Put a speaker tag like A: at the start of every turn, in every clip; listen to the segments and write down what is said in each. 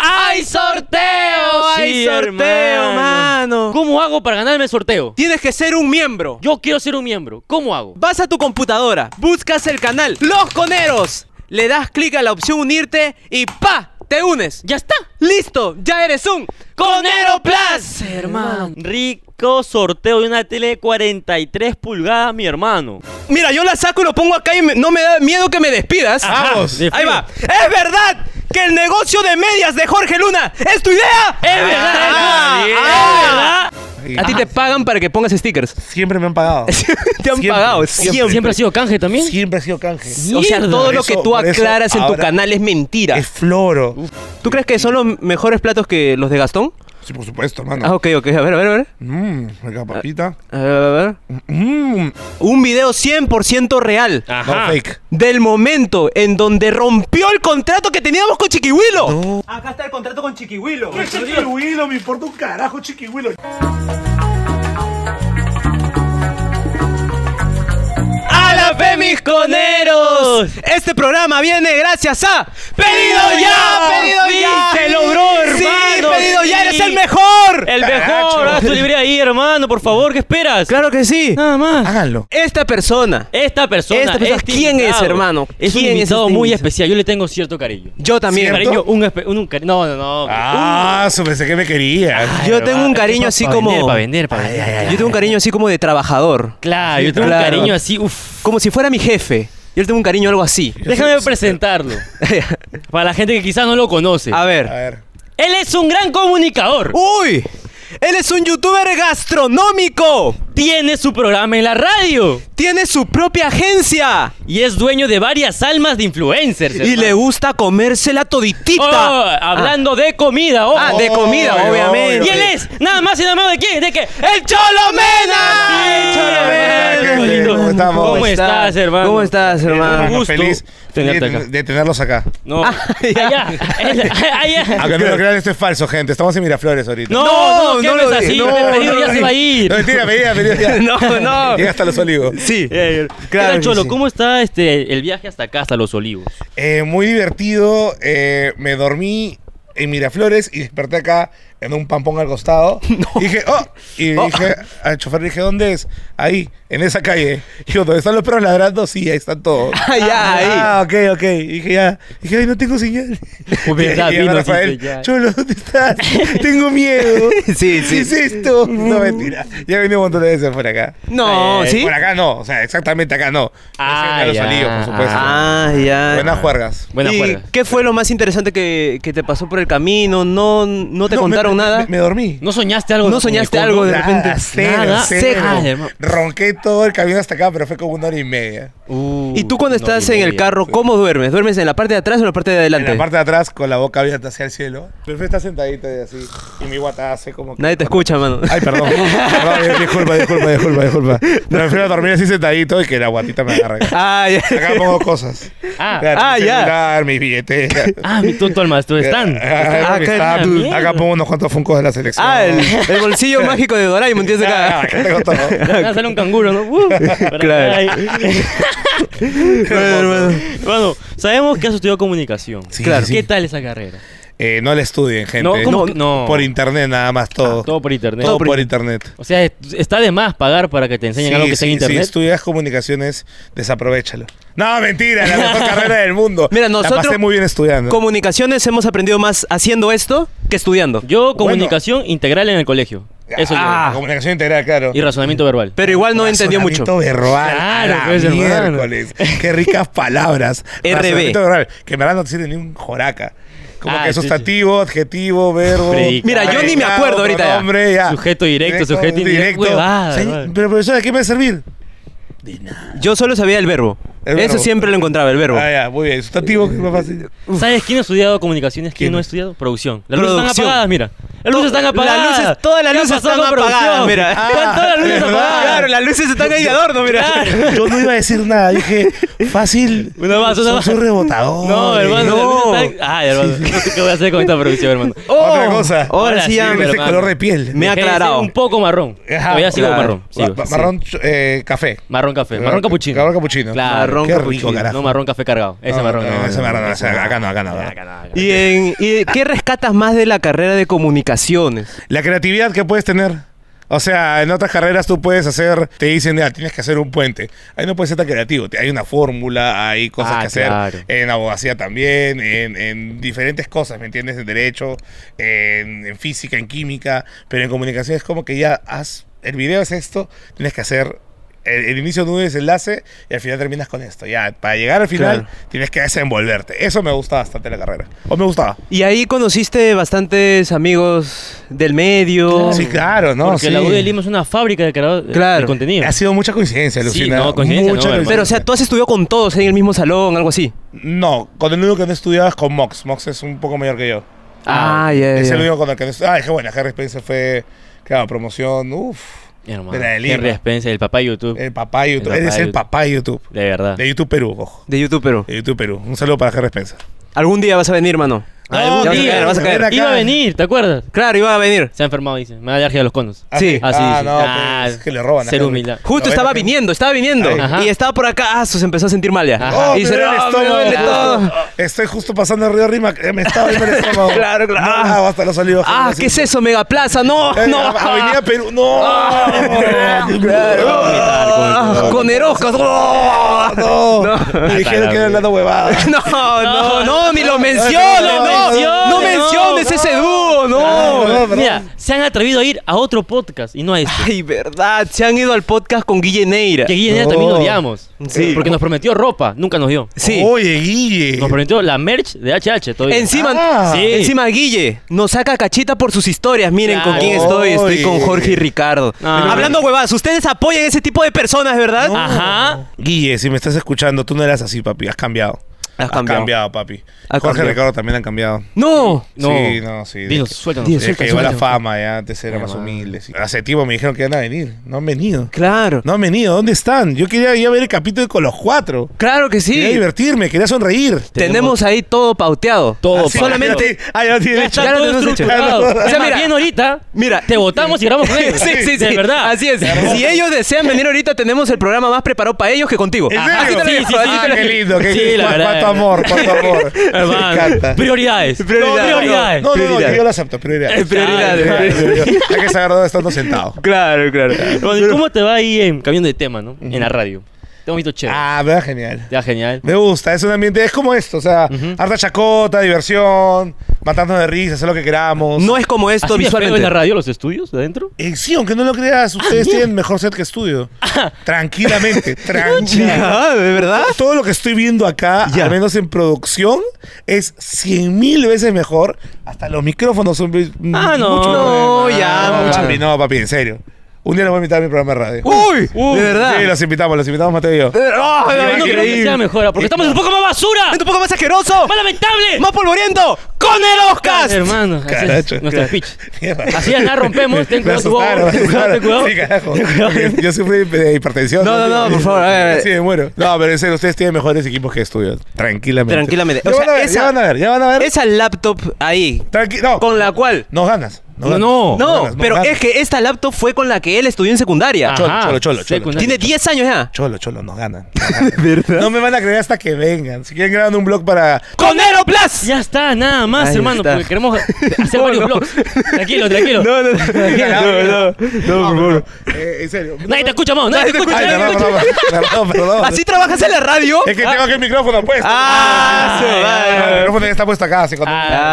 A: ¡Hay sorteo! Oh, ¡Hay
B: Sí,
A: sorteo,
B: hermano.
A: mano!
B: ¿Cómo hago para ganarme el sorteo?
A: Tienes que ser un miembro.
B: Yo quiero ser un miembro. ¿Cómo hago?
A: Vas a tu computadora, buscas el canal Los Coneros, le das clic a la opción unirte y ¡pa! Te unes.
B: ¡Ya está!
A: ¡Listo! ¡Ya eres un Conero Plus!
B: Rico sorteo de una tele de 43 pulgadas, mi hermano.
A: Mira, yo la saco y lo pongo acá y me- no me da miedo que me despidas.
B: Ajá,
C: Vamos.
B: de
A: Ahí
B: frío.
A: va. ¡Es verdad que el negocio de medias de Jorge Luna es tu idea!
B: ¡Es verdad!
A: Ah,
B: ¡Es
A: ah,
B: verdad!
C: Ay,
A: A ti te pagan para que pongas stickers.
C: Siempre me han pagado.
A: te han
C: Siempre,
A: pagado.
C: siempre.
B: ¿Siempre ha sido canje también?
C: Siempre ha sido canje.
A: O sea,
B: Mierda.
A: todo lo
C: Por
A: que
C: eso-
A: tú
C: por eso
A: aclaras en tu
C: ahora
A: canal es mentira.
C: Es floro.
A: ¿Tú crees que son los mejores platos que los de Gastón?
C: Sí, por supuesto, hermano.
A: Ah, ok, Ah. ok. A ver, a ver, a ver.
C: Mmm, acá papita.
A: A ver, a ver.
C: Mmm,
A: Un video 100% real.
C: no fake.
A: Del momento en donde rompió el contrato que teníamos con Chiquihuilo.
D: Acá está el contrato con Chiquihuilo.
E: Chiquihuilo, me importa un carajo, Chiquihuilo.
A: ¡A la fe, mis coneros! Este programa viene gracias a Pedido Ya, Pedido Ya.
B: Sí, se logró, hermano,
A: Sí, Pedido Ya,
B: sí.
A: eres el mejor.
B: El mejor,
C: Cacho.
B: haz tu librería ahí, hermano, por favor, ¿qué esperas?
A: Claro que sí.
B: Nada más.
C: Háganlo.
A: Esta persona,
B: Esta persona,
A: Esta persona,
B: este
A: ¿quién es,
B: invitado,
A: hermano?
B: Es un
A: ¿Quién es
B: invitado
A: este
B: muy
A: invitado?
B: especial, yo le tengo cierto cariño.
A: yo también.
C: Siempre.
B: Cariño, un, espe- un, cariño. No, no, no.
C: Ah, su pensé que me querías.
A: Uh. Yo tengo un cariño así como
B: Para vender, para
C: Ay,
B: vender.
C: ay, ay,
A: Yo tengo un cariño así como de trabajador,
B: Claro, yo tengo
A: claro.
B: un cariño así, uff.
A: como si fuera mi jefe. Yo le tengo un cariño algo así.
B: Déjame presentarlo. Para la gente que quizás no lo conoce.
A: A
C: A
A: ver. Uh.
C: ver.
B: Él es un gran comunicador.
A: Uy, él es un youtuber gastronómico.
B: Tiene su programa en la radio.
A: Tiene su propia agencia
B: Y es dueño de varias almas de influencers.
A: y le
B: hermano.
A: gusta comérsela toditita.
B: Oh, hablando de comida, ojo.
A: Ah, de comida,
C: Obvio,
A: obviamente.
C: obvio.
B: Y él es nada más y nada menos de quién, de que eh. el
A: Cholomena!
B: Sí,
C: Cholomena,
B: hermano,
C: ¿qué tal?
B: lindo.
C: ¿Cómo estamos?
B: ¿Cómo estás, hermano?
A: ¿Cómo estás,
B: Un
A: hermano?
B: gusto
C: feliz
B: tenerte
C: de,
B: acá.
C: de tenerlos acá.
B: No,
A: Ah, ya. Ah,
B: allá, el- allá.
C: Aunque no lo crean, esto es falso, gente. Estamos en Miraflores ahorita.
B: No, no,
A: No,
B: ¿qué
A: no
B: no es
A: lo
B: así?
A: di- no,
B: Bienvenido,
A: no
B: ya
A: lo
B: se
A: di-
B: va a ir.
C: No, mentira, mentira, mentira.
A: No, no.
C: Llega hasta los olivos.
A: Sí.
B: Eh,
C: Claro
B: mira,
C: que
B: Cholo,
C: sí.
B: ¿cómo está este, el viaje hasta acá, hasta Los Olivos?
C: Eh, muy divertido. eh, me dormí en Miraflores y desperté acá en un pampón al costado. Y dije, oh, y dije al chofer, le dije, ¿dónde es? Ahí, en esa calle. Y yo, ¿dónde están los perros ladrando? Sí, ahí están todos.
A: Ah, ya, ahí.
C: Ah, ok, ok. Y dije, ya. Y dije, ay, no tengo señal.
B: Pues verdad,
C: Y- y ahora
B: vino,
C: Rafael,
B: dice, ya.
C: Cholo, ¿dónde estás? tengo miedo.
A: Sí, sí. Mm.
C: ¿Qué es esto? No, mentira. Ya he venido un montón de veces por acá.
A: No,
B: Eh,
A: ¿sí?
C: Por acá no, o sea, exactamente acá no.
B: Ah,
C: Es en
B: ya.
C: los olivos, por supuesto.
A: Ah, ya.
C: Buenas juergas.
B: Buena
A: ¿Y
B: juerga.
A: qué fue lo más interesante que, que te pasó por el camino? ¿No, no te
C: No, me-
A: contaron
C: me-
A: nada?
C: Me, me dormí.
B: ¿No soñaste algo?
A: ¿No soñaste
B: con-
A: algo de-
C: Nada,
A: repente-
C: cero,
B: Nada,
C: cero.
B: seco. Ah, hermano.
C: Ronqué todo el camino hasta acá, pero fue como una hora y media.
B: Uh,
A: ¿Y tú cuando
B: no,
A: estás
B: ni
A: en el
B: media.
A: carro, cómo duermes? ¿Duermes en la parte de atrás o en la parte de
C: En
A: adelante?
C: la parte de atrás, con la boca abierta hacia el cielo. Perfecto, está sentadita y así. Y mi guata hace como que...
A: Nadie te escucha, mano.
C: Ay, perdón. Perdón, disculpa, disculpa, disculpa, disculpa. Me prefiero dormir así sentadito y que la guatita me agarre.
A: Ay,
C: Acá pongo cosas.
B: Ah,
C: Claro,
A: ah,
C: mi
A: ya.
C: celular, mis billetes.
B: ah, mi tonto alma, tú están.
C: Ah,
A: Ah,
C: mi
A: acá-
C: stand.
B: mierda.
C: acá pongo unos cuantos funcos de la selección.
A: ah, el, el bolsillo mágico de Doraemon tienes
C: Ah,
A: acá.
C: acá tengo todo.
B: Acá Ah, sale un canguro, ¿no? Uh, para
A: Claro.
C: Hermoso.
B: Bueno, sabemos que has estudiado comunicación.
C: Sí,
B: claro.
C: sí.
B: ¿Qué tal esa carrera?
C: Eh, no la estudien, gente.
B: No, ¿cómo que no? Ah,
C: Por internet nada más, todo.
B: Todo por internet.
C: Oh. Todo por internet.
B: O sea, es- está de más pagar para que te enseñen
C: Sí,
B: algo que está en
C: sí, Si
B: internet.
C: estudias comunicaciones, desaprovechalo. No, mentira, la mejor carrera del mundo.
A: Mira,
C: La
A: nosotros-
C: pasé muy bien estudiando.
A: Comunicaciones hemos aprendido más haciendo esto que estudiando.
B: Yo, comunicación integral en el colegio. Eso yo.
C: Ah, comunicación integral, claro.
B: Y razonamiento verbal.
A: Pero igual no entendió mucho.
C: Razonamiento verbal.
B: Claro,
C: a la
B: pues, hermano.
C: miércoles. Qué ricas palabras.
A: RB.
C: Razonamiento verbal, que en verdad no te sirve ni un joraca. Como
B: Ah,
C: que
B: sí,
C: sustantivo, adjetivo, verbo.
B: Predica-
A: Mira, yo ni me acuerdo ahorita ya.
C: pronombre, ya.
B: Sujeto directo, sujeto indirecto. Huevada,
C: Sí,
B: huevada.
C: Pero profesor, ¿de qué me va a servir?
A: Yo solo sabía el verbo.
C: El
A: Eso
C: verbo.
A: siempre lo encontraba, el verbo.
C: Ah, ya, muy bien. Sustantivo, que es más fácil.
B: ¿Sabes quién ha estudiado comunicaciones? ¿Quién
C: ¿Quién?
B: no ha estudiado? Producción. Las luces están
A: Producción.
B: apagadas, mira. Las luces están apagadas.
A: Las luces, todas las
B: ¿Qué ha
A: luces
B: pasado
A: están
B: con producción?
A: apagadas, mira.
B: Están todas las luces
C: ¿verdad?
B: apagadas.
A: Claro, las luces están ahí de adorno, mira.
C: Yo no iba a decir nada, dije, fácil.
B: Una más, una
C: son-
B: más.
C: Son rebotadores.
B: No, hermano, las
A: no.
B: luces están- Ay, Ah, hermano, no sé qué voy a hacer con esta producción, hermano.
A: Oh,
C: Otra cosa.
A: Ahora sí, ya,
C: Tiene
A: mi
C: ese
B: hermano.
C: color de piel.
A: Me ha
B: Dejé de ser
A: aclarado.
B: Un poco marrón.
C: Ajá,
B: Todavía sigo
C: claro.
B: marrón. sigo,
C: Ma-
B: sí.
C: marrón eh, café.
B: Marrón café. Marrón capuchino.
C: Marrón capuchino.
B: Claro.
A: Marrón
C: Qué rico,
A: capuchino.
C: carajo.
B: No, marrón café cargado. Ese
C: No,
B: marrón.
C: no, ese marrón, no, ese- acá no, acá no, acá no.
B: Acá no, acá no.
A: ¿Y, en- y qué rescatas más de la carrera de comunicaciones?
C: La creatividad que puedes tener. O sea, en otras carreras tú puedes hacer, te dicen, ya, tienes que hacer un puente. Ahí no puedes ser tan creativo. Hay una fórmula, hay cosas
B: Ah,
C: que hacer.
B: claro.
C: En abogacía también, en, en diferentes cosas, ¿me entiendes? En derecho, en, en física, en química. Pero en comunicación es como que ya haz, el video es esto, tienes que hacer el, el inicio, nudo y desenlace y al final terminas con esto. Ya, para llegar al final tienes que desenvolverte. Eso me gusta bastante la carrera. O me gustaba.
A: Y ahí conociste bastantes amigos del medio.
C: Sí, claro, ¿no?
B: Oh. Porque
C: sí.
B: la U de Lima es una fábrica de creador de-
A: Claro.
B: de contenido.
C: Ha sido mucha coincidencia,
B: Sí,
C: Lucina.
B: no, coincidencia
C: Mucha
B: no, hermano.
A: Pero, o sea, tú has estudiado con todos en el mismo salón, algo así.
C: No, con el único que no estudiaba es con Mox. Mox es un poco mayor que yo.
B: Ah,
A: ya,
C: es
A: ya.
C: el único con el que no estudiaba. Ah, dije, bueno, Harry Spencer fue, claro, promoción, uff.
B: Hermano,
C: de la de Lima.
B: Henry Spencer, el papá de YouTube.
C: El papá de YouTube.
B: El
C: Él
B: papá
C: es
B: de
C: el
B: YouTube.
C: papá de YouTube.
B: De verdad.
C: De YouTube Perú, ojo.
A: De YouTube, pero.
C: De YouTube Perú. Un saludo para Harry Spencer.
A: Algún día vas a venir, mano.
B: Algún
A: ya vas a
B: día.
A: caer, vas a caer.
C: ven acá.
B: Iba a venir, ¿te acuerdas?
A: Claro, iba a venir.
B: Se ha enfermado, dice. Me da alergia a los conos.
C: Ah,
A: Sí.
B: Ah, sí,
C: ah,
B: sí.
C: no,
B: Ah,
C: pues, es que le roban. a
B: ser
C: Harry.
B: humildad.
A: Justo
C: No,
A: estaba
C: ven acá.
A: viniendo, estaba viniendo.
B: Ajá.
A: Y estaba por acá, ah, se empezó a sentir mal ya.
B: Ajá.
C: Oh,
A: y
C: me
A: se
C: duele el
A: "Ah, me
C: estómago.
A: duele todo.
C: Estoy justo pasando el río Rima. eh, Me estaba viendo el estómago.
A: Claro, claro.
C: No, Ah, hasta los olivos.
A: Ah, ¿qué es eso? Megaplaza, no,
C: Eh,
A: no.
C: Avenida Perú. No. Ah,
A: Ah, Con eroscas. Oh.
C: No, me dijeron que era hablando huevadas.
A: No, no, no, ni lo menciones,
C: no,
A: no. No
B: no, no,
A: menciones
B: no.
A: ese dúo, no.
C: Ah,
A: Ah,
C: No,
B: Mira, se han atrevido a ir a otro podcast y no a este.
A: Ay, verdad, se han ido al podcast con Guille Neira.
B: Que Guille
C: No.
B: también lo odiamos.
A: Sí.
B: Porque nos prometió ropa, nunca nos dio.
A: Sí.
C: Oye, Guille.
B: Nos prometió la merch de HH todavía.
A: Eh, Encima,
C: Ah.
B: Sí.
A: encima Guille nos saca cachita por sus historias. Miren con
B: Claro.
A: quién estoy, estoy
C: Oye.
A: con Jorge y Ricardo.
B: Ah.
A: Hablando huevadas, ustedes apoyan ese tipo de personas, ¿verdad?
B: Ajá.
C: Guille, si me estás escuchando, tú no eras así, papi. Has cambiado.
A: Has cambiado.
C: papi.
A: Has
C: Jorge
A: cambiado.
C: y Ricardo también han cambiado.
A: No.
B: No.
C: Sí, no, sí. de-
B: Dinos, suéltanos.
A: Dinos.
C: de que
A: suelta,
C: llegó la
A: suelta.
C: fama, ya antes era más
B: Hermano.
C: humilde. sí. Hace tiempo me dijeron que iban a venir. No han venido.
A: Claro.
C: No han venido. ¿Dónde están? Yo quería ir a ver el capítulo con los cuatro.
A: Claro que
C: Quería
A: sí.
C: divertirme, quería sonreír.
A: Tenemos ahí todo pauteado.
B: Todo.
C: Así,
B: solamente.
C: ya te- Ah, ya lo
B: Ya
C: tiene hecho.
B: está
A: Ya lo
B: todo
A: tenemos hecho.
B: estructurado.
A: Claro.
B: Es
A: O sea,
B: más,
A: mira.
B: bien ahorita,
A: Mira.
B: te votamos y grabamos con ellos.
A: Sí, sí, sí.
B: De verdad.
A: Así es. Si ellos desean venir ahorita, tenemos el programa más preparado para ellos que contigo.
C: ¿En
A: Así
C: serio?
A: te lo digo, así
C: Ah,
A: te lo
C: qué
A: digo.
C: lindo. Qué
B: Sí, la
C: cu-
B: verdad.
C: Cuánto amor, cuánto amor. Me
B: Hermano,
C: encanta.
B: prioridades.
A: Prioridades.
B: Prioridades.
C: No, no, no,
A: Prioridades.
C: yo lo acepto, prioridad. Ah,
A: Eh, prioridades, prioridades.
C: Hay que saber dónde estando sentado.
A: Claro, claro.
B: Bueno, ¿y ¿Cómo te va ahí en camión de tema, no? En la radio. Te hemos visto chévere.
C: Ah, me da genial.
B: Te va genial.
C: Me gusta, es un ambiente, es como esto, o sea, harta chacota, diversión, matándonos de risa, hacer lo que queramos.
A: No es como esto
B: ¿Así de feo en la
A: visualmente.
B: radio los estudios de adentro?
C: Eh, sí, aunque no lo creas, ustedes tienen mejor set que estudio. Tranquilamente, tranquila.
A: Ya, ¿De verdad?
C: Todo lo que estoy viendo acá,
A: Ah. Ya.
C: al menos en producción, es cien mil veces mejor. Hasta los micrófonos son mm,
B: Ah, no.
C: mucho mejor.
A: No, ya,
C: No,
A: mucho.
C: papi, no, papi, en serio. Un día les voy a invitar a mi programa de radio.
A: Uy, de
C: Sí,
A: verdad.
C: los invitamos, los invitamos, Mateo y yo.
A: De verdad. Ah,
C: Sí,
B: no creo que
A: increíble.
B: sea mejora, porque estamos un poco más basura,
A: Gente un poco más asqueroso,
B: más lamentable.
A: más polvoriento, con el Oscar.
B: Hermano, así es
C: Caracho,
B: nuestro
C: carajo.
B: speech.
C: Mierda.
B: Así es, la rompemos. Ten
C: Me
B: cuidado, tu bobo.
C: asustaron,
B: Ten
C: me
B: cuidado, ten
C: asustaron.
B: cuidado.
C: Sí, carajo. Porque Yo sufro de hipertensión.
A: No, no, no, por favor, a ver, a ver.
C: Sí, me muero. No, pero en serio, ustedes tienen mejores equipos que estudios. Tranquilamente.
A: Tranquilamente.
C: Ya,
A: O
C: van
A: sea,
C: a ver,
A: esa-
C: ya van a ver, ya van a ver.
A: Esa laptop ahí,
C: Tranqui- no,
A: con la cual.
C: no ganas. No, ganas.
B: No,
A: No,
C: ganas,
A: pero
C: ganas.
A: es que esta laptop fue con la que él estudió en secundaria.
B: Ajá.
C: Cholo, cholo, cholo, cholo.
B: Secundaria.
A: Tiene 10 años ya.
C: Cholo, cholo, nos ganan. No me van a creer hasta que vengan. Si quieren graban un blog para...
A: ¡Con Aeroplas!
B: Ya está, nada más,
A: Ahí
B: hermano,
A: está.
B: porque queremos hacer varios blogs. Tranquilo, tranquilo.
A: No, no, no, no, no, no, por favor.
C: Eh, en serio.
B: Nadie te escucha, mano. Nadie te escucha.
C: Ay,
B: nadie te
C: perdón,
B: escucha.
C: perdón, perdón, perdón.
A: ¿Así trabajas en la radio?
C: Es que tengo aquí el micrófono puesto.
A: Ah, se
C: Ah,
A: va.
C: El micrófono ya está puesto acá, así con...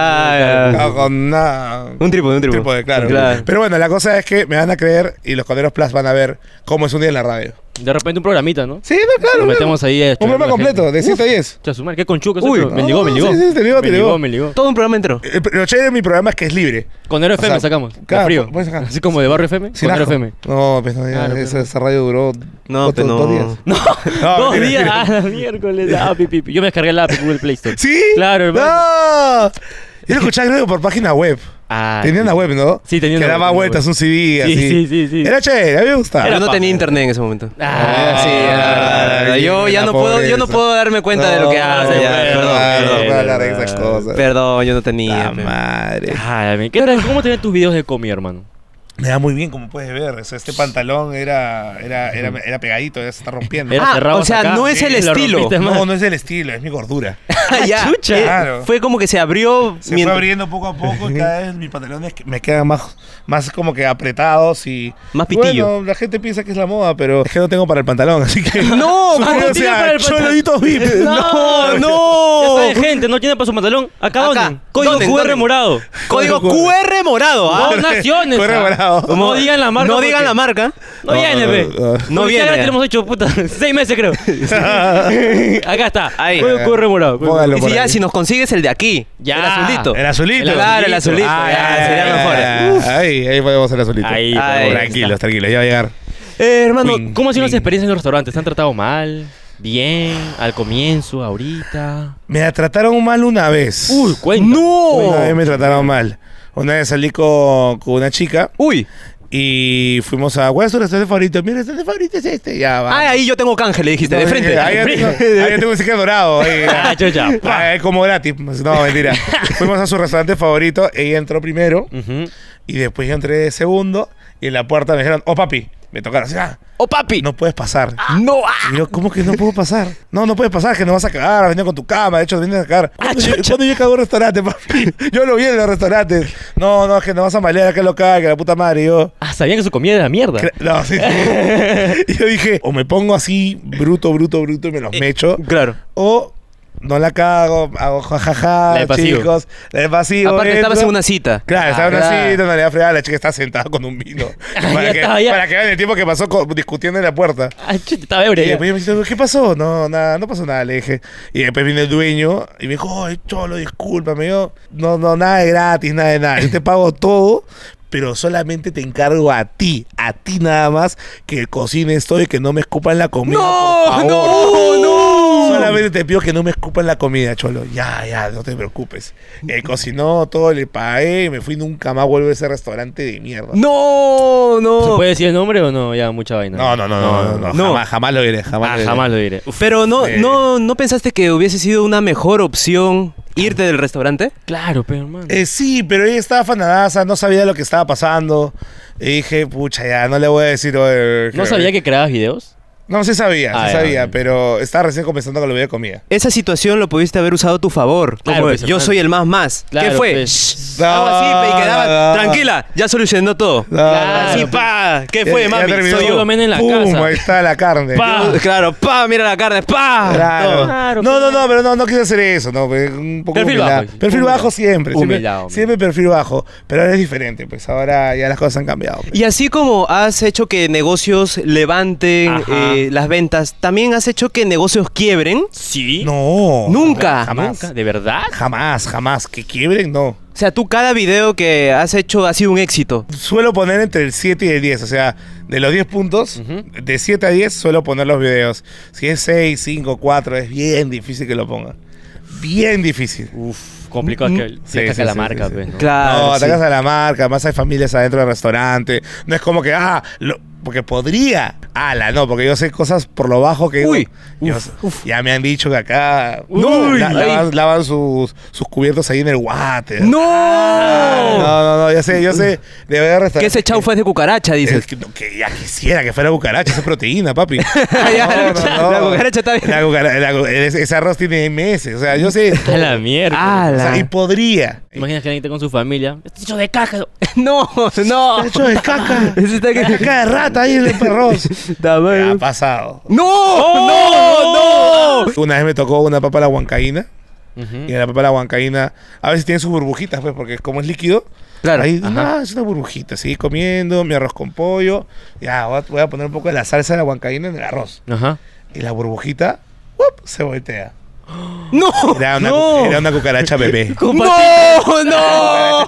A: Ah, ya.
C: No, con nada.
A: Un trípode, un trípode.
C: trípode, claro. Pero bueno, la cosa es que me van a creer y los Coneros Plus van a ver cómo es un día en la radio.
B: De repente un programita, ¿no?
C: Sí, no, claro.
B: Lo
C: claro.
B: metemos ahí. este,
C: Un programa completo, de 7 a 10.
B: Chucha, su madre, qué conchuco.
A: Uy,
B: Uy, me ligó, me
C: no,
B: ligó.
C: sí, sí, te ligó, te
B: Me
C: ligó.
B: ligó, me ligó.
A: Todo un programa entero.
C: Eh, pero Lo chévere de mi programa es que es libre.
B: Con Aero
C: sea,
B: FM sacamos. de
C: claro,
B: frío.
C: puedes sacar.
B: Así como de barrio FM.
C: Sin
B: Con Aero
C: asco.
B: FM.
C: No, pues no, ya,
B: Claro,
C: esa,
B: pero-
C: esa radio duró
A: No,
C: cuatro-
A: pero no.
C: dos días.
B: No,
C: No,
B: dos
C: mentira,
B: días.
C: mentira.
B: Ah, miércoles. Ah, pi, pi, pi. Yo me descargué la app en Google Play Store.
C: ¿Sí?
B: Claro, hermano.
C: No. Yo lo escuchaba creo por página web.
F: Ah,
C: Tenía
F: sí.
C: una web, ¿no?
F: Sí, tenía
C: que
F: una
C: daba
F: web,
C: vueltas
F: tenía
C: un CD,
F: Sí,
C: así.
F: sí, sí, sí.
C: Era chévere, a mí me gustaba.
F: Era
A: Yo no
F: paja.
A: tenía internet en ese momento.
F: Ah,
A: sí,
C: Ah,
A: ah, yo ya
C: la
A: no puedo, yo no
C: pobreza.
A: puedo darme cuenta de lo que
C: No,
A: hago.
F: se
A: ya,
F: puede,
A: perdón,
F: claro,
A: perdón,
F: claro.
C: hablar de esas cosas.
A: Perdón, yo no tenía.
C: La
A: pe.
C: madre.
F: Ay, men, ¿qué tal? ¿Cómo te ven tus videos de comida, hermano?
C: Me da muy bien, como puedes ver. O sea, este pantalón era, era, era, era pegadito, ya se está rompiendo.
F: Era
A: Ah,
F: cerrado
A: o
F: hasta
A: sea,
F: acá.
A: no es el
F: Lo
A: estilo.
F: rompiste más.
C: No, no es el estilo, es mi gordura.
A: Ah, ya.
F: Chucha.
A: Eh,
C: Claro.
A: Fue como que se abrió
C: Se
A: mientras-
C: fue abriendo poco a poco y cada vez mis pantalones que- me quedan más, más como que apretados y...
A: Más pitillo.
C: Bueno, la gente piensa que es la moda, pero es que no tengo para el pantalón, así que...
A: No,
C: Suscríbanse
F: ¿cómo tiene
C: a
F: para el pantalón?
C: Choloditos VIP.
F: No,
A: no.
F: Ya saben, gente, no tiene para su pantalón. Acá,
A: Acá.
F: donen. Código
A: Donen,
F: QR
A: donen.
F: morado.
A: Código QR morado, ¿ah?
F: Dos naciones.
C: QR
F: ah.
C: morado.
F: No digan la marca.
A: No digan
F: porque-
A: la marca.
F: No viene,
C: no,
F: pe.
C: no,
A: No
C: no.
F: Porque Ya
A: viene.
F: la tenemos hecho, puta. Seis meses, creo. Acá está.
A: Ahí.
F: Código QR morado. código
C: Póngalo.
A: Y si
C: por
A: ya,
C: ahí.
A: si nos consigues el de aquí,
F: Ya.
A: el azulito.
C: El azulito.
A: Claro, el azulito.
C: Ah,
A: ya,
C: ya,
A: sería
C: ya,
A: mejor.
C: ya, ya. Ahí, ahí podemos hacer azulito.
F: Ahí,
A: ahí
C: tranquilos, tranquilos, ya va a llegar.
F: Eh, hermano,
C: Wing,
F: ¿cómo han sido las
C: wing.
F: experiencias en los restaurantes? ¿Te han tratado mal? ¿Bien? ¿Al comienzo? ¿Ahorita?
C: Me trataron mal una vez.
F: Uy, cuenta.
C: Una vez
A: ¡No!
C: me trataron mal. Una vez salí con, con una chica
A: Uy,
C: y fuimos a. ¿Cuál es tu restaurante favorito? Mi restaurante favorito es este. Ya va.
A: ah, ahí yo tengo canje, le dijiste, de frente.
C: eh, Ahí ya tengo, ahí ya tengo un sticker dorado. Ahí, eh.
F: Ah, chucha.
C: Ah, es como gratis. No, mentira. Fuimos a su restaurante favorito. Ella entró primero
A: Mm.
F: Ujú.
C: y después yo entré segundo. Y en la puerta me dijeron, oh papi. Me tocaron así, ah,
A: ¡Oh, papi!
C: no puedes pasar.
A: ¡No! ah.
C: Y yo, ¿cómo que no puedo pasar? No, no puedes pasar, que no vas a cagar, has venido con tu cama, de hecho, te vienes a cagar.
A: Ah,
C: ¿Cuándo, yo- cuándo yo cago en restaurante, papi? Yo lo vi en los restaurantes. No, no, es que no vas a malear, que lo caga, que la puta madre. Y yo,
F: Ah, sabían que su comida era mierda.
C: cre- no, sí. Y yo dije, o me pongo así, bruto, bruto, bruto, y me los
A: Eh,
C: mecho,
A: Claro.
C: o no la cago, hago jajaja,
F: La de pasivo.
C: chicos, la de pasivo.
A: Aparte, estabas
C: entro.
A: en una cita.
C: Claro, estaba en una
A: claro.
C: cita, no le da fregada, la chica está sentada con un vino. Para que,
F: estaba, Ah, ya.
C: para que vean el tiempo que pasó co- discutiendo en la puerta.
F: Ah, chucha, estaba ebrio.
C: Y
F: ya.
C: después yo me dice, ¿qué pasó? No, nada, no pasó nada, le dije. Y después vino el dueño y me dijo, ay, cholo, discúlpame. Yo, no, no, nada de gratis, nada de nada. Yo te pago todo, pero solamente te encargo a ti, a ti nada más, que cocines todo y que no me escupan la comida.
A: ¡No!
C: por favor.
A: ¡No! ¡No!
C: Solamente te pido que no me escupan la comida, cholo. Ya, ya, no te preocupes. Y ahí cocinó todo, le pagué, me fui, nunca más vuelvo a ese restaurante de mierda.
A: ¡No!
F: ¿Se
A: ¡No!
F: puede decir el nombre o no? Ya, mucha vaina.
C: No, no, no, no, no,
A: No.
C: Jamás, jamás lo iré, jamás.
F: Ah,
C: lo diré.
F: jamás lo diré. Uf,
A: Pero no,
C: Sí.
A: no, ¿no pensaste que hubiese sido una mejor opción irte del restaurante?
F: claro, pero hermano.
C: Eh, sí, pero ella estaba afanadaza, no sabía lo que estaba pasando. Y dije, pucha, ya, no le voy a decir. oye,
F: ¿No sabía que creabas videos?
C: No, sí sabía,
F: Ah,
C: sí
F: ya,
C: sabía,
F: ya.
C: pero estaba recién comenzando con lo de comida.
A: Esa situación lo pudiste haber usado a tu favor.
F: Claro,
A: Como,
F: pues,
A: yo
F: hermano.
A: soy el más más. ¿Qué
F: Claro,
A: fue?
F: pues.
A: Shh. Algo así, Ah, pe, y quedaba.
C: No, no, no.
A: Tranquila, ya solucionó todo.
F: Claro,
A: Así,
F: pues.
A: pa. ¿Qué fue,
C: Ya- ya
A: mami?
C: terminó.
A: Soy yo.
F: Solo men en la
C: Pum,
F: casa.
C: Ahí está la carne.
F: Pa.
A: Yo- Claro, pa, mira la carne, pa.
F: Ah,
C: Claro.
A: Todo.
F: Claro,
C: no, no,
F: pues.
C: no, pero no, no quise hacer eso, no, pues, un poco
F: Perfil
C: humildad.
F: bajo, sí.
C: Perfil
F: Humildad.
C: bajo siempre, siempre,
F: Humildad, hombre.
C: siempre perfil bajo, pero ahora es diferente, pues ahora ya las cosas han cambiado. pues.
A: Y así como has hecho que negocios levanten
F: Ajá.
A: eh, las ventas, también has hecho que negocios quiebren.
F: Sí. Ah,
C: No.
A: Nunca.
C: Jamás.
F: Nunca, ¿De verdad?
C: Jamás, jamás. Que quiebren, no.
A: O sea, tú cada video que has hecho ha sido un éxito.
C: suelo poner entre el 7 y el 10. O sea, de los 10 puntos, de 7 a 10 suelo poner los videos. Si es 6, 5, 4, es bien difícil que lo ponga. Bien difícil.
F: Uf, complicado que te
C: Mm, Sí,
F: ataca
C: sí,
F: la
C: sí,
F: marca,
C: sí, sí.
F: pues, ¿no?
A: Claro.
C: no,
A: sí.
C: atacas a la marca, más hay familias adentro del restaurante. No es como que, ah, lo- porque podría. Ala, no, porque yo sé cosas por lo bajo que. digo,
A: Uy,
C: yo- ya me han dicho que acá.
A: Uy,
C: la-
A: ahí.
C: lavan, lavan sus, sus cubiertos ahí en el water.
A: ¡No!
C: Ah, no, no, no, yo sé, yo sé. De verdad,
A: Que ese
C: restaurante-
A: chau fue de cucaracha,
C: Es
A: dices.
C: que, no, que ya quisiera que fuera cucaracha, esa es proteína, papi.
A: Ya,
C: No,
A: la
C: no,
A: cucaracha-
C: no.
A: la cucaracha está bien.
C: La cucara- la cu- ese ese arroz tiene meses, o sea, yo sé.
F: A la mierda.
A: Ah,
C: O
A: la-
C: sea, y podría.
F: Imagina que alguien está con su familia. Está hecho de caja.
A: No, no.
C: Está hecho de caca.
A: Ese está que-
C: Caca de rata ahí en el arroz.
A: Da-
C: ha pasado.
A: ¡No! ¡No! ¡No!
C: Una vez me tocó una papa a la huancaína.
F: Ujú.
C: Y la papa a la huancaína a veces tiene sus burbujitas, pues, porque como es líquido,
A: Claro.
C: ahí nada, es una burbujita. Seguí comiendo, mi arroz con pollo. Ya, voy a- voy a poner un poco de la salsa de la huancaína en el arroz.
F: Ajá.
C: Y la burbujita, ¡up! se voltea.
A: ¡No!
C: Era una,
A: ¡No!
C: cu- era una cucaracha bebé.
A: ¡No!
C: Una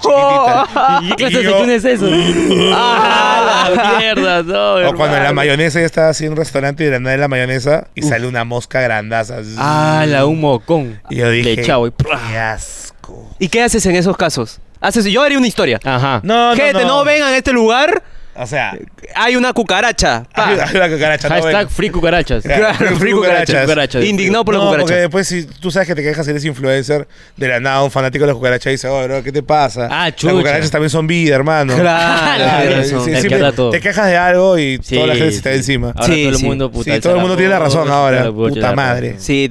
A: ¡No!
C: cucaracha chiquitita.
F: ¿Y qué clase de
C: yo-
F: desayuno es eso? ¡Ah, la mierda! No,
C: O cuando la
F: hermano.
C: mayonesa ya está así en un restaurante y de la nada de la mayonesa y sale una mosca grandaza.
F: ¡Ah, la un mocón!
C: Y yo dije,
F: Le chavo y ¡prua!
C: ¡qué asco!
A: ¿Y qué haces en esos casos? Haces, yo haría una historia.
F: Ajá.
C: No, no,
A: Gente, no,
C: no.
A: vengan a este lugar.
C: O sea,
A: Hay una cucaracha. Pa.
C: ayuda, ayuda, cucaracha, no
B: Hashtag
C: vengas.
B: free cucarachas.
C: Claro,
A: Claro, free
C: cucarachas.
A: cucaracha. Indignado por la
C: No, porque
A: cucaracha.
C: después si tú sabes que te quejas si eres influencer, de la nada un fanático de las cucarachas dice, oh, bro, ¿qué te pasa?
B: Ah, chucha.
C: Las cucarachas también son vida, hermano.
F: Ah,
A: Claro,
C: Claro,
A: eso.
C: Ah, sí,
B: Es
C: siempre
B: verdad todo.
C: te quejas de algo y
B: Sí,
C: toda la gente se está
B: sí.
C: encima.
B: Ahora
A: Sí,
B: todo el
A: sí.
B: mundo, puta,
C: Sí, todo el mundo tiene la razón
B: puta,
C: ahora.
B: la puta,
C: Puta
B: la
C: madre.
A: Sí.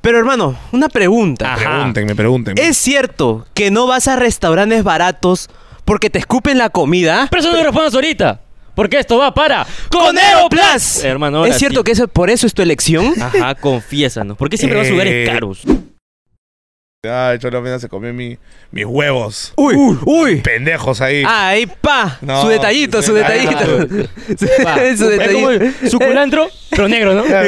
A: Pero hermano, una
C: Ah.
A: pregunta.
C: Pregúntenme, pregúntenme.
A: ¿Es cierto que no vas a restaurantes baratos porque te escupen la comida?
B: Pero eso no respondas ahorita. Porque esto va para.
A: ¡Coneo Plus!
B: Eh, hermano, ahora
A: ¿Es cierto
B: sí.
A: que eso, por eso es tu elección?
F: Ajá, confiésanos. ¿Por qué siempre vas a lugares
C: Eh,
F: caros?
C: Ay, Cholomena se comió mi- mis huevos.
A: ¡Uy! ¡Uy!
C: Pendejos ahí.
B: Ah,
A: ¡Ahí, pa!
C: No,
A: su detallito, su
C: sí,
A: detallito.
B: Pa.
A: Su- su
B: Es como
A: detallito.
B: el suculantro, pero negro, ¿no?
A: Su
B: ya.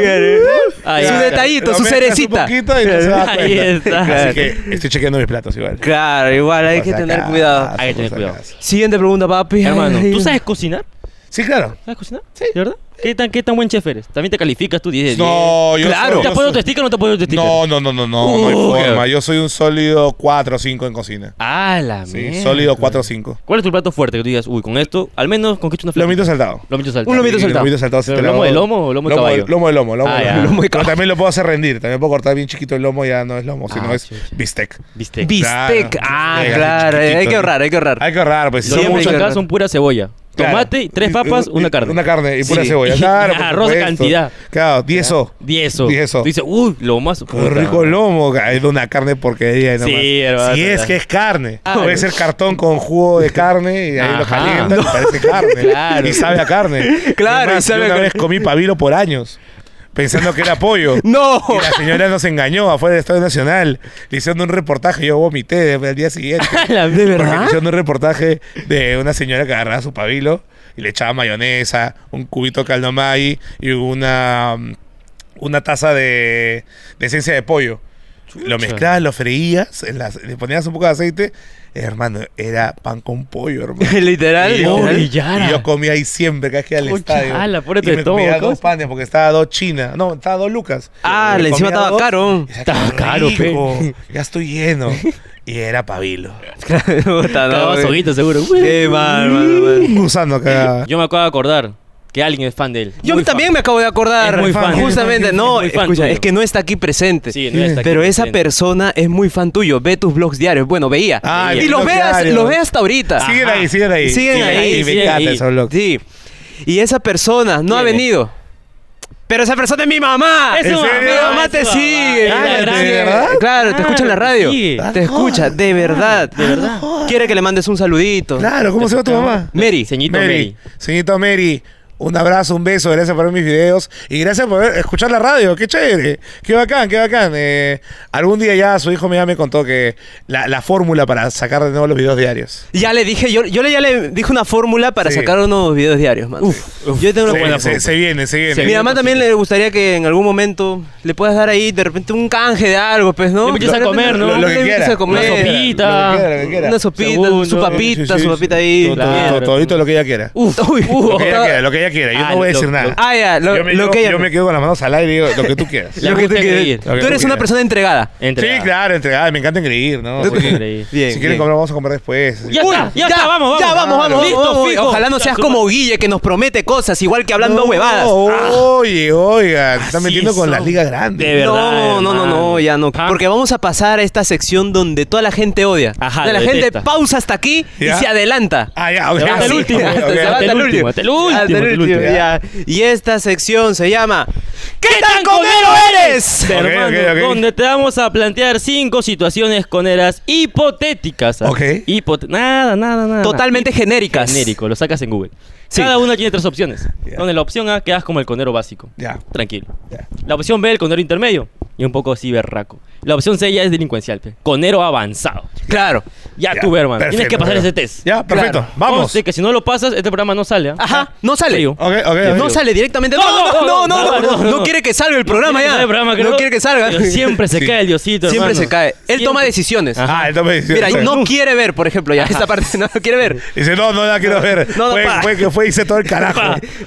A: detallito,
C: Lo
A: su
C: mezclas
A: cerecita.
C: un poquito y no se da
B: Ahí
C: cuenta.
B: está.
C: Así que estoy chequeando mis platos igual.
A: Claro, igual hay
C: Por
A: que
C: si
A: tener
C: acaso,
A: cuidado.
B: Hay que tener
C: por si
B: cuidado.
C: acaso.
A: Siguiente pregunta, papi.
B: Hermano,
A: Ay,
F: ¿Tú sabes cocinar?
C: Sí, claro.
F: ¿Sabes cocinar? Sí. ¿De verdad? ¿Qué tan, qué tan buen chef eres? También te calificas tú 10 de 10.
C: No, yo
A: Claro.
B: ¿Te
C: soy- yo
B: has puesto
C: soy-
B: tu sticker o no te has puesto tu sticker?
C: No, no, no, no, no, no hay forma. Yo soy un sólido 4 o 5 en cocina.
B: Ah, la
C: Sí,
B: mierda.
C: sólido 4 o 5.
F: ¿Cuál es tu plato fuerte que tú digas, uy, con esto, al menos con que una flaca?
C: Lomito saltado.
B: Lomito saltado.
A: Un lomito
C: Sí,
A: saltado.
C: Lomito saltado. si
B: ¿Pero
C: te lo
B: lomo
C: hago-
B: de lomo o lomo de caballo?
C: Lomo de lomo, lomo
B: Ah,
C: de
B: ya.
C: lomo.
B: Lomo
A: de
C: Pero también lo puedo hacer rendir. También puedo cortar bien chiquito el lomo, ya no es lomo, sino
B: Ah,
C: es
B: chucha.
C: bistec.
F: Bistec.
A: Bistec.
C: Claro.
A: Ah,
C: Sí,
A: claro.
C: chiquitito,
A: Hay que
C: ¿no?
A: ahorrar, hay que ahorrar.
C: Hay que ahorrar, pues si
B: Lo
C: son
A: Siempre
B: que
C: muchos.
A: hay
B: acá
A: que-
B: son pura cebolla.
C: Claro.
B: Tomate,
C: Y-
B: tres
C: y-
B: papas,
C: y-
B: una carne.
C: Una carne y pura
B: Sí.
C: cebolla. Claro, por
B: Arroz de
C: supuesto.
B: cantidad.
C: Claro, 10 o.
B: Diez o.
C: Diez o.
B: Tú dices, uy, lo más.
C: Qué
B: puta.
C: rico lomo, ca- es de una carne porquería y nomás.
B: Sí, hermano,
C: Si es
B: verdad.
C: que es carne.
B: Claro.
C: Puede ser cartón con jugo de carne y ahí lo
B: Ajá.
C: calientan y parece carne.
B: Claro.
C: Y sabe a carne.
A: Claro,
C: Es
A: y sabe
C: yo
A: a
C: una
A: carne.
C: vez comí pavilo por años pensando que era pollo.
A: ¡No!
C: Y la señora nos engañó afuera del Estadio Nacional. Le hicieron un reportaje y yo vomité al día siguiente.
B: La
A: ¿De
B: mierda.
C: Porque
A: verdad?
C: le hicieron un reportaje de una señora que agarraba su pabilo y le echaba mayonesa, un cubito de caldo Maggi y una, mm, una taza de, de esencia de pollo. Lo mezclabas, lo freías, en las- le ponías un poco de aceite. Hermano, era pan con pollo, hermano.
A: Literal,
C: Y yo,
A: literal.
B: Uy, Yara.
C: y yo comía ahí siempre, cada vez que iba al
B: Concha,
C: estadio.
B: ala, pobre
C: y
B: tu
C: me comía
B: estómago,
C: dos
B: cosa.
C: panes porque estaba dos chinas. No, estaba dos lucas.
A: pues. Ah,
C: Me
A: le encima
C: comía
A: estaba
C: dos
A: caro.
C: y decía, "Qué
B: Estaba caro, pe".
C: rico, Ya estoy lleno. Y era pabilo.
A: Puta, no,
B: Cagabas
A: güey.
B: hoguitas, seguro.
A: Qué mal, mal, mal.
C: Un gusano cagaba.
B: Yo me acabo de acordar que alguien es fan de él.
A: Yo
B: Muy
A: también
B: fan.
A: me acabo de acordar.
B: Es muy fan.
A: Justamente,
B: Es muy
A: no,
B: fan
A: escucha,
B: tuyo.
A: es que no está aquí presente.
B: Sí, no está aquí
A: pero esa
B: presente.
A: persona es muy fan tuyo. Ve tus blogs diarios. Bueno, veía.
C: Ah,
A: y
C: mis
A: los
C: blogs
A: ve, hasta-
C: diarios.
A: los ve hasta ahorita.
C: Siguen
B: Ajá.
C: ahí, siguen ahí.
A: Siguen ahí,
C: me
B: siguen
C: encanta
B: ahí.
C: esos blogs.
A: Sí. Y esa persona no ha
B: ¿Quién es?
A: venido. Pero esa persona es mi mamá.
B: Es su
A: mi
B: mamá,
A: mamá
B: es
A: te
B: su
A: sigue.
B: mamá.
C: Cállate,
A: Claro,
C: ¿de
A: te-
C: verdad? Ah,
A: Claro, te escucha en la
B: Claro,
A: radio.
B: te sigue.
A: Te escucha, de verdad. De verdad. Quiere que le mandes un saludito.
C: Claro, ¿cómo se llama tu mamá?
A: Mary.
B: Señito Mary.
C: Señorita Mary, un abrazo, un beso, gracias por ver mis videos y gracias por ver- escuchar la radio, qué chévere, qué bacán, qué bacán. Eh, algún día ya su hijo ya me contó que la, la fórmula para sacar de nuevo los videos diarios.
A: Ya le dije, yo, yo le, ya le dije una fórmula para
C: Sí.
A: sacar unos videos diarios, man. yo tengo una
C: Se,
A: buena
C: se-
A: fórmula.
C: se viene, se viene.
A: Mi mamá también le gustaría que en algún momento le puedas dar ahí de repente un canje de algo, pues, ¿no?
B: Le invites a
A: De repente
B: comer, ¿no?
A: le
C: Lo, lo que
A: invites
C: quiera.
A: a comer.
B: Una sopita.
C: Lo que quiera, lo que quiera.
A: Una sopita,
B: Segundo.
A: su papita,
C: Sí, sí,
A: su
C: sí.
A: papito ahí.
C: Todo- todo-
B: claro.
C: Todito lo que ella quiera.
A: Uf, uy,
C: Lo que ella
A: estaba-
C: quiera, lo que ella quiera. Yo
B: Ah,
C: no voy a
B: lo-
C: decir
B: lo-
C: nada.
A: Ah, ya, lo,
C: yo me,
A: lo
C: yo-
A: que ella-
C: yo me quedo con las manos al aire y digo lo que tú quieras.
B: Le
A: lo que
B: gusta
A: tú quieres.
B: creer.
A: Tú eres
C: Lo
A: una
C: que-
A: persona entregada.
B: Entra.
C: Sí, claro, entregada. Me encanta engreír, ¿no?
B: Porque-
C: Sí.
A: Bien,
C: si quieren
A: bien.
C: comer, vamos a comer después.
B: Ya
A: Uy,
B: está, ya, está, vamos, vamos.
A: Ya vamos, vamos.
B: Listo,
A: vamos.
B: fijo.
A: Ojalá no seas como Guille que nos promete cosas, igual que hablando huevadas.
C: Oye, oiga, se están
B: Así
C: metiendo con
B: son.
C: las ligas grandes.
B: De verdad.
A: No, no, no, no,
B: hermano.
A: ya no.
B: Ah.
A: Porque vamos a pasar a esta sección donde toda la gente odia.
B: Ajá,
A: Donde la
B: lo
A: gente
B: detesta.
A: pausa hasta aquí
C: Ya.
A: y se adelanta.
C: Ah, ya, ok.
B: Se va hasta el
C: sí,
B: último,
C: ok,
B: se va
C: ok.
B: hasta el último, hasta el último,
A: Hasta el
B: hasta el
A: último,
B: último.
A: ya. Y esta sección se llama ¿Qué, tan
B: conero
A: conero eres?
C: Ok,
B: Hermano,
C: ok, ok.
B: donde te vamos a plantear cinco situaciones coneras hipotéticas. ¿ah?
C: Ok.
B: Hipote- nada, nada, nada.
A: Totalmente genéricas.
B: genérico, lo sacas en Google.
A: Sí.
B: Cada una tiene tres opciones.
C: Ya.
B: Donde la opción A quedas como el conero básico.
C: Ya.
B: Tranquilo.
C: Ya.
B: La opción B, el conero intermedio. Y un poco así berraco. La opción C ya es delincuencial. pe. Conero avanzado.
A: Claro.
B: Ya,
C: Ya,
B: tuve, hermano. Tienes
C: perfecto,
B: que pasar
C: perfecto.
B: ese test.
C: Ya, perfecto.
A: Claro.
C: Vamos.
B: Conste que si no lo pasas, este programa no sale. ¿ah?
A: Ajá, no sale.
B: Frío.
C: Ok, ok, ok.
A: No sale directamente.
B: No,
A: No, no, no, no, no,
B: no, no.
A: quiere que salga el programa
B: Ese
A: ya.
B: programa, creo.
A: no quiere que salga.
B: Pero siempre se
C: Sí.
B: cae el Diosito,
A: Siempre
B: hermano.
A: se cae. Él toma
B: Siempre.
A: decisiones.
C: Ah, entonces.
A: Mira,
C: sí.
A: no quiere ver, por ejemplo, ya. Esta parte no quiere ver.
C: Dice, no, no la quiero ver.
A: No, no,
C: fue,
A: pa.
C: fue que fue, hice todo el carajo.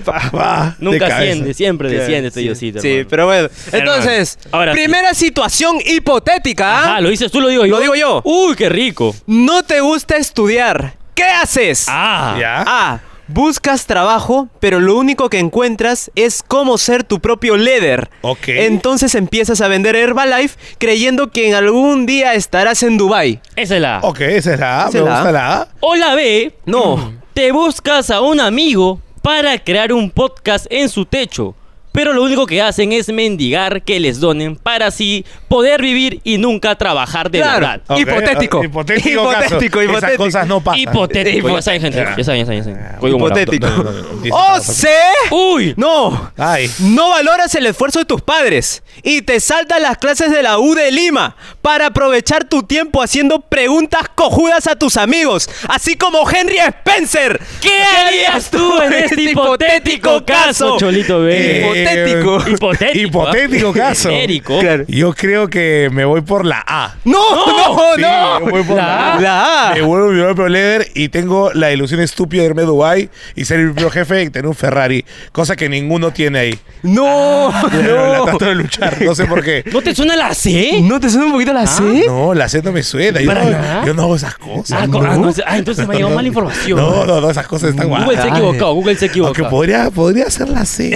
C: Pa, pa, de
B: Nunca
C: cabeza.
B: asciende, siempre desciende este Diosito.
A: Sí,
B: hermano.
A: pero bueno.
B: Hermano,
A: Entonces,
B: ahora sí.
A: primera situación hipotética.
B: Ah, lo Ah, dices tú, lo digo yo.
A: Lo digo yo.
B: Uy, qué rico.
A: No te gusta estudiar. ¿Qué haces?
B: Ah.
C: ¿Ya?
A: A. Buscas trabajo, pero lo único que encuentras es cómo ser tu propio líder.
C: Ok.
A: Entonces empiezas a vender Herbalife creyendo que en algún día estarás en Dubai.
B: Esa es la A.
C: Ok, esa es la A.
A: Esa
C: Me
A: es la
C: gusta
A: A.
C: la A.
B: O la B.
A: No.
B: Te buscas a un amigo para crear un podcast en su techo. Pero lo único que hacen es mendigar que les donen para así poder vivir y nunca trabajar de
A: Claro.
B: verdad.
C: Ok,
A: Hipotético.
C: ah, Hipotético.
A: Hipotético,
C: caso. Esas
A: hipotético.
C: cosas no pasan.
B: Hipotético. Ya saben, gente. Ya saben, ya saben. ya saben.
C: Ah,
B: Código moral.
A: Ah, Hipotético.
C: No, no, no, no.
A: O C.
B: Uy.
A: No.
C: Ay.
A: No valoras el esfuerzo de tus padres y te saltas las clases de la U de Lima para aprovechar tu tiempo haciendo preguntas cojudas a tus amigos, así como Henry Spencer.
B: ¿Qué harías tú en este hipotético caso, Cholito B?
C: Eh,
A: Hipotético.
B: hipotético.
C: hipotético
B: ¿ah?
C: caso.
B: Genérico.
A: Claro.
C: Yo creo que me voy por la A.
A: No, no,
C: Sí,
A: no.
C: yo voy por la A.
A: La A.
C: Me vuelvo mi propio líder y tengo la ilusión estúpida de irme a Dubái y ser mi propio jefe y tener un Ferrari, cosa que ninguno tiene ahí.
A: No,
C: Pero Ah, La
A: no.
C: trato de luchar, no sé por qué.
B: ¿No te suena la C?
A: ¿Eh? ¿No te suena un poquito la C?
C: Ah, No, la Z no me suena. Yo
B: ¿Para
C: no,
B: nada?
C: yo no hago esas cosas.
B: Ah, co- ah, no, ah, entonces me ha llegado mala información.
C: No, no, no, esas cosas están
B: Google
C: guapas.
B: se ha equivocado, Google se ha
C: Aunque
B: equivocado.
C: podría, podría ser la C.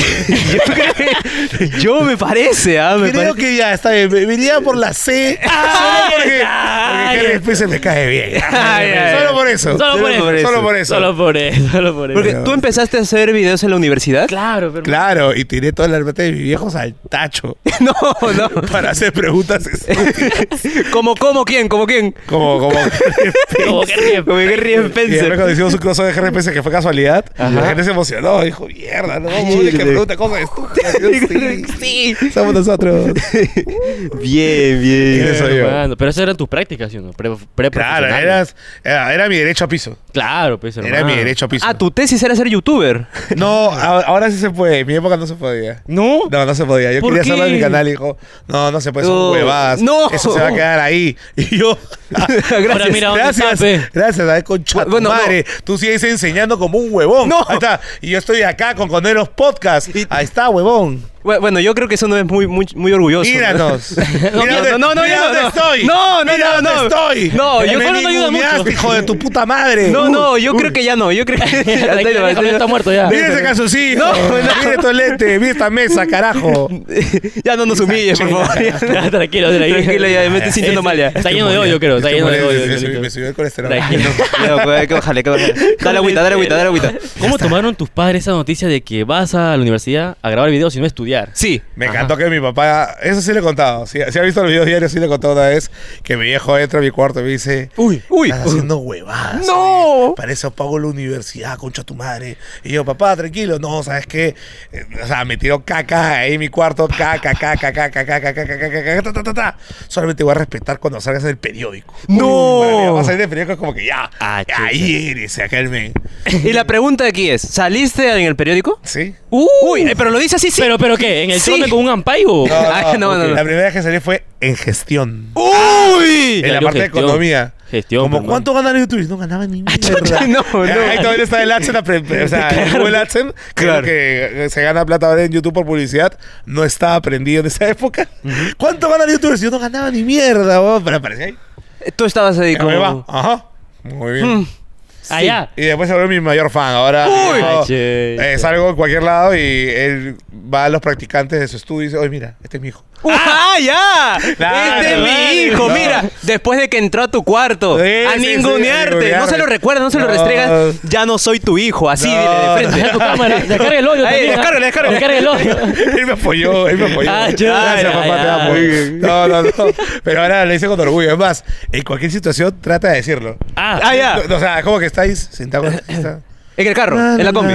A: Yo me parece, ah, me
C: Creo
A: parece.
C: que ya está bien. Me me iría por la C. Solo porque,
B: ay.
C: porque Henry Spencer me cae bien.
A: Ay, ay.
C: Solo por eso.
B: Solo por eso.
C: Solo por eso.
B: Solo por eso, solo por eso.
A: Porque tú empezaste a hacer videos en la universidad.
B: Claro, pero...
C: Claro, y tiré toda la plata de mis viejos al tacho
A: No, no.
C: para hacer preguntas estúpidas.
A: ¿Cómo, cómo, quién? ¿Cómo quién?
C: como como
B: Como que
A: Como
B: ríe.
A: Henry
C: y después
A: Spencer.
C: cuando hicimos un crossover de Henry Spencer que fue casualidad, la gente se emocionó, dijo, "Mierda, no vamos a que pregunta cosas estúpidas." Yo, sí.
A: Sí.
C: Somos nosotros.
A: Bien, bien.
C: Eso yo.
B: Hermano, Pero esas eran tus prácticas, ¿sí o no? Pre, pre
C: Claro, eras, eh, era, era mi derecho a piso.
B: Claro, pues, hermano.
C: Era mi derecho a piso.
A: Ah, tu tesis era ser youtuber.
C: No, a- ahora sí se puede. En mi época no se podía.
B: ¿No?
C: No, no se podía. Yo
B: ¿Por
C: quería
B: qué?
C: hacerlo en mi canal y dijo, no, no se puede, son
A: No.
C: huevadas.
A: No.
C: Eso se va a quedar ahí. Y yo,
B: Ahora mira dónde
C: gracias,
B: está, pe.
C: gracias, ay, concha tu
A: Bueno, no.
C: madre. Tú sigues enseñando como un huevón.
A: No.
C: Ahí está. Y yo estoy acá con Coneros Podcast.
A: Y-
C: Ahí está, huevón.
A: Bu- Bueno, yo creo que eso no es muy, muy, muy orgulloso.
C: Míranos.
A: No,
C: Mira
A: no,
C: dónde-
A: no, no,
C: mira
A: yo no,
C: dónde
A: no.
C: estoy.
A: No, no,
C: Mira
A: no,
C: dónde
A: no.
C: estoy.
A: No, yo
C: Me
A: creo que no ayuda
C: ninguneaste,
B: mucho.
C: hijo de tu puta madre.
A: No, no, yo
C: Uy.
A: creo que ya no. Yo creo que.
B: La iglesia
A: Eh, ya
B: está muerto ya.
C: Mira ese calzoncillo.
A: No, no.
C: Mira estos lentes. Mira esta mesa, carajo.
A: Ya no nos humilles, por favor.
B: Ya, tranquilo, tranquilo.
A: Tranquilo, ya me estoy sintiendo mal ya.
B: Está lleno de hoyo, creo. Está
C: Estoy
B: lleno de
C: molesto,
B: hoyo.
C: me subí-
B: Cholito.
C: Me subió el colesterol.
B: Tranquilo.
A: Ya, pues, que Ojalá, que ojalá. Dale agüita, dale agüita, dale agüita.
B: ¿Cómo tomaron tus padres esa noticia de que vas a la universidad a grabar videos y no a estudiar?
A: Sí.
C: Me encantó que mi papá, eso sí le he contado, si, si ha visto los videos diarios, sí le he contado una vez que mi viejo entra a mi cuarto y me dice,
A: Uy, uy.
C: estás haciendo huevadas.
A: No.
C: oye. Para eso pago la universidad, concha tu madre. Y yo, papá, tranquilo, no, ¿sabes qué? Eh, O sea, me tiró caca ahí en mi cuarto, caca, caca, caca, caca, caca, caca, caca, caca, ta, ta, ta, ta. Solamente voy a respetar cuando salgas en el periódico.
A: No.
C: Para mí, Va a salir en el periódico es como que ya,
B: Ah, chucha.
C: ahí eres, acá el men.
A: Y la pregunta aquí es: ¿saliste en el periódico?
C: ¿Sí?
A: Uy, eh, pero lo dice así, sí.
B: ¿Pero, pero qué? ¿En el
A: Sí.
B: trome con un ampaigo?
A: No. Ah, no,
C: La
A: no.
C: primera vez que salí fue en gestión.
A: ¡Uy!
C: en la
B: yo
C: parte
B: gestión.
C: de economía.
B: Gestión,
C: Como
B: pues,
C: cuánto ganan los youtubers, no ganaban ni mierda.
A: no, no.
C: Ahí todavía está el AdSense, la pre- pre- o sea, el Google AdSense, creo
A: Claro.
C: que eh, se gana plata ahora en YouTube por publicidad, no estaba aprendido en esa época. ¿Cuánto ganan los youtubers? Yo no ganaba ni mierda, weón, pero aparecía ahí.
A: Tú estabas Eh, ahí
C: Ahí va.
A: como. Mm. Hmm.
C: Ajá. Muy bien.
B: Allá.
C: Y después se volvió mi mayor fan. Ahora
A: Uy.
C: yo,
B: Ay, che,
C: eh,
B: che.
C: salgo en cualquier lado y él va a los practicantes de su estudio y dice, oye, mira, este es mi hijo.
A: ¡Uh, ¡Ah, ya!
C: Claro,
A: este es
C: vale,
A: mi hijo,
C: no.
A: mira. Después de que entró a tu cuarto
C: Sí,
A: a
C: sí, sí,
A: ningunearte. no
C: ningunearme.
A: se lo recuerdas, no se lo
C: No.
A: restregas. Ya no soy tu hijo, así
C: No.
A: dile de
B: Deja
A: frente.
B: tu cámara. Descarga el hoyo.
A: Ahí,
B: también, ¿ah?
A: descárgala, descárgala.
B: Descarga el hoyo.
C: él me apoyó, él me apoyó.
B: Ah, ya,
C: Gracias,
B: ya,
C: papá,
B: ya.
C: te amo. No, no, no. Pero ahora le hice con orgullo. Es más, en cualquier situación trata de decirlo.
A: Ah,
B: Ah,
A: ya.
C: No, no, o sea, como que estáis sentados con- está-
A: En el carro, en la combi.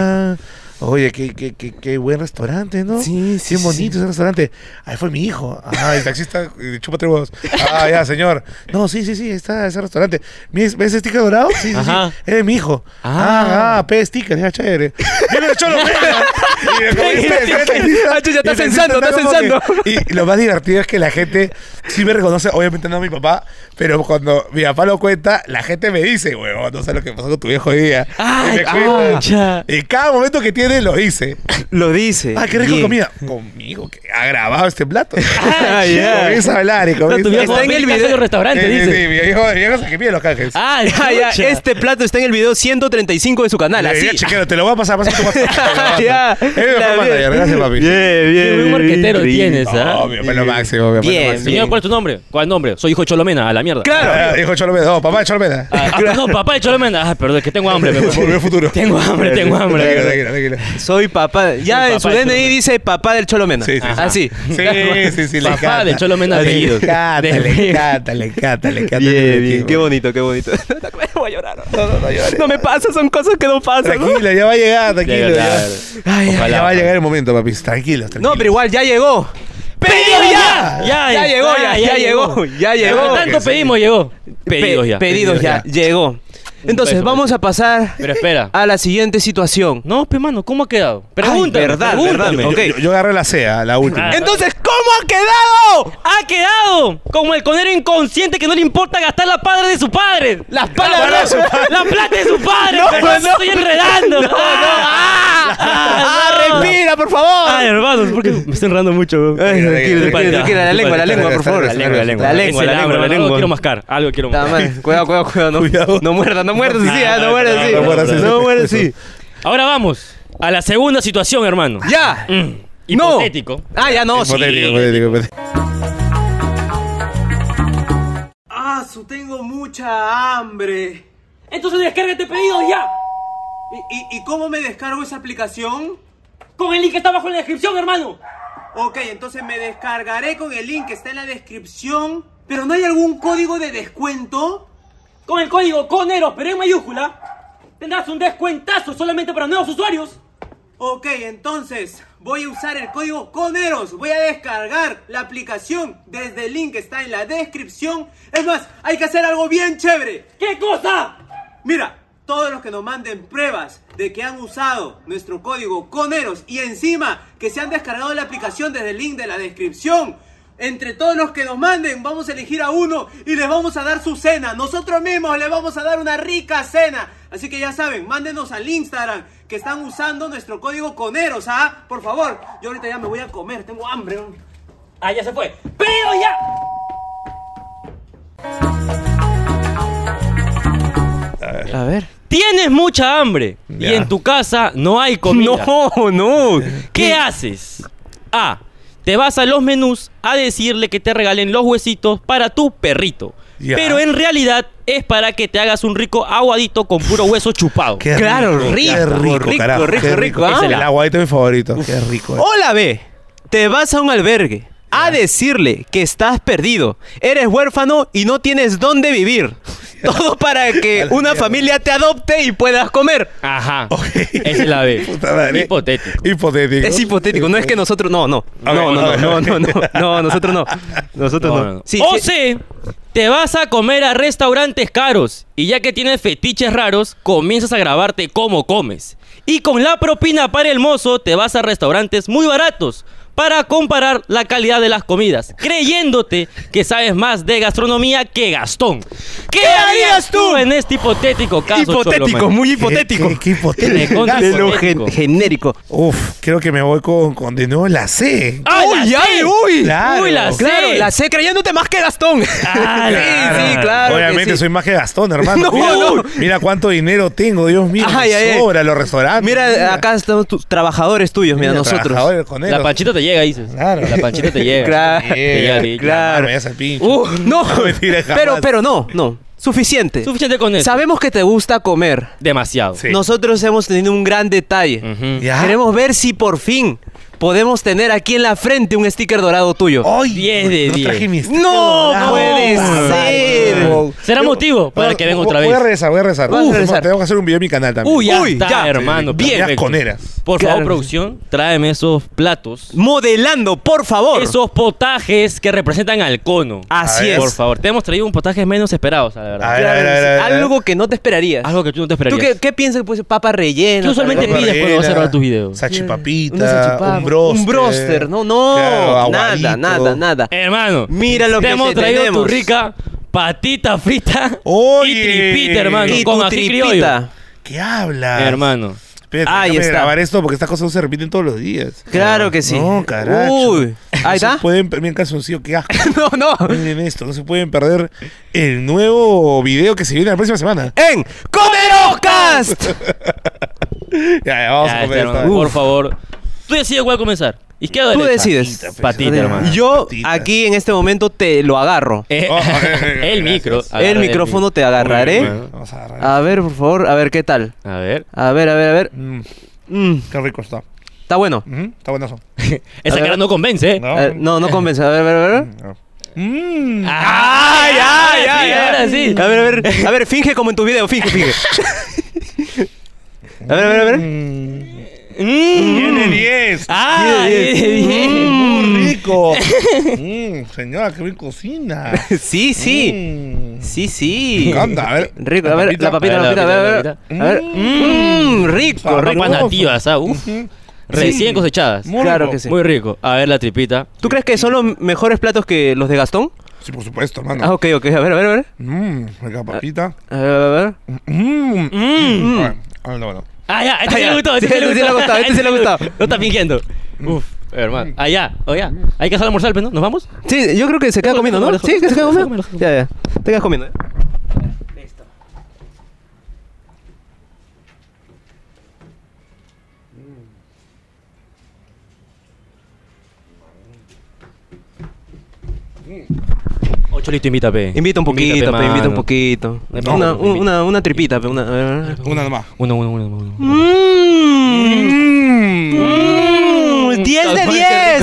C: Oye, qué, qué, qué, qué buen restaurante, ¿no?
A: Sí, sí,
C: Qué bonito ese restaurante. Ahí fue mi hijo. Ah, el taxista, eh, chupa tres huevos. Ah, ya, señor. No, sí, sí, sí, está ese restaurante. ¿Ves ves ese sticker dorado? Sí, sí,
B: Ajá.
C: sí. Es mi hijo.
B: Ah.
C: Ah, ah, P sticker, ya chévere. Viene el cholo,
A: Ah, chucha, estás censando,
C: está
A: estás
C: como
A: censando.
C: que- Y lo más divertido es que la gente sí me reconoce, obviamente no a mi papá, pero cuando mi papá lo cuenta, la gente me dice, huevón, no sabes lo que pasó con tu viejo hoy día.
B: Ay,
C: Y me cuentan.
B: concha.
C: Y cada momento que tiene chévere lo dice.
A: Lo dice.
C: Ah, qué rico
A: Bien.
C: comida. Conmigo, que ha grabado este plato.
A: Ah, ya.
C: Comienza a hablar y comienza
B: tu viejo
A: Está en el
B: América
A: video.
B: hace los restaurantes,
C: Sí, sí,
B: dice.
C: sí, mi viejo, mi viejo se que pide los canjes.
B: Ah,
A: Ah, ya,
B: chucha.
A: Este plato está en el video 135 de su canal. Así.
C: Debería chequearlo, te lo voy a pasar, pasa tu WhatsApp.
A: Ya.
C: Es mi mejor
A: La
C: manager,
A: bien.
C: gracias, papi.
A: Bien,
B: Qué buen marquetero tienes, ¿ah?
C: Obvio, fue lo máximo, obvio, fue lo
A: Bien.
C: máximo.
B: Señor, ¿cuál es tu nombre? ¿Cuál nombre? Soy hijo de Cholomena, a la mierda.
A: Claro.
C: Ah, Dijo Cholomeda, oh, papá de Cholomeda.
B: Ah, ah, no, papá de Cholomena. Ah, perdón, es que tengo hambre. me-
C: Volvió futuro.
B: tengo hambre, tengo
C: Tranquilo,
B: hambre.
C: tranquilo, tranquilo.
A: Soy papá. Ya
B: Soy
A: en su
B: papá del
A: DNI
B: Cholo
A: dice papá del Cholomena.
C: Sí, sí, Ah,
A: Así.
C: sí. Sí, sí, sí, le
B: Papá
C: encanta.
B: de Cholomena
C: Le
B: apellido.
C: encanta,
B: De-
C: le encanta, le encanta, le encanta.
A: Bien, bien. Qué bonito, qué bonito. Voy a llorar.
C: No, no, no, llores.
A: No me pasa, son cosas que no pasan. ¿no?
C: Tranquilo, ya va a llegar, tranquilo.
B: Ya,
C: ya.
A: Ay, ay.
C: Ya va a llegar el momento, papi. Tranquilos, tranquilos.
A: No, pero igual ya llegó. ¡Pedido ya!
B: ya! Ya
A: Ya
B: está,
A: llegó, ya,
B: ya
A: ya llegó,
B: llegó.
A: ya llegó.
B: Tanto pedimos, llegó.
A: Pe-
B: Pedidos ya.
A: Pedidos ya, llegó. Entonces,
B: peso,
A: vamos a pasar
B: Pero espera.
A: a la siguiente situación.
B: No, pe mano, ¿cómo ha quedado? Pregúntame.
A: verdad,
B: pregúntame.
A: verdad,
C: Yo- Yo, yo agarré la CEA, la última.
B: Ah.
A: Entonces, ¿cómo ha quedado?
B: Ha quedado como el conero inconsciente que no le importa gastar la padre de su padre.
A: Las palabras.
B: La plata de su padre.
A: No,
B: pero
A: no.
B: estoy enredando. No, no. Ah,
A: ¡Ah,
B: ah, no.
A: respira, por favor!
B: Ah, hermanos, porque me estoy enredando mucho. weón.
A: Ay,
C: Tranquila,
A: tranquilo, tranquilo,
B: tranquila,
A: tranquilo, la
C: tranquila,
A: lengua, la
C: tranquila,
A: lengua, por favor.
C: la lengua, la lengua.
A: La lengua,
B: Es el
A: la
B: hambre,
A: lengua, la
B: hermano, Algo quiero
A: lengua.
B: mascar. Algo quiero
A: Ta
B: mascar.
A: madre, Cuidado, cuidado, cuidado. No,
C: Cuidado.
A: no muerdas, no muerdas así, ah, no muerdas así.
C: No muerdas así.
A: No muerdas así.
B: Ahora vamos a la segunda situación, hermano.
A: ¡Ya! No.
B: Mm. Hipotético.
A: Ah, ya no, sí.
C: Hipotético, pues. hipotético, hipotético.
G: Ah, su tengo mucha hambre.
H: Entonces descárgate pedido ya.
G: ¿Y, y, y cómo me descargo esa aplicación?
H: Con el link que está abajo en la descripción, hermano.
G: Ok, entonces me descargaré con el link que está en la descripción. ¿Pero no hay algún código de descuento?
H: Con el código CONERO, pero en mayúscula, tendrás un descuentazo solamente para nuevos usuarios.
G: Ok, entonces voy a usar el código CONEROS. Voy a descargar la aplicación desde el link que está en la descripción. Es más, hay que hacer algo bien chévere.
H: ¿Qué cosa?
G: Mira, todos los que nos manden pruebas de que han usado nuestro código CONEROS y encima que se han descargado la aplicación desde el link de la descripción. Entre todos los que nos manden, vamos a elegir a uno y les vamos a dar su cena. Nosotros mismos les vamos a dar una rica cena. Así que ya saben, mándenos al Instagram que están usando nuestro código CONEROS, ¿ah? Por favor, yo ahorita ya me voy a comer, tengo hambre.
H: Ah, ya se fue. ¡Pedido ya!
A: A ver.
B: Tienes mucha hambre y
C: Ya.
B: en tu casa no hay comida.
A: No, no.
B: ¿Qué haces? A. Te vas a los menús a decirle que te regalen los huesitos para tu perrito.
C: Ya.
B: Pero en realidad es para que te hagas un rico aguadito con puro hueso chupado.
C: Qué
A: Claro,
C: qué
A: rico, rico,
C: carajo,
A: rico,
C: qué
A: rico, ¿ah? Oh.
C: Es el aguadito mi favorito. Qué rico. eh.
A: Hola B, te vas a un albergue a decirle que estás perdido, eres huérfano y no tienes dónde vivir. Todo para
C: A
A: que
C: la
A: una
C: mierda.
A: familia te adopte y puedas comer.
B: Ajá.
C: Ok.
B: Esa es la B.
C: Puta madre.
B: Hipotético.
C: Hipotético.
A: Es hipotético, no es que nosotros no, no. No, no, no, no, no, no, no, nosotros no. Nosotros
B: No,
A: no.
B: no, ¡Oh, no.
A: Sí,
B: o
A: sí.
B: C. Te vas a comer a restaurantes caros y ya que tienes fetiches raros, comienzas a grabarte cómo comes. Y con la propina para el mozo, te vas a restaurantes muy baratos para comparar la calidad de las comidas, creyéndote que sabes más de gastronomía que Gastón. ¿Qué, harías tú en este hipotético caso?
A: hipotético,
B: Choloman?
A: muy
C: Qué-
A: hipotético.
C: Qué, qué
B: De
C: hipotético.
B: contra
A: De lo
B: hipotético.
A: gen- genérico.
C: Uf, creo que me voy con, con de nuevo la C.
B: ¡Ah, la
A: ¡Uy,
B: C!
A: ay, uy!
C: Claro.
B: ¡Uy, la C!
A: Claro, la sé creyéndote más que Gastón.
B: Ah,
A: sí, sí, claro. que
C: Obviamente
A: sí.
C: soy más que Gastón, hermano.
A: No,
C: mira,
A: no.
C: mira cuánto dinero tengo, Dios mío.
A: Ay,
C: me
A: ay, ay.
C: sobra los restaurantes.
A: Mira, acá estamos tus trabajadores tuyos, mira, nosotros.
C: trabajadores con él.
B: La panchita te llega, dices.
C: Claro.
B: La panchita te llega.
A: Claro,
B: Te llega, te llega.
A: claro.
C: Me hace pinche.
A: Uh, no,
C: No, mentira, jamás.
A: pero, pero no, no. Suficiente.
B: Suficiente con eso.
A: Sabemos que te gusta comer.
B: Demasiado.
C: Sí.
A: Nosotros hemos tenido un gran detalle.
B: Ujú.
C: Ya.
A: Queremos ver si por fin podemos tener aquí en la frente un sticker dorado tuyo.
C: Ay,
B: 10 de
C: no
B: 10.
C: traje mi Oh, sticker
A: ¡No
C: dorado.
A: puede
C: Ah,
A: ser!
C: no.
B: Será motivo para
C: Bueno,
B: que venga
C: voy-
B: otra vez.
C: Voy a regresar, voy a regresar.
A: Vas a
C: Uf,
A: Uh, regresar.
C: Tengo que hacer un video en mi canal también.
B: Uy, ya
A: Uy,
B: está,
A: ya.
B: hermano.
C: bien.
B: perfecto.
C: coneras.
B: Por
A: Claro.
B: favor, producción, tráeme esos platos.
A: Modelando, por favor.
B: Esos potajes que representan al cono.
A: Así
C: A ver.
A: es.
B: Por favor, te hemos traído un potaje menos esperado, la verdad.
C: A ver, a ver, a ver, a ver, a ver.
A: Algo que no te esperarías.
B: Algo que tú no te
A: ¿Tú
B: esperarías.
A: qué, qué piensas? Pues papa rellena.
B: Yo usualmente
A: tal vez.
B: pido- pides cuando vas a grabar tus videos?
A: Una
C: Sachipapita,
A: salchipapa,
C: un broster.
A: Un broster, no, no.
C: Claro,
A: nada,
C: aguadito. Eh,
A: nada, nada.
B: Hermano,
A: Mira lo
B: te
A: que
B: hemos
A: te
B: traído
A: tenemos.
B: tu rica patita frita
C: Oye.
B: y tripita, hermano,
A: Y
B: con
A: tu
B: ají
A: tripita. Ah,
B: criollo.
C: ¿Qué hablas?
B: Hermano,
C: Espérate,
A: Ahí
C: déjame
A: está.
C: grabar esto porque estas cosas no se repiten todos los días. Ah,
A: Claro que sí.
C: No, carajo.
A: Uy, ahí está.
C: Se pueden perder, miren calzoncillo, qué asco.
A: No, no.
C: Miren esto, no se pueden perder el nuevo video que se viene la próxima semana.
A: En Comerocast.
C: Ya, ya, vamos
B: Ya,
C: a comer
B: este,
C: esta.
B: hermano, por favor. Tú decides cuál comenzar. Izquierda o
A: Tú
B: derecha.
A: decides.
C: Patita, pues,
B: Patita,
C: ya.
B: hermano.
A: Yo
C: Patita.
A: aquí en este momento te lo agarro.
B: Eh,
C: Oh,
B: el
C: gracias.
B: micro.
C: Muy
B: Agarra
A: el micrófono te
C: bien,
A: agarraré. Ah.
C: bueno, Vamos a agarrar.
A: A ver, por favor, a ver qué tal.
B: micro. A ver.
A: A ver, a ver, a ver.
C: Mm,
A: Mm,
C: qué rico está.
A: está bueno.
C: Ujú, está buenazo.
B: Esa
A: ver.
B: cara no convence, ¿eh?
C: No.
A: Eh, no, Ah. no convence. A ver, a ver, a ver.
C: Mm.
B: ¡Ay, ay, ay! Ahora sí.
A: A ver, a ver, a ver, finge como en tu video, finge, finge. A ver, a ver, a ver.
C: Mm.
B: Mm.
C: Tiene 10.
A: Ah,
B: ¡Ay, bien!
C: Mm, Muy rico. Mm, señora, qué bien cocina.
A: Sí, sí.
C: Mm.
A: Sí, sí.
C: Me encanta, a ver.
A: Rico, a ver, la papita, la papita, a ver, a ver. A ver. Mmm, rico.
C: Ah, rico.
B: Ropas nativas, ¿ah? Uf.
C: Mm,
B: Recién cosechadas.
C: Muy
A: Claro
C: rico.
A: que sí.
B: Muy rico. A ver la tripita.
A: ¿Tú crees que son los mejores platos que los de Gastón?
C: Sí, por supuesto, hermano.
A: Ah, ok, ok. A ver, a ver, a ver.
C: Mmm, rica papita.
A: A ver, a ver.
C: Mmm.
A: Mmm.
C: Bueno, bueno, bueno.
B: Ah, ya, este sí
A: ya.
B: le gustó, este
A: Sí,
B: sí le
A: este sí le ha
B: gustó.
A: gustado, este sí le ha gustado.
B: No está fingiendo. Uf, hermano. Ah, ya, oh, ya. Hay que hacer almorzar, pues, ¿no? ¿Nos vamos?
A: Sí, yo creo que se queda
B: Déjalo,
A: comiendo, ¿no?
B: déjalo,
A: Sí, que se queda
B: déjalo,
A: comiendo.
B: déjalo,
A: Ya, ya. Te quedas comiendo, ¿eh?
B: O Cholito invita, pe.
A: Invita un poquito, pe, invita un
B: mano.
A: poquito.
B: No,
A: Una,
B: no,
A: un-
B: invita.
A: una, una tripita, pe, una. a ver, a ver.
C: Una nomás.
B: Uno, uno, uno, uno. uno.
A: Mm. Mmm.
C: Mmm.
A: Mmm, 10 de 10.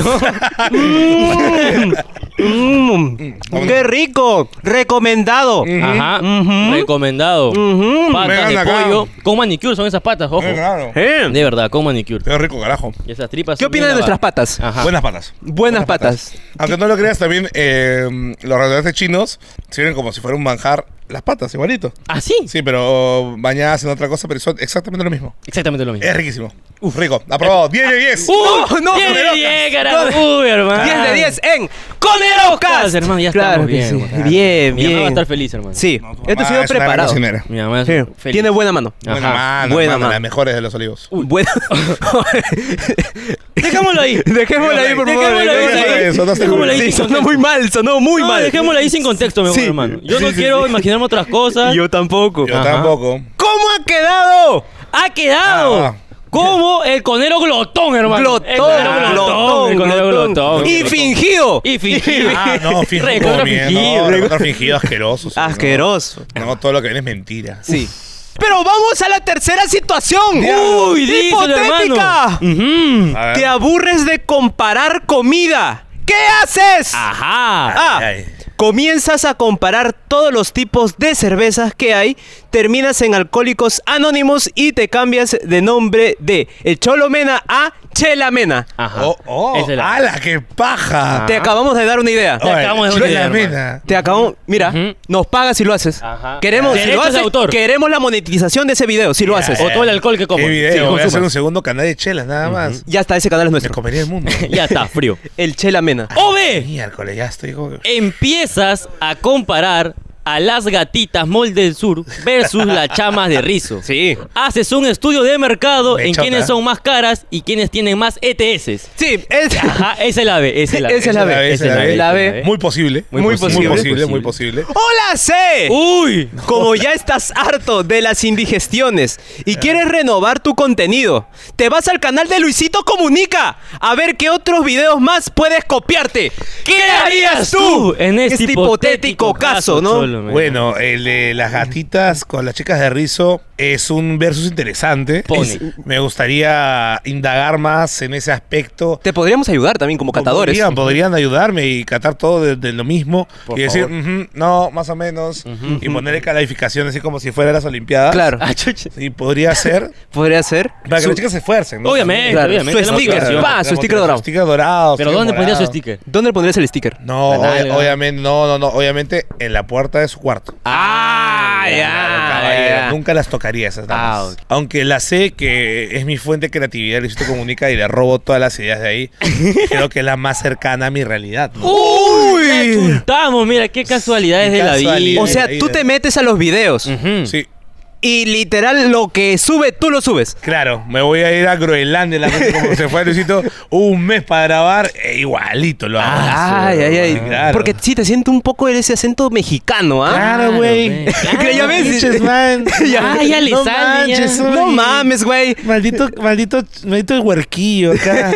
A: Mmm. Qué rico. Mm. Recomendado. Eh,
B: Ajá.
A: Ujú.
B: Recomendado.
A: Ujú.
B: Patas
C: Vengan
B: de
C: acá.
B: pollo. Con manicure son esas patas, ojo.
C: Qué raro.
A: Eh,
B: De verdad, con manicure.
C: Qué rico, carajo.
B: Y esas tripas.
A: ¿Qué
B: son
A: opinan de
B: bien
A: nuestras
B: lavadas.
A: patas?
B: Ajá.
C: Buenas patas.
A: Buenas patas.
C: Aunque no lo creas, también eh, los restaurantes chinos sirven como si fuera un manjar las patas, igualito.
B: ¿Ah, sí?
C: Sí, pero bañadas en otra cosa, pero son exactamente lo mismo.
B: Exactamente lo mismo.
C: Es riquísimo. Uf, rico. Aprobado. 10 de 10.
A: ¡Uh! ¡No!
B: ¡Diez de
A: Comerocas.
B: 10, carajo! ¡Uy, hermano!
A: 10 de 10 en Comerocas.
B: hermano, ya
A: claro
B: estamos
A: que
B: bien,
A: sí.
B: hermano.
A: Bien,
B: Mi mamá va a
A: bien.
B: estar feliz, hermano.
A: Sí,
C: No, tu
A: este ha
C: mamá
A: sido
C: es una gran
A: preparado.
C: cocinera.
B: Mi mamá es
A: Sí.
B: feliz.
A: Tiene buena mano.
C: Buena
B: Ajá.
C: mano,
A: Buena
C: hermano,
A: mano.
C: las mejores de los olivos.
A: Buena.
B: Dejámoslo ahí.
A: Dejémoslo ahí, por favor.
B: Dejémoslo ahí,
A: dejémoslo ahí.
C: Eso no se
B: Dejémoslo ahí
A: Sí,
B: sin
A: sonó
B: contexto.
A: muy mal, sonó muy
B: No,
A: mal.
B: dejémoslo ahí sin contexto, mejor
A: Sí.
B: hermano. Yo no
C: Sí, sí,
B: quiero
C: sí.
B: imaginarme otras cosas.
A: Yo tampoco.
C: Yo
B: Ajá.
C: tampoco.
A: ¿Cómo ha quedado?
B: ha quedado
C: Ah.
B: como el conero glotón, hermano.
A: Glotón,
B: El conero glotón,
A: glotón,
B: el conero
A: glotón.
B: glotón.
A: Y
B: Glotón.
A: fingido.
B: Y fingido.
C: Ah, no, fingido.
B: Recontra
C: bien,
B: fingido.
C: No, recontra fingido, asqueroso. sí,
A: Asqueroso.
C: No, No, todo lo que viene es mentira.
A: Sí. Pero vamos a la tercera situación.
B: Uy, díselo, hermano.
A: hipotética.
B: Ujú.
C: A ver.
A: Te aburres de comparar comida. ¿Qué haces?
B: Ajá.
A: Ah,
C: Ay, ay.
A: comienzas a comparar todos los tipos de cervezas que hay, terminas en Alcohólicos Anónimos y te cambias de nombre de El Cholo Mena a Chela Mena.
B: Ajá.
C: Oh, oh.
B: Esa Ah. es la-
C: ¡Ala, qué paja!
A: Ah. Te acabamos de dar una idea.
B: Te acabamos de
C: Oye,
B: olvidar,
C: Chula
B: hermano.
C: Mena.
A: Te acabamos, mira,
B: Ujú.
A: nos pagas si lo haces.
B: Ajá.
A: Queremos, si lo
B: Derechos de
A: haces,
B: autor.
A: queremos la monetización de ese video, si lo haces.
B: O todo el alcohol que como.
C: Qué video,
B: Sí,
C: voy a
B: consuma.
C: hacer un segundo canal de chelas nada más.
A: Ya está, ese canal es
C: Me
A: nuestro.
C: comería el mundo.
B: Ya está, frío.
A: El Chela Mena.
B: O B,
C: Miércoles, ya estoy como...
B: empiezas a comparar a las gatitas Mol del Sur versus las chamas de rizo.
A: Sí.
B: Haces un estudio de mercado
C: Me
B: en
C: choca.
B: quiénes son más caras y quiénes tienen más ETS.
A: Sí, es,
B: Ajá, esa es la B, esa es la B.
A: Esa es la B,
C: esa es la B.
A: la B.
C: Muy posible.
B: Muy
A: posible.
C: Muy posible, muy posible.
A: ¡Hola C!
B: Uh. ¡Uy!
A: Como ya estás harto de las indigestiones y quieres renovar tu contenido, te vas al canal de Luisito Comunica a ver qué otros videos más puedes copiarte. ¿Qué harías tú
B: en este, hipotético, caso, ¿no?
C: Bueno, el de las gatitas con las chicas de rizo es un versus interesante.
B: Pone.
C: Es- me gustaría indagar más en ese aspecto.
A: Te podríamos ayudar también como catadores.
C: Podrían, podrían ayudarme y catar todo de, de lo mismo
B: Por
C: y decir,
B: favor.
C: "Ujú, no, más o menos, y ponerle calificaciones así como si fueran las Olimpiadas.
A: Claro,
B: Ah, chucha.
C: Y podría ser
A: podría ser.
C: para que
A: Su-
C: las chicas se esfuercen. ¿no?
B: Obviamente,
A: Claro,
B: obviamente.
A: su
B: la
A: sticker,
B: motivación.
A: pa. su
C: La
A: sticker dorado.
C: motivación, Sticker dorado.
B: Pero
C: sticker
B: ¿dónde pondría su
C: morado.
B: sticker?
A: ¿Dónde le pondrías el sticker?
C: No,
B: La
C: obvia-
B: nalga.
C: obviamente, no, no, no, obviamente en la puerta de su cuarto.
B: Ah,
C: Caballero, Nunca las tocaría esas damas.
B: Ah, ok.
C: Aunque la sé que es mi fuente de creatividad, Luisito Comunica, y le robo todas las ideas de ahí. Creo que es la más cercana a mi realidad. ¿no?
A: ¡Uy!
B: Estamos, mira, qué casualidades
C: Qué
B: de la vida.
C: casualidad.
A: O sea, tú te metes a los videos.
B: Ujú.
C: Sí.
A: y literal lo que sube, tú lo subes.
C: Claro, me voy a ir a Groenlandia la noche como se fue Luisito un mes para grabar, e igualito lo hago.
B: Ah,
A: Ay, ay, ay.
C: Claro.
A: Porque sí, te siento un poco ese acento mexicano, ¿ah?
C: Claro, güey.
B: güey.
A: Claro, Que ya ves.
C: Pinches, man.
B: Ya. Ah, ya le
C: no
B: sale, ya.
C: manches,
A: No
C: oye.
A: mames, güey.
C: Maldito, maldito, maldito huerquillo acá.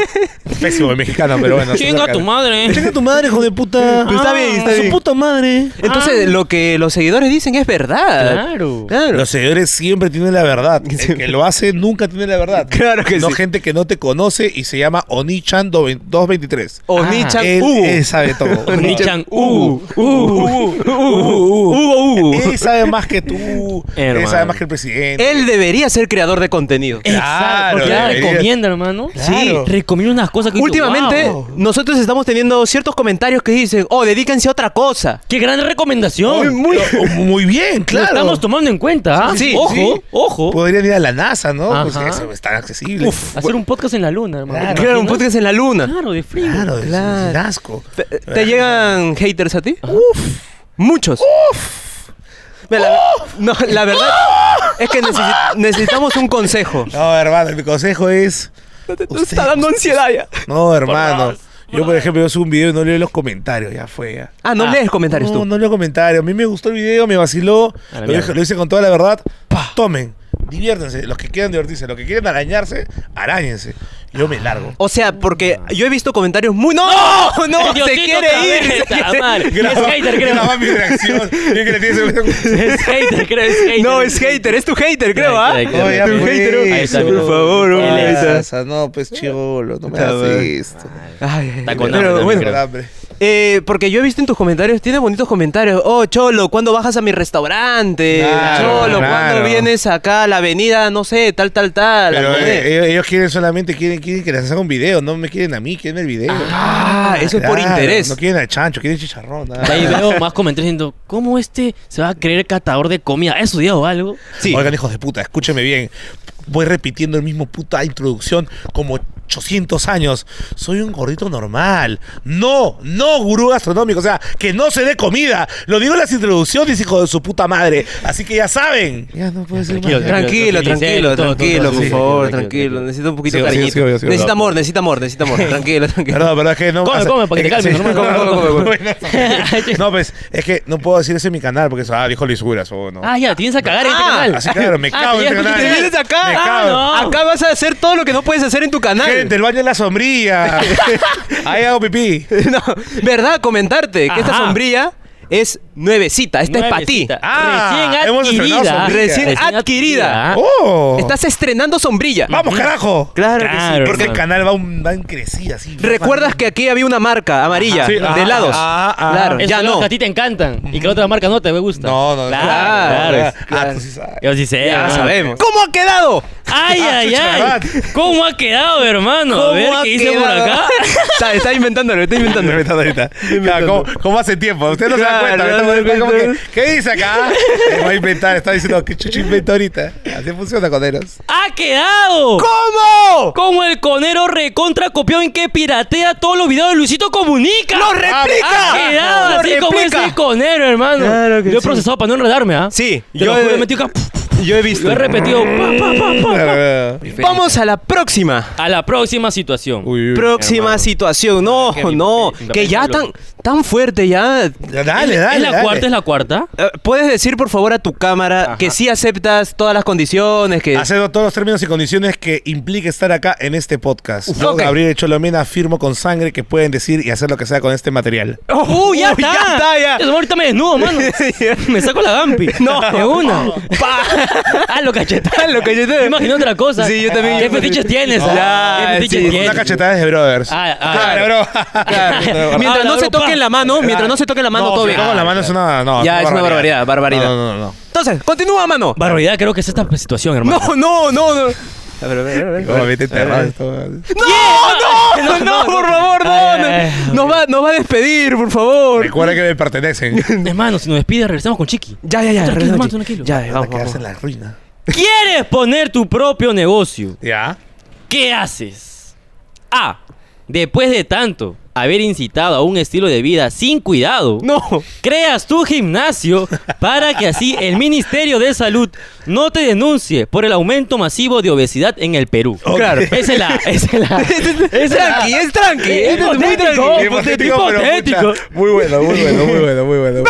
C: Pésimo el mexicano, pero bueno.
B: Chinga tu madre. ¿eh?
C: Chinga tu madre, hijo de puta.
A: Pero está bien, está
C: Su
A: bien.
C: puta madre.
A: Entonces, lo que los seguidores dicen es verdad.
B: Claro.
A: Claro.
C: Los seguidores siempre tienen la verdad. El que lo hace nunca tiene la verdad.
A: Claro que
C: no
A: sí.
C: gente que no te conoce y se llama Onichan 223.
A: Onichan
C: Él,
A: Hugo.
C: él sabe todo.
B: Nichan Ah, uh, U. Eh,
A: Hugo, Hugo.
C: Él sabe más que tú. él
B: Hermano.
C: sabe más que el presidente.
A: Él debería ser creador de contenido.
C: Claro,
B: Exacto. Porque ya
C: deberías.
B: recomienda, hermano.
C: Claro.
B: Sí. Recomienda unas cosas que yo digo,
A: Últimamente,
B: wow.
A: nosotros estamos teniendo ciertos comentarios que dicen, oh, dedíquense a otra cosa.
B: ¡Qué gran recomendación!
C: muy, muy bien,
B: Lo
C: claro.
B: estamos tomando en cuenta. ¿ah?
A: Sí, sí,
B: ojo,
C: sí.
B: ojo.
C: Podrían ir a la NASA, ¿no?
B: Ajá.
C: Pues eso es tan accesible.
B: Hacer un podcast en la luna, hermano.
C: Claro.
B: ¿Te
A: Crear un
B: imaginas?
A: podcast en la luna.
B: Claro, de frío.
C: Claro, es-
A: Claro.
C: es un asco.
A: ¿Te, te llegan haters a ti? Uf. Muchos. Mira, La, no, la verdad es que necesi- necesitamos un consejo.
C: No, hermano, mi consejo es.
A: Nos está dando ansiedad ya.
C: No, hermano. Yo, por ejemplo, yo subo un video y no leo los comentarios, ya fue. Ya.
A: Ah, no lees comentarios
C: No,
A: tú.
C: no leo comentarios. A mí me gustó el video, me vaciló.
B: A la
C: Lo,
B: mierda.
C: dije- lo hice con toda la verdad. Tomen, diviértanse. Los que quieran divertirse, los que quieren arañarse, arañense. Yo me largo.
A: O sea, porque yo he visto comentarios muy... ¡No! ¡No!
B: Ah. Diosito
A: ¡Se
B: otra
A: quiere ir!
B: vez,
A: se quiere-
B: está mal. Es
C: Graba-
B: hater, creo.
C: graba mi reacción. Bien que le tienes-
B: Es hater, creo. Es hater.
A: No, es hater. Es tu hater, creo, ¿ah?
B: Ahí está, ahí
C: está.
A: Tu
C: Oye,
A: hater.
C: pues,
A: Ahí está,
B: por
A: Por favor,
B: favor.
A: ahí está.
C: Pasa, No, pues chivolo, no me
A: Está
C: hagas
A: bien.
C: esto.
A: Ay,
B: Está con hambre
A: pero
B: también,
A: bueno,
C: Con hambre.
A: eh, porque yo he visto en tus comentarios, tienes bonitos comentarios. Oh, Cholo, ¿cuándo bajas a mi restaurante?
C: Claro,
A: Cholo,
C: claro.
A: ¿cuándo vienes acá a la avenida, no sé, tal, tal, tal?
C: Pero
A: No
C: eh,
A: sé.
C: ellos, ellos quieren solamente quieren, quieren que les haga un video, no me quieren a mí, quieren el video.
A: ah, eso es por
C: Claro,
A: interés.
C: No quieren al chancho, quieren chicharrón. nada.
B: Ahí veo más comentarios diciendo, ¿cómo este se va a creer catador de comida? ¿Ha estudiado algo?
A: Sí.
C: Oigan, hijos de puta, escúcheme bien. Voy repitiendo el mismo puta introducción como 800 años. Soy un gordito normal. No, no gurú gastronómico. O sea, que no se dé comida. Lo digo en las introducciones, hijo de su puta madre. Así que ya saben. Ya no puedo decir más.
A: Tranquilo, tranquilo,
B: Tranquilo, todo,
A: tranquilo,
B: todo,
A: por
B: sí.
A: favor,
B: Tranquilo,
A: tranquilo.
B: tranquilo.
A: Necesito un poquito de
C: Sí, sí,
A: cariñito.
C: sí, sí, sí,
A: necesita
C: sí.
A: amor, necesita amor, necesita amor. Tranquilo, tranquilo.
C: Perdón, perdón, es que no.
B: Come,
C: o sea,
B: come, para que te
C: es
B: calmes,
C: sí.
B: normal.
C: Come, come, come, come.
B: Ay,
C: No, pues, es que no puedo decir eso en mi canal porque eso, ah, dijo lisuras o no.
B: Ah, ya, tienes a cagar en este
A: Ah,
B: canal.
C: Así claro, me
B: Ah,
C: cago en
B: te
C: este
B: vienes-
C: canal.
A: Te vienes acá.
C: Me
A: Ah,
C: cago.
B: no.
A: Acá vas a hacer todo lo que no puedes hacer en tu canal.
C: Gente, el baño es la sombrilla. Ahí hago pipí.
A: No, ¿verdad? Comentarte que esta
B: Ajá.
A: sombrilla es nuevecita, esta Este es
B: Nuevecita.
A: para ti.
C: Ah, hemos
B: recién
C: estrenado
B: adquirida.
C: sombrilla.
A: Recién adquirida.
B: adquirida.
C: ¡Oh!
A: Estás estrenando sombrilla.
C: ¡Vamos, carajo!
A: Claro,
B: Ah, Claro,
A: que sí.
C: Porque el
B: hermano.
C: canal va, un, va en crecida, así.
A: ¿Recuerdas que aquí había una marca amarilla
C: Ajá, sí,
A: de
C: ah,
A: helados?
C: ah, ah.
A: claro,
B: Esos
A: Oh, ya
B: helados
A: no.
B: que a ti te encantan y que a otras marcas no te gusta.
C: No, no, no.
B: Claro,
A: Claro,
B: claro.
C: Ah,
A: claro.
C: tú sí sabes.
B: Yo sí sé.
A: Ya
B: hermano.
A: sabemos. ¿Cómo ha quedado?
B: Ay,
C: Ah,
B: ay,
C: chucha,
B: ay.
C: ¿verdad?
B: ¿Cómo ha quedado, hermano? A
A: ¿Cómo
B: ver
A: ha
B: qué dice por
A: quedado?
B: acá.
A: está, está inventándolo, está
C: Estoy
A: inventándolo.
C: inventando ahorita. Claro, ¿cómo, cómo hace tiempo? Usted no se
A: Claro,
C: da cuenta.
A: no
C: Está-
A: me doy
C: está como que,
A: cuenta.
C: ¿Qué dice acá? Va a inventar. Está diciendo, ¿qué chucho inventa ahorita? Así funciona, coneros.
B: ¡Ha quedado!
A: ¿Cómo?
B: Como el conero recontra copión en que piratea todos los videos de Luisito Comunica.
A: ¡Lo replica!
B: ¡Ha quedado!
A: ¡Lo
B: así como
A: replica!
B: ese conero, hermano.
A: Claro que
B: yo he
A: sí.
B: procesado para no enredarme, ¿ah?
A: Sí,
B: Te lo
A: yo he-
B: juro, he metido acá,
A: Yo he visto.
B: Lo he repetido. pa, pa, pa, pa, pa.
A: Vamos a la próxima.
B: A la próxima situación.
C: Uy, uy.
A: Próxima
B: hermano.
A: situación. No,
B: que mi-
A: no.
B: mi-
A: Que ya
B: mi-
A: tan, tan fuerte ya.
C: Ya, Dale,
B: ¿Es
C: dale.
B: la
C: dale.
B: cuarta? ¿Es la cuarta?
A: Eh, ¿Puedes decir por favor a tu cámara que sí aceptas todas las condiciones? Que...
C: Acedo todos los términos y condiciones que implique estar acá en este podcast. Yo,
A: ok.
C: Gabriel Cholomena, afirmo con sangre que pueden decir y hacer lo que sea con este material.
A: ¡Uh,
B: ¡Oh, ¡Ya está!
A: ¡Ya está, ya!
B: Eso, ahorita me desnudo, mano. me saco la Gampi. No. De una. ah, lo cachetada.
A: Lo que yo te-
B: Me imagino otra cosa.
A: Sí, yo también.
B: ¿Qué fetiches tienes?
A: Ya,
B: ah? ¿Qué
A: sí.
B: fetiches
C: Una
B: tienes?
C: cachetada de brothers.
B: Ah, ah,
C: claro, bro.
A: Claro. Mientras
B: Habla,
A: no se
B: bro,
A: toquen
B: pa.
A: la mano, mientras no se toquen la mano,
C: No,
A: todo
C: si
A: bien. Ah,
C: toco la mano es una. no,
A: Ya, es una barbaridad, barbaridad.
C: No, no, no. no.
A: Entonces, continúa, mano.
B: Barbaridad, creo que es esta situación, hermano.
A: No, no, no, no. A ver, a ver, a ver.
C: Como vete
A: Eh.
C: enterrado, esto.
A: ¡No, no, no, por favor, no!
B: Ay,
A: no.
B: ay, ay.
A: Nos va, nos va a despedir, por favor.
C: Recuerda que me pertenecen.
B: Hermano, si nos despide, regresamos con Chiqui.
A: Ya, ya, ya.
B: Tranquilo,
A: reloj,
B: hermano,
A: chi-
B: tranquilo.
A: Ya, vamos,
C: Para quedarse
A: vamos.
C: en la ruina.
B: ¿Quieres poner tu propio negocio?
C: Ya.
B: ¿Qué haces? A. Después de tanto haber incitado a un estilo de vida sin cuidado,
A: No.
B: creas tu gimnasio para que así el Ministerio de Salud no te denuncie por el aumento masivo de obesidad en el Perú.
A: Claro.
B: Esa Es la, esa es la.
A: Es tranqui, es tranqui. Es muy tranqui.
C: Hipotético, pero
B: hipotético.
C: pucha, Muy bueno, muy bueno, muy bueno, muy bueno.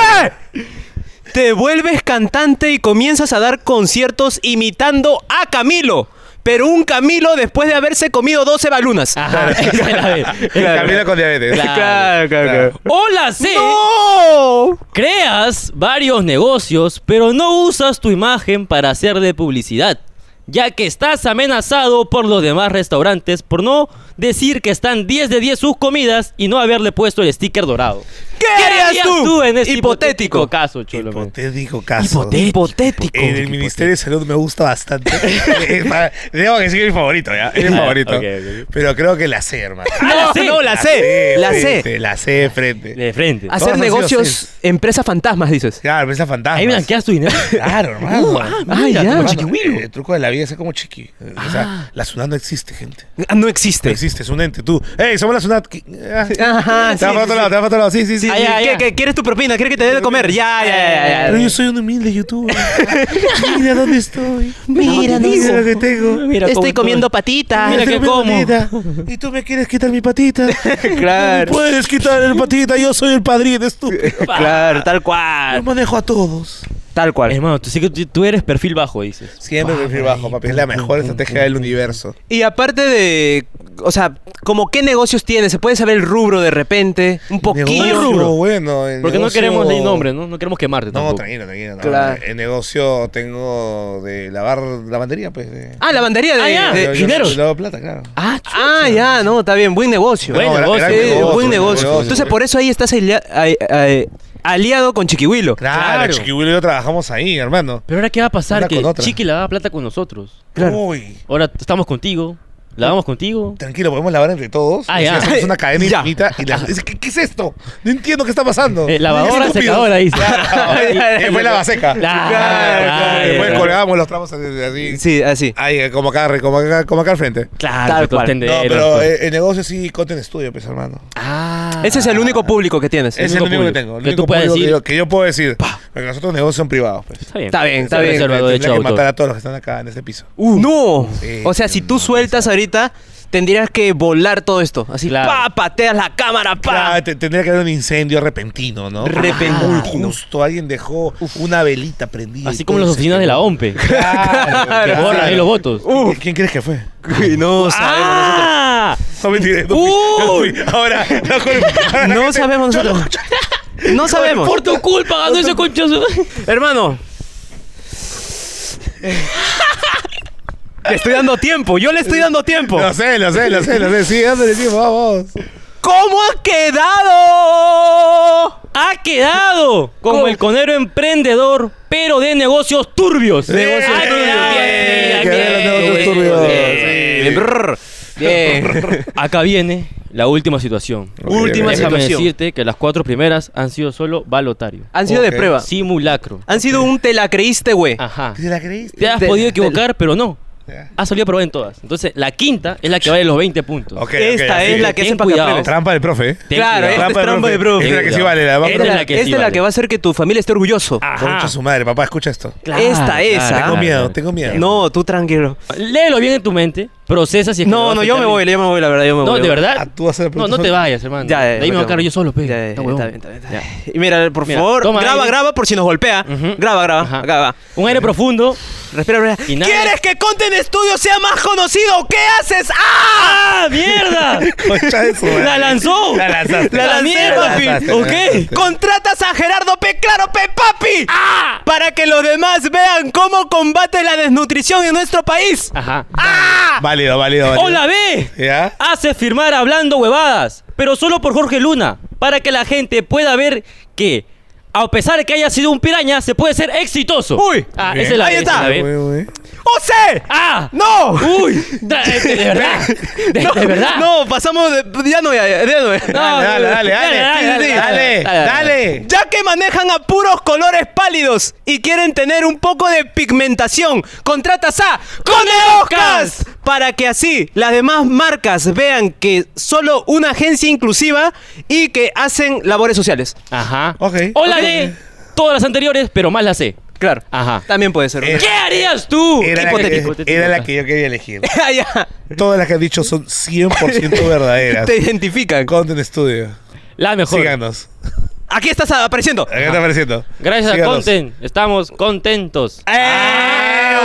A: Te vuelves cantante y comienzas a dar conciertos imitando a Camilo. Pero un Camilo después de haberse comido 12 balunas.
B: Ajá, esa es la vez.
C: Camila con diabetes.
B: Claro.
A: claro. Eh.
B: O la C.
A: ¡No!
B: Creas varios negocios, pero no usas tu imagen para hacer de publicidad, ya que estás amenazado por los demás restaurantes por no decir que están 10 de 10 sus comidas y no haberle puesto el sticker dorado.
A: ¿Qué harías tú?
B: en este
A: Hipotético.
B: hipotético, caso, chulo? man?
C: Hipotético caso.
A: Hipotético.
C: En el Ministerio de Salud me gusta bastante. Eh, para- Debo decir que es mi favorito, ¿ya? Es mi
A: Ah,
C: favorito.
B: ok, ok.
C: Pero creo que la C, hermano.
A: No,
B: la C,
C: Ah,
A: no, Ah, la C. La
C: frente,
A: C.
C: La C de frente.
B: De frente.
C: Ah,
A: Hacer
C: Todas han sido
A: negocios,
C: Cs.
A: empresas fantasmas, dices.
C: Claro, pero está fantasma.
B: Ahí blanqueas tu dinero.
C: Claro, hermano.
A: Ah,
B: mira,
A: ya.
C: Hermano, Eh,
A: Chiquihuilo.
C: El truco de la vida es ser como chiqui. O sea, la SUNAT no existe, gente.
A: Ah, No existe.
C: No existe, es un ente. Tú, ¡Ey, somos la SUNAT! ¿Qué? Ah,
A: Ajá,
C: te vas
A: sí,
C: para
A: sí,
C: otro lado, te vas para otro lado. Sí, sí, sí.
A: Sí,
B: Ah,
A: sí,
B: ya,
A: ¿qué-
B: ya.
A: qué- ¿Quieres tu propina? ¿Quieres que te dé de comer? Ya, ya, ya, ya,
C: Pero
A: ya.
C: yo soy un humilde youtuber. Mira dónde estoy.
A: Mira, no
C: Mira lo
A: digo.
C: que tengo.
B: Mira cómo
A: Estoy
B: todo.
A: comiendo patitas.
B: Mira que
C: Tengo mi
B: como.
C: patita. Y tú me quieres quitar mi patita.
A: Claro,
C: Puedes quitar el patita, yo soy el padrino, estúpido.
A: claro, tal
C: Yo
A: cual.
C: manejo a todos.
A: Tal cual.
B: Hermano, tú, sí que tú, tú eres perfil bajo, dices.
C: Siempre perfil bajo, papi. Es la mejor estrategia del universo.
A: Y aparte de. O sea, como qué negocios tienes, se puede saber el rubro de repente, un
C: Negocio,
A: poquillo.
C: bueno. el
B: Porque
C: negocio-
B: no queremos leer nombre, ¿no? No queremos quemarte
C: No,
B: tampoco.
C: tranquilo, tranquilo. no.
A: Claro.
C: El negocio tengo de lavar lavandería, pues. De,
A: Ah, lavandería de.
B: Ah, ya.
A: de-
C: yo- yo-
B: ¿Gineros?
C: yo lavo plata, claro.
A: Ah, ah, ya, no, está bien, buen negocio.
B: Buen
A: Sí,
C: gran-
B: negocio,
C: gran
B: eh,
A: buen,
B: buen
A: negocio.
B: negocio.
A: Entonces, por eso ahí estás alia- ay- ay- aliado con Chiquihuilo.
C: Claro,
B: Claro.
C: Chiquihuilo y yo trabajamos ahí, hermano.
B: Pero ahora, ¿qué va a pasar?
C: Una
B: Que
C: con otra.
B: Chiqui lavaba plata con nosotros.
A: Claro.
C: Uy.
B: Ahora t- estamos contigo, lavamos contigo.
C: Tranquilo, podemos lavar entre todos.
B: Ah,
C: Así
B: ya.
C: Hacemos una cadena
A: Ya.
C: infinita y la- dice, ¿qué, qué es esto? No entiendo qué está pasando.
B: Eh, lavadora,
C: Estúpidos.
B: secadora, dice.
C: Y Después la eh, seca.
B: Claro,
A: claro,
C: Después
B: claro.
C: colgamos los tramos así. así.
A: Sí, así.
C: Ahí, eh, como acá, re- como acá, como acá al frente.
B: Claro,
A: Tal
B: que tú
A: cual.
B: tenderos,
C: No, pero
B: tú.
C: eh, el negocio sí, content estudio, pues, hermano.
B: Ah,
A: Ese es el único público que tienes.
C: Ese es el
B: único
C: único que
B: público.
C: tengo. El
B: Que tú
C: único
B: puedas
C: público que
B: decir.
C: yo, que yo puedo decir. Porque los otros negocios son privados, pues.
B: Está bien.
A: Está bien, está bien.
B: Reservado de
C: Tendría
B: hecho
C: que
B: autor.
C: matar a todos los que están acá en este piso.
A: Uh, no.
C: Sí,
A: o sea, si tú
C: no,
A: sueltas ahorita, tendrías que volar todo esto. Así,
B: Claro.
A: pa, pateas la cámara, pa.
C: Claro, te- tendría que haber un incendio repentino, ¿no?
A: Repentino.
C: Muy justo. Alguien dejó una velita prendida.
B: Así como las oficinas de la OMPE.
C: Claro,
B: Que
C: claro.
B: borran ahí los votos.
C: ¿Qui- ¿Quién crees que fue?
A: no sabemos.
B: ¡Ah!
C: No mentira, no fui, no fui. Ahora, no, juro. Ahora la
A: No
C: gente-
A: sabemos nosotros. No sabemos.
B: Por tu culpa ganó ese conchazo.
A: Hermano. Te estoy dando tiempo, yo le estoy dando tiempo.
C: Lo sé, lo sé, lo sé, lo sé. Sí, dándole tiempo, vamos.
A: ¿Cómo ha quedado?
B: Ha quedado como
A: ¿Cómo?
B: el conero emprendedor, pero de negocios turbios.
C: Negocios
A: ah,
B: Ha
C: turbios.
B: quedado Ah, bien,
C: Que
B: bien,
C: de los negocios
B: bien,
C: turbios.
B: bien.
C: Sí.
A: Brr. Bien.
B: Acá viene la última situación.
A: Última
C: ok.
B: Déjame
A: situación. Ah,
B: decirte que las cuatro primeras han sido solo balotario.
A: Han sido
C: Ok.
A: de prueba.
B: Simulacro.
A: Han sido un te la creíste, güey.
B: Ajá.
C: ¿Te la creíste?
B: Te has
A: Te-
B: podido
A: te-
B: equivocar, pero no.
C: Ya.
B: Has salido a probar en todas. Entonces, la quinta es la que vale los 20 puntos.
C: Ok, ok,
A: Esta
C: así.
A: es la que
B: Ten
A: hace
B: cuidado.
A: pacapleves.
C: Trampa del profe. ¿eh?
B: Ten
A: Claro,
B: cuidado.
A: esta es
C: del
A: trampa de profe.
C: Esta es la que sí vale. La
B: Esta es
C: va
B: la que
A: Esta
B: sí
A: es la
B: vale. Ah,
A: que va a hacer que tu familia esté orgulloso.
C: Concha su madre, papá, escucha esto.
B: Claro,
A: Esta, esa.
C: Tengo
A: Claro,
C: miedo, tengo miedo.
A: No, tú tranquilo.
B: Léelo bien en tu mente, procesa si es que te va
A: No,
B: a
A: no, yo me
B: afectar
A: voy, yo me voy, la verdad, yo me voy.
B: bien. No, de
A: yo-
C: Ah,
B: verdad.
C: tú vas a hacer la
B: No, no
C: pregunta
B: te
C: sola.
B: vayas, hermano.
A: Ya, ya,
B: de ahí me voy a
A: quedo.
B: cargar yo solo, pe.
A: Ya, ya,
B: Está
A: está
B: huevón.
A: bien, está bien, está bien. Y mira, por
B: Mira,
A: favor,
B: toma
A: graba,
B: aire.
A: graba por si nos golpea.
B: Ujú.
A: Graba, graba,
B: Ajá.
A: graba.
B: Un aire profundo.
A: Respira, respira.
B: Y nada.
A: ¿Quieres que Content Studio sea más conocido? ¿Qué haces? ¡Ah!
B: ¡Ah, mierda!
C: Concha de su madre.
B: ¡La lanzó!
C: eh, La lanzaste.
B: ¡La
A: lancé,
B: mierda,
C: la
B: papi!
C: lanzaste, la
B: ¿Ok?
C: lanzaste.
A: Contratas a Gerardo P. Claro P. Papi
B: ¡Ah!
A: para que los demás vean cómo combate la desnutrición en nuestro país.
B: Ajá.
A: ¡Ah!
C: Válido, válido, válido.
B: ¡Hola, B!
C: ¿Ya?
B: Hace firmar hablando huevadas, pero solo por Jorge Luna, para que la gente pueda ver que, a pesar de que haya sido un piraña, se puede ser exitoso.
A: Uy.
B: Ah,
C: Bien.
B: esa es la
A: Ahí
B: B, esa
A: está.
B: es la B.
C: Uy, uy.
A: ¡José!
B: ¡Ah!
A: ¡No!
B: ¡Uy! Dra- este, De verdad. De,
A: No,
B: de verdad.
A: No, pasamos de. Ya no, ya, ya, ya no.
C: Dale, dale, dale, dale, dale, dale.
A: Ya que manejan a puros colores pálidos y quieren tener un poco de pigmentación, contratas a Conde Oscars para que así las demás marcas vean que solo una agencia inclusiva y que hacen labores sociales.
B: Ajá.
C: Ok.
B: O la D, todas las anteriores, pero más la C.
A: Claro.
B: Ajá.
A: También puede ser. una.
C: Eh,
B: ¿Qué harías tú?
C: Era, la que,
B: Hipotético, hipotético.
C: era la que yo quería elegir.
A: Ah, ya.
C: Todas las que has dicho son 100% verdaderas.
A: Te identifican.
C: Content Studio.
B: La mejor.
C: Síganos.
A: Aquí estás apareciendo.
C: Acá está apareciendo.
B: Gracias a
C: Síganos.
B: Content, estamos contentos.
A: ¡Eh!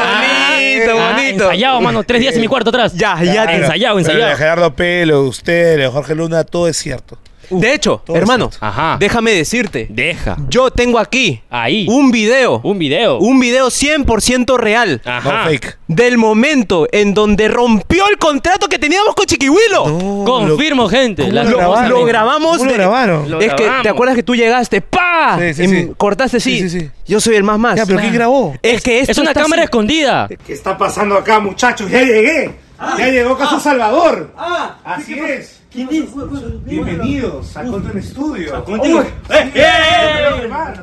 A: Bonito,
B: Ah,
A: bonito.
B: ensayado, mano. Tres días en mi cuarto atrás.
A: Ya, ya.
C: Claro.
B: Ensayado,
C: Pero
B: ensayado.
C: de Gerardo Pelo, usted, de Jorge Luna, todo es cierto.
A: De hecho,
C: todo
A: hermano,
C: es
B: Ajá.
A: déjame decirte.
B: Deja.
A: Yo tengo aquí
B: Ahí.
A: un video.
B: Un video.
A: Un video 100% real.
B: Ajá.
C: No fake.
A: Del momento en donde rompió el contrato que teníamos con Chiquihuilo.
B: Confirmo, gente.
C: ¿Cómo
B: la-
C: lo
A: Lo,
C: grabaron?
A: lo grabamos.
C: ¿Cómo lo
A: de-
C: grabaron?
B: Lo
A: es que,
B: grabamos.
A: ¿te acuerdas que tú llegaste? ¡Pa!
C: Sí, sí,
A: Em,
C: sí.
A: Cortaste, sí.
C: Sí, sí, sí.
A: Yo soy el más más.
C: Ya, pero ¿quién grabó?
A: Es que esto
B: Es una
A: está
B: cámara
A: así.
B: escondida.
E: ¿Qué está pasando acá, muchachos? ¡Ya llegué! ¡Ya llegó Caso Salvador!
G: Ah,
E: Así
G: ¿qué- qué-
E: es.
G: ¿Quién es?
E: Bienvenidos a Content Studio.
G: eh,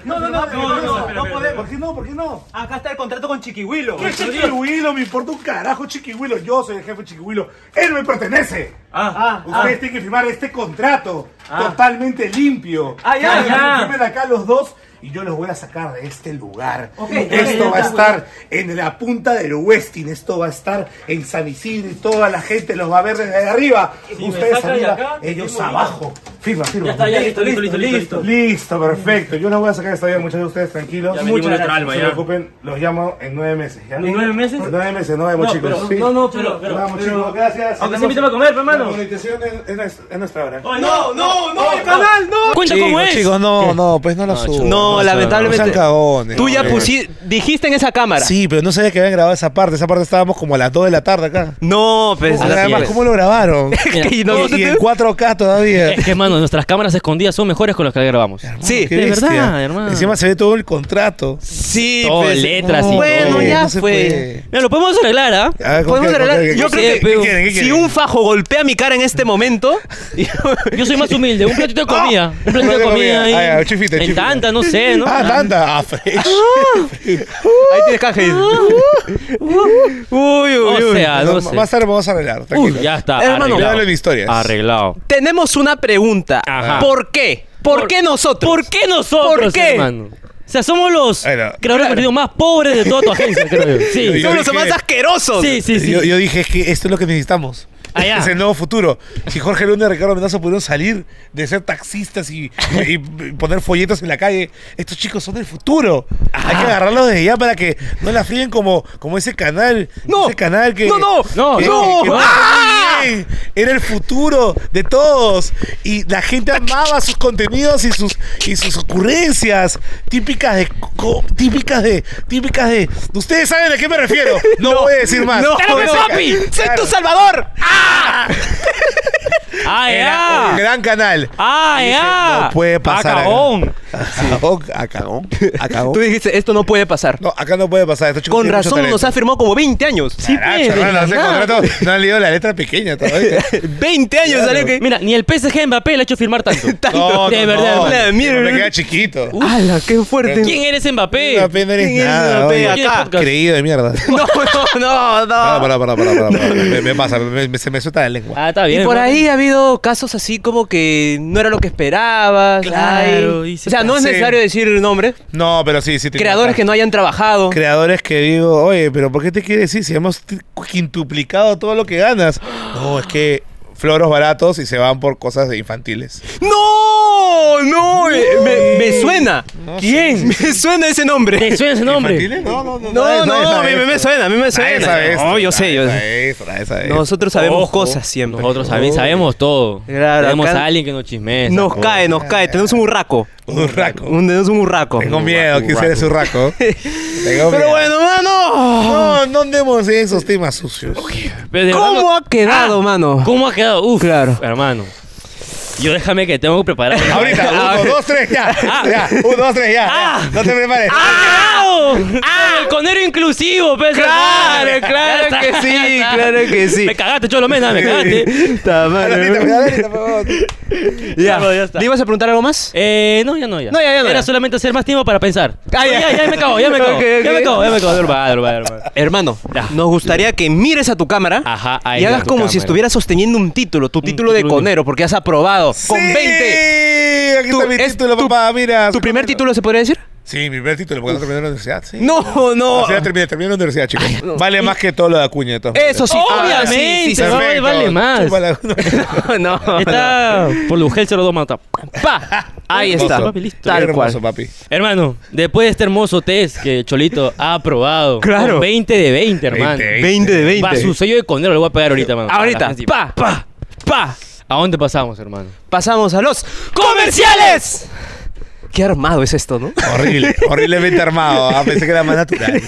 G: No, no, no, no, no, no podemos.
E: ¿Por qué no? ¿Por qué no?
G: Acá está el contrato con Chiquihuilo.
E: ¿Qué es Chiquihuilo? Me importa un carajo Chiquihuilo. Yo soy el jefe de Chiquihuilo. Él me pertenece.
G: Ah, ah,
E: Ustedes tienen que firmar este contrato totalmente limpio.
G: Ah, ya,
E: Quiero que
G: ya.
E: me firmen acá los dos y yo los voy a sacar de este lugar.
G: Ok, ok,
E: esto
G: ya
E: va a
G: está,
E: estar en la punta del Westin, esto va a estar en San Isidro y toda la gente los va a ver desde arriba.
G: si me
E: Ustedes
G: sacan de
E: arriba,
G: acá,
E: ellos
G: firmo yo.
E: abajo. Firma, firma.
G: Ya está, ya, listo, listo, listo, listo.
E: Listo, perfecto. Yo los voy a sacar esta vida, muchachos, ustedes tranquilos.
G: Ya venimos nuestra
E: No
G: alma,
E: se
G: ya.
E: preocupen, los llamo en nueve meses. ¿ya?
G: ¿En nueve meses?
E: En nueve meses, nos vemos,
G: No,
E: chicos.
G: pero-
E: sí.
G: no, no, pero- pero-
E: Nos vemos,
G: pero-
E: chicos, gracias.
G: Aunque
E: Nos
G: se invita a comer, pues, hermano.
E: La monetización es, es- es nuestra hora.
G: No, no, no, el canal, no.
B: Cuenta cómo
C: Chicos,
B: es.
C: chicos, no, no, pues no lo subo.
A: No, lamentablemente.
C: No sean cagones.
A: Tú ya
C: No,
A: pusiste, dijiste en esa cámara.
C: Sí, pero no sabía que habían grabado esa parte. Esa parte estábamos como a las 2 de la tarde acá.
A: No, pues.
C: Ahora,
A: así
C: Además,
A: es.
C: ¿cómo lo grabaron?
B: Mira,
A: Que no-
C: y en 4K todavía.
B: Es que, mano, nuestras cámaras escondidas son mejores con las que grabamos.
A: Sí,
C: Qué
B: de
C: bestia.
B: verdad, hermano.
C: Encima se ve todo el contrato.
A: sí,
B: Todo,
A: pues.
B: letras y
A: Bueno,
B: todo.
A: ya
C: No se
A: fue.
C: puede.
B: Mira, lo podemos arreglar, ¿ah?
C: A ver, ¿con
A: Podemos
C: qué- con
A: arreglar.
C: qué-
A: Yo
C: con
A: creo que
C: qué- ¿qué quieren, qué
A: si
C: quieren?
A: un fajo golpea mi cara en este momento.
B: Yo soy más humilde. Un platito de comida. Un platito de comida ahí.
C: Ah, ya, chifita,
B: en
C: chifita.
B: tanta, no sé, ¿no?
C: Ah, tanda. Ah, fresh.
A: Ahí tienes caje. uy,
B: O
A: uy, uy.
B: sea, no
C: No,
B: sé.
C: Más tarde vamos a arreglar.
B: Uy,
C: tranquilo.
B: ya está.
A: Hermano,
B: arreglado.
C: yo hablo en historias.
B: Arreglado.
A: Tenemos una pregunta.
B: Ajá.
A: ¿Por qué? ¿Por,
B: Por-
A: qué nosotros?
B: ¿Por qué nosotros,
A: ¿Por qué?
B: hermano? O sea, somos los
C: Bueno,
B: creadores de contenido más pobres de toda tu agencia, creo yo. Sí,
C: Yo-
A: Somos los
C: dije-
A: más asquerosos.
B: sí, sí. sí.
C: Yo, yo dije, es que esto es lo que necesitamos.
B: Ah, ya.
C: Es el nuevo futuro. Si Jorge Luna y Ricardo Mendoza pudieron salir de ser taxistas y, y poner folletos en la calle, estos chicos son el futuro. Hay que agarrarlos desde ya para que no la fríen como, como ese canal.
A: No.
C: Ese canal que.
A: No, no.
B: No,
C: que-
B: no.
C: que- que
A: ¡Ah!
C: muy bien. Era el futuro de todos. Y la gente amaba sus contenidos y sus, y sus ocurrencias típicas de. co- típicas de. típicas de. Ustedes saben a qué me refiero. No, voy a decir más.
A: No,
B: ¡Claro que
A: no.
B: no, papi!
A: ¡Soy
C: Claro.
A: tu salvador!
B: ¡Ay,
C: Era un
B: Ah, ya!
C: gran canal.
B: ¡Ay,
C: Dije,
B: ya!
C: No puede pasar. acá.
B: ¡Acabón!
C: Acabón, acabón, acabón.
A: Tú dijiste, esto no puede pasar.
C: No, acá no puede pasar. Estos chicos
A: Con
C: tienen mucho
A: razón nos
C: talento.
A: ha firmado como 20 años.
B: Sí,
C: Caracho,
B: pe, de
C: hermano,
B: la
C: ese
B: nada.
C: contrato no han leído la letra pequeña todavía.
A: 20 años,
C: Claro.
A: ¿sabes qué?
B: Mira, ni el PSG Mbappé le ha hecho firmar tanto.
A: Tanto.
C: No,
B: de
C: no,
B: verdad,
C: no,
A: hermano.
C: mira,
A: Mira,
C: Me
A: mira.
C: queda chiquito.
A: ¡Hala, qué fuerte!
B: ¿Quién eres Mbappé?
C: No, pe, no eres
A: ¿quién es
C: nada,
A: Mbappé
C: oye. Ah,
A: acá?
C: Creído de mierda.
A: No, no, no,
C: Ah,
A: no.
C: pará, pará, pará, pará, pará. Me, me pasa, me- me- se me suelta la lengua.
B: Ah, está bien.
A: Y por
B: hermano.
A: ahí ha habido casos así como que no era lo que esperabas.
B: Claro,
A: ay.
B: y sí
A: o sea, no es
C: pasa.
A: necesario decir nombre.
C: No, pero sí, sí. te
A: Creadores que
C: importa.
A: no hayan trabajado.
C: Creadores que digo, oye, pero ¿por qué te quieres decir si hemos t- quintuplicado todo lo que ganas? No, es que floros baratos y se van por cosas de infantiles.
A: ¡No! ¡No! eh, Me, me suena.
B: ¿Quién?
A: Me suena ese nombre.
B: ¿Te suena ese nombre?
C: ¿Infantiles? No, no, no.
A: No, no, a mí me, me suena, a mí me
C: Esa
A: suena.
C: es.
A: No, yo sé, yo sé.
C: sé. Esa es.
A: Nosotros sabemos
B: Ojo.
A: cosas siempre.
B: Nosotros también sabemos todo.
A: Claro,
B: Tenemos
A: acá-
B: a alguien que nos chismea.
A: Nos cae, nos cae. Tenemos un burraco.
C: Un raco.
A: Un, tenemos un burraco.
C: Tengo miedo que usted es un raco. Tengo
A: Pero
C: miedo.
A: bueno, mano.
C: No, no andemos en esos temas sucios.
B: Pero de verdad
A: ¿Cómo
B: no-
A: ha quedado,
B: Ah,
A: mano?
B: ¿Cómo ha quedado? Uf,
A: Claro.
B: hermano. Yo déjame que tengo que preparar.
C: Ahorita,
A: Ah,
C: uno, dos, tres, ya. Ya, uno, dos, tres, ya. ya. No te prepares.
B: ¡Ah! ¡Ah! El conero inclusivo, pues.
A: Claro,
B: hermano.
A: claro,
B: Ya está,
A: que sí, claro que sí.
B: Me cagaste, Cholo Mena, me cagaste.
A: Puta madre.
C: Adelita, pues, adelita, por favor.
A: Ya.
B: Cholo, ya está.
A: ¿Le ibas a preguntar algo más?
B: Eh, no, ya no, ya.
A: No, ya, ya no,
B: Era
A: ya.
B: solamente hacer más tiempo para pensar.
A: Ah, ya.
B: ya, ya, me cago, ya me cago.
A: Ok, ok.
B: Ya me cago, ya me cago. Dormá, dormá, dormá.
A: Hermano,
B: Ya.
A: nos gustaría que mires a tu cámara
B: Ajá, ahí
A: y
B: a
A: hagas
B: tu
A: como si
B: cámara.
A: estuvieras sosteniendo un título, tu título de
B: título.
A: conero, porque has aprobado con
C: Sí,
A: 20.
C: Aquí
A: Tu-
C: está mi
A: es
C: título,
A: tu-
C: papá, mira.
A: ¿Tu
C: soy
A: primer
C: conero.
A: título se podría decir?
C: Sí, mi primer título, porque no terminé la universidad. Sí.
A: No, no.
C: O sea, terminé, terminé la universidad, chicos. Vale más que todo lo de Acuña, de todas maneras.
A: Eso sí. ah, sí,
B: Obviamente,
A: sí, sí.
B: va-
C: Perfecto.
B: vale más.
C: Chúpala.
A: No, no.
B: Está por Lugel 02 mata.
A: Pa. Ahí
C: Hermoso.
A: está.
B: Papi, listo.
A: Tal
C: Hermoso,
A: cual.
C: papi.
B: Hermano, después de este hermoso test que Cholito ha aprobado.
A: Claro.
B: con 20 de 20, hermano.
C: 20,
A: 20 de
B: Va,
A: 20.
B: su sello de condero lo voy a pegar ahorita, hermano.
A: Ahorita. Pa, pa, pa.
B: ¿A dónde pasamos, hermano?
A: Pasamos a los comerciales. Qué armado es esto, ¿no?
C: Horrible, horriblemente armado. Ah, pensé que era más natural.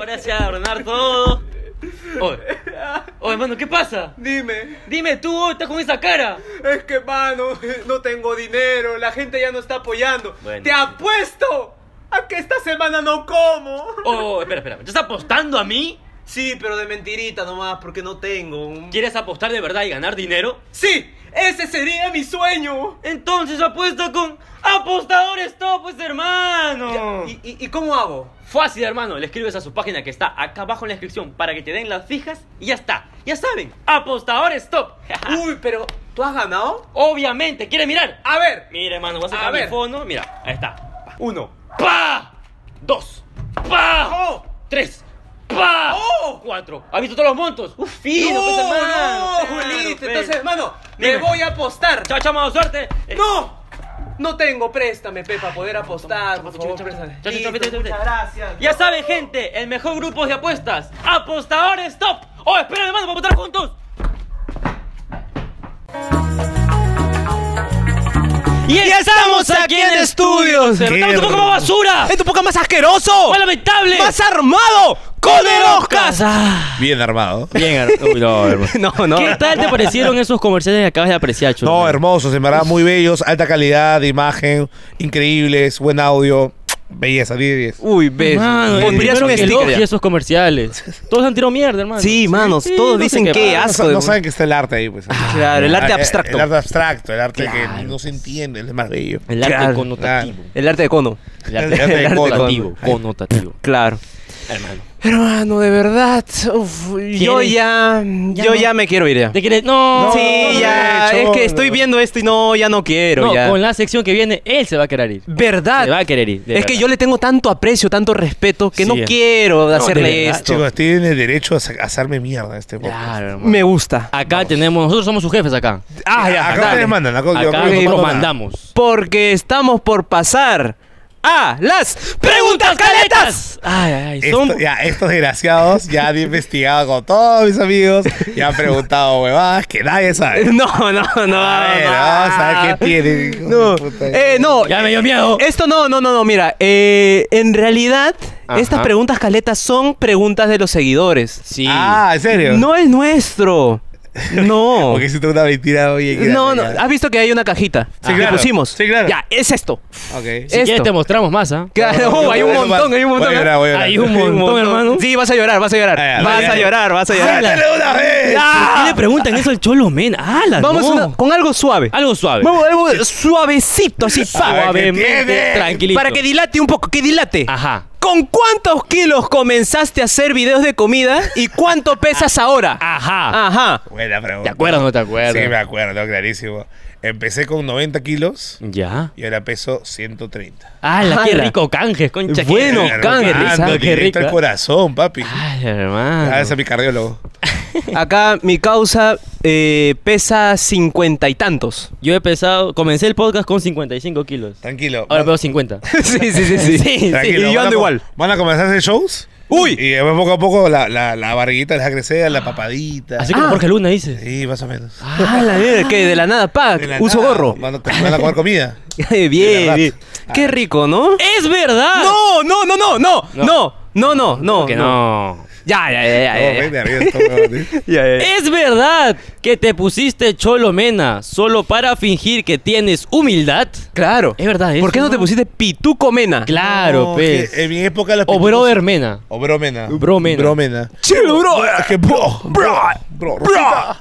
F: Gracias, Bernardo. Oye, oye, mano, ¿qué pasa?
G: Dime,
F: Dime tú, oh, estás con esa cara.
G: es que mano, no tengo dinero, la gente ya no está apoyando.
F: Bueno.
G: Te apuesto a que esta semana no como.
F: Oh, espera, espera, ¿me estás apostando a mí?
G: Sí, pero de mentirita nomás, porque no tengo.
F: ¿Quieres apostar de verdad y ganar dinero?
G: Sí, ese sería mi sueño.
F: Entonces apuesta con apostadores top, pues, hermano.
G: ¿Y, y, y cómo hago?
F: Fácil, hermano. Le escribes a su página que está acá abajo en la descripción para que te den las fijas y ya está. Ya saben, apostadores top.
G: Uy, pero ¿tú has ganado?
F: Obviamente, ¿quieres mirar?
G: A ver,
F: Mira, hermano, vas
G: Ah. A
F: a sacar
G: ver.
F: mi fono. Mira, ahí está.
G: uno.
F: ¡Pa! Dos. ¡Pa!
G: ¡Oh!
F: Tres. ¡Pa!
G: ¡Oh!
F: Cuatro. ¿Has visto todos los montos? ¡Uf, fino,
G: no,
F: pues, hermano!
G: no,
F: Claro,
G: Julito,
F: pues.
G: entonces, hermano, me
F: Dime.
G: voy a apostar.
F: Chao, chao, mano, suerte. Eh,
G: No, no tengo, préstame, Pepa, poder apostar.
F: Toma,
G: por
F: toma, toma,
G: favor,
F: toma,
G: préstame.
F: toma, toma,
G: Listo,
F: toma, toma.
G: Muchas gracias.
F: Ya saben, gente, el mejor grupo de apuestas. ¡Apostadores top! ¡Oh, espera, hermano, para votar juntos!
B: Y estamos
A: aquí en estudios.
B: Estamos un poco como basura.
A: ¡Es tu poco más asqueroso!
B: ¡Más lamentable!
A: ¡Más armado! ¡Con el Oscar!
B: Ah,
C: Bien armado.
B: Bien, her- Uy, no, hermano.
A: No, no.
B: ¿Qué tal te parecieron esos comerciales que acabas de apreciar, Cholo?
C: No, hermosos, en verdad, muy bellos, alta calidad de imagen, increíbles, buen audio, belleza, 10 de 10.
A: Uy, ves.
B: Hermano,
A: Pondrías
B: primero
A: un
B: que
A: sticker.
B: elogie
A: ya.
B: esos comerciales. Todos han tirado mierda, hermano.
A: Sí, manos,
B: sí,
A: todos
B: no sé
A: dicen
B: qué
A: que
B: pasa.
C: No, sa-
A: asco.
C: no
A: de-
C: saben que está el arte ahí, pues.
A: Claro, el arte
C: Ah, eh,
A: abstracto. pues.
C: El arte abstracto, el arte que no se entiende, es más bello.
B: El arte
A: Claro.
B: connotativo.
A: El arte de cono.
B: El arte,
C: El arte
B: el arte
C: connotativo.
B: connotativo. Connotativo.
A: Claro.
B: Hermano.
A: Hermano, de verdad. uf, yo
B: ¿Quieres?
A: ya.
B: Ya
A: yo
B: no.
A: ya me quiero ir ya.
B: ¿Te quieres? No.
A: sí,
C: no,
A: ya.
C: no,
A: es
C: no,
A: que
C: no.
A: estoy viendo esto y no, ya no quiero.
B: No,
A: ya.
B: con la sección que viene, él se va a querer ir.
G: Ah,
A: ¿Verdad?
B: Se va a querer ir.
A: es que yo le tengo tanto aprecio, tanto respeto, que
B: Sí,
A: no
B: eh.
A: quiero hacerle
B: verdad,
A: esto.
C: Chicos, tienen el derecho a, sa- a hacerme mierda en este podcast.
B: Claro, hermano.
A: Me gusta.
B: Acá tenemos. Nosotros somos sus jefes acá.
A: Ah, ya.
C: acá
A: dale.
C: ustedes mandan, acá, yo-
B: Acá
C: yo- yo-
B: nosotros
C: yo-
B: mandamos.
A: Porque estamos por pasar a las preguntas caletas.
B: Ay, ay, ay.
C: Esto-
B: Son
C: ya, estos desgraciados ya han investigado con todos mis amigos y han preguntado huevadas que nadie sabe.
A: No, no, no.
C: a ver,
A: no.
C: vamos a ver qué tiene. hijo
A: No,
C: de puta.
A: eh, no.
B: Mm, Ya me dio miedo.
A: Esto no, no, no, no, mira, eh, en realidad
B: Ajá.
A: estas preguntas caletas son preguntas de los seguidores.
B: Sí.
C: Ah, ¿en serio?
A: No es nuestro. No.
C: Porque hiciste una mentira oye. que
A: No, no,
C: era real.
A: has visto que hay una cajita.
C: Sí,
A: que
C: claro.
A: pusimos.
C: Sí, claro.
A: Ya, es esto.
C: Ok.
B: si quieres
A: esto.
B: te mostramos más, ¿ah?
A: Claro,
C: Voy a-
A: oh, hay un
C: voy a-
A: montón, hay un montón.
C: Voy a llorar, voy a llorar.
B: Hay un montón, hermano.
A: Sí, vas a llorar, vas a llorar.
B: Eh,
C: Ah, ya,
A: vas
C: ya,
A: a
C: ya.
A: llorar, vas a llorar.
C: ¡Dale una vez!
A: Ah,
B: ¿Por qué le preguntan eso al Cholo Men? ¡Hala,
A: Vamos
B: no!
A: una- con algo suave.
B: Algo suave.
A: Vamos, algo suavecito, así, pa,
C: ¿qué tiene?
B: tranquilito. Ah.
A: para que dilate un poco, que dilate.
B: Ajá.
A: ¿Con cuántos kilos comenzaste a hacer videos de comida y cuánto pesas ahora?
B: Ajá.
A: Ajá.
C: Buena pregunta.
B: ¿Te acuerdas o no te acuerdas?
C: Sí, me acuerdo, clarísimo. Empecé con 90 kilos
B: Ya.
C: y ahora peso 130.
B: ¡Hala, qué
A: Hala.
B: Ah, rico canjes, concha! qué
A: Bueno,
B: rico. ah,
A: canje,
C: Arrancando
B: qué
C: directo
B: rico.
A: ¿eh?
C: al corazón, papi.
B: ¡Ay,
C: Ah,
B: hermano!
C: ese es mi cardiólogo.
A: Acá mi causa eh, pesa cincuenta y tantos.
B: Yo he pesado... Comencé el podcast con 55 kilos.
C: Tranquilo.
B: Ahora
C: Van-
B: peso 50.
A: sí, sí, sí, sí.
C: Tranquilo,
A: Y yo
C: van a
A: ando
C: co-
A: igual.
C: Van a comenzar a hacer shows.
A: Uy.
C: Y después poco a poco la, la, la barriguita les va a crecer, la papadita.
B: Así como Jorge Luna dice.
C: Sí, más o menos.
A: Ah, la mierda, que de la nada, pa,
C: De la
A: uso
C: nada,
A: gorro.
C: Van a, van a comer comida.
A: bien,
C: verdad.
B: Eh,
A: bien. Qué rico, ¿no?
B: ¡Es verdad!
A: No, no, no, no, no, no. No, no, no.
B: Que
A: no.
B: no.
A: Ya, ya, ya, ya, ya, ya.
C: No, vete arriba, está huevón, ¿eh?
A: Ya, ya, ya.
B: Es verdad que te pusiste cholomena solo para fingir que tienes humildad.
A: Claro.
B: Es verdad
A: ¿Por
B: eso,
A: qué no, te
B: ¿no?
A: pusiste pituco mena?
B: Claro,
C: No,
A: pues.
B: pez.
C: que eh, En mi época los
B: o
C: pitufos-
B: brother mena.
C: O bromena.
B: Bromena.
C: Bromena.
A: Chill, bro.
C: Ah, que bro, bro, bro, Rosita.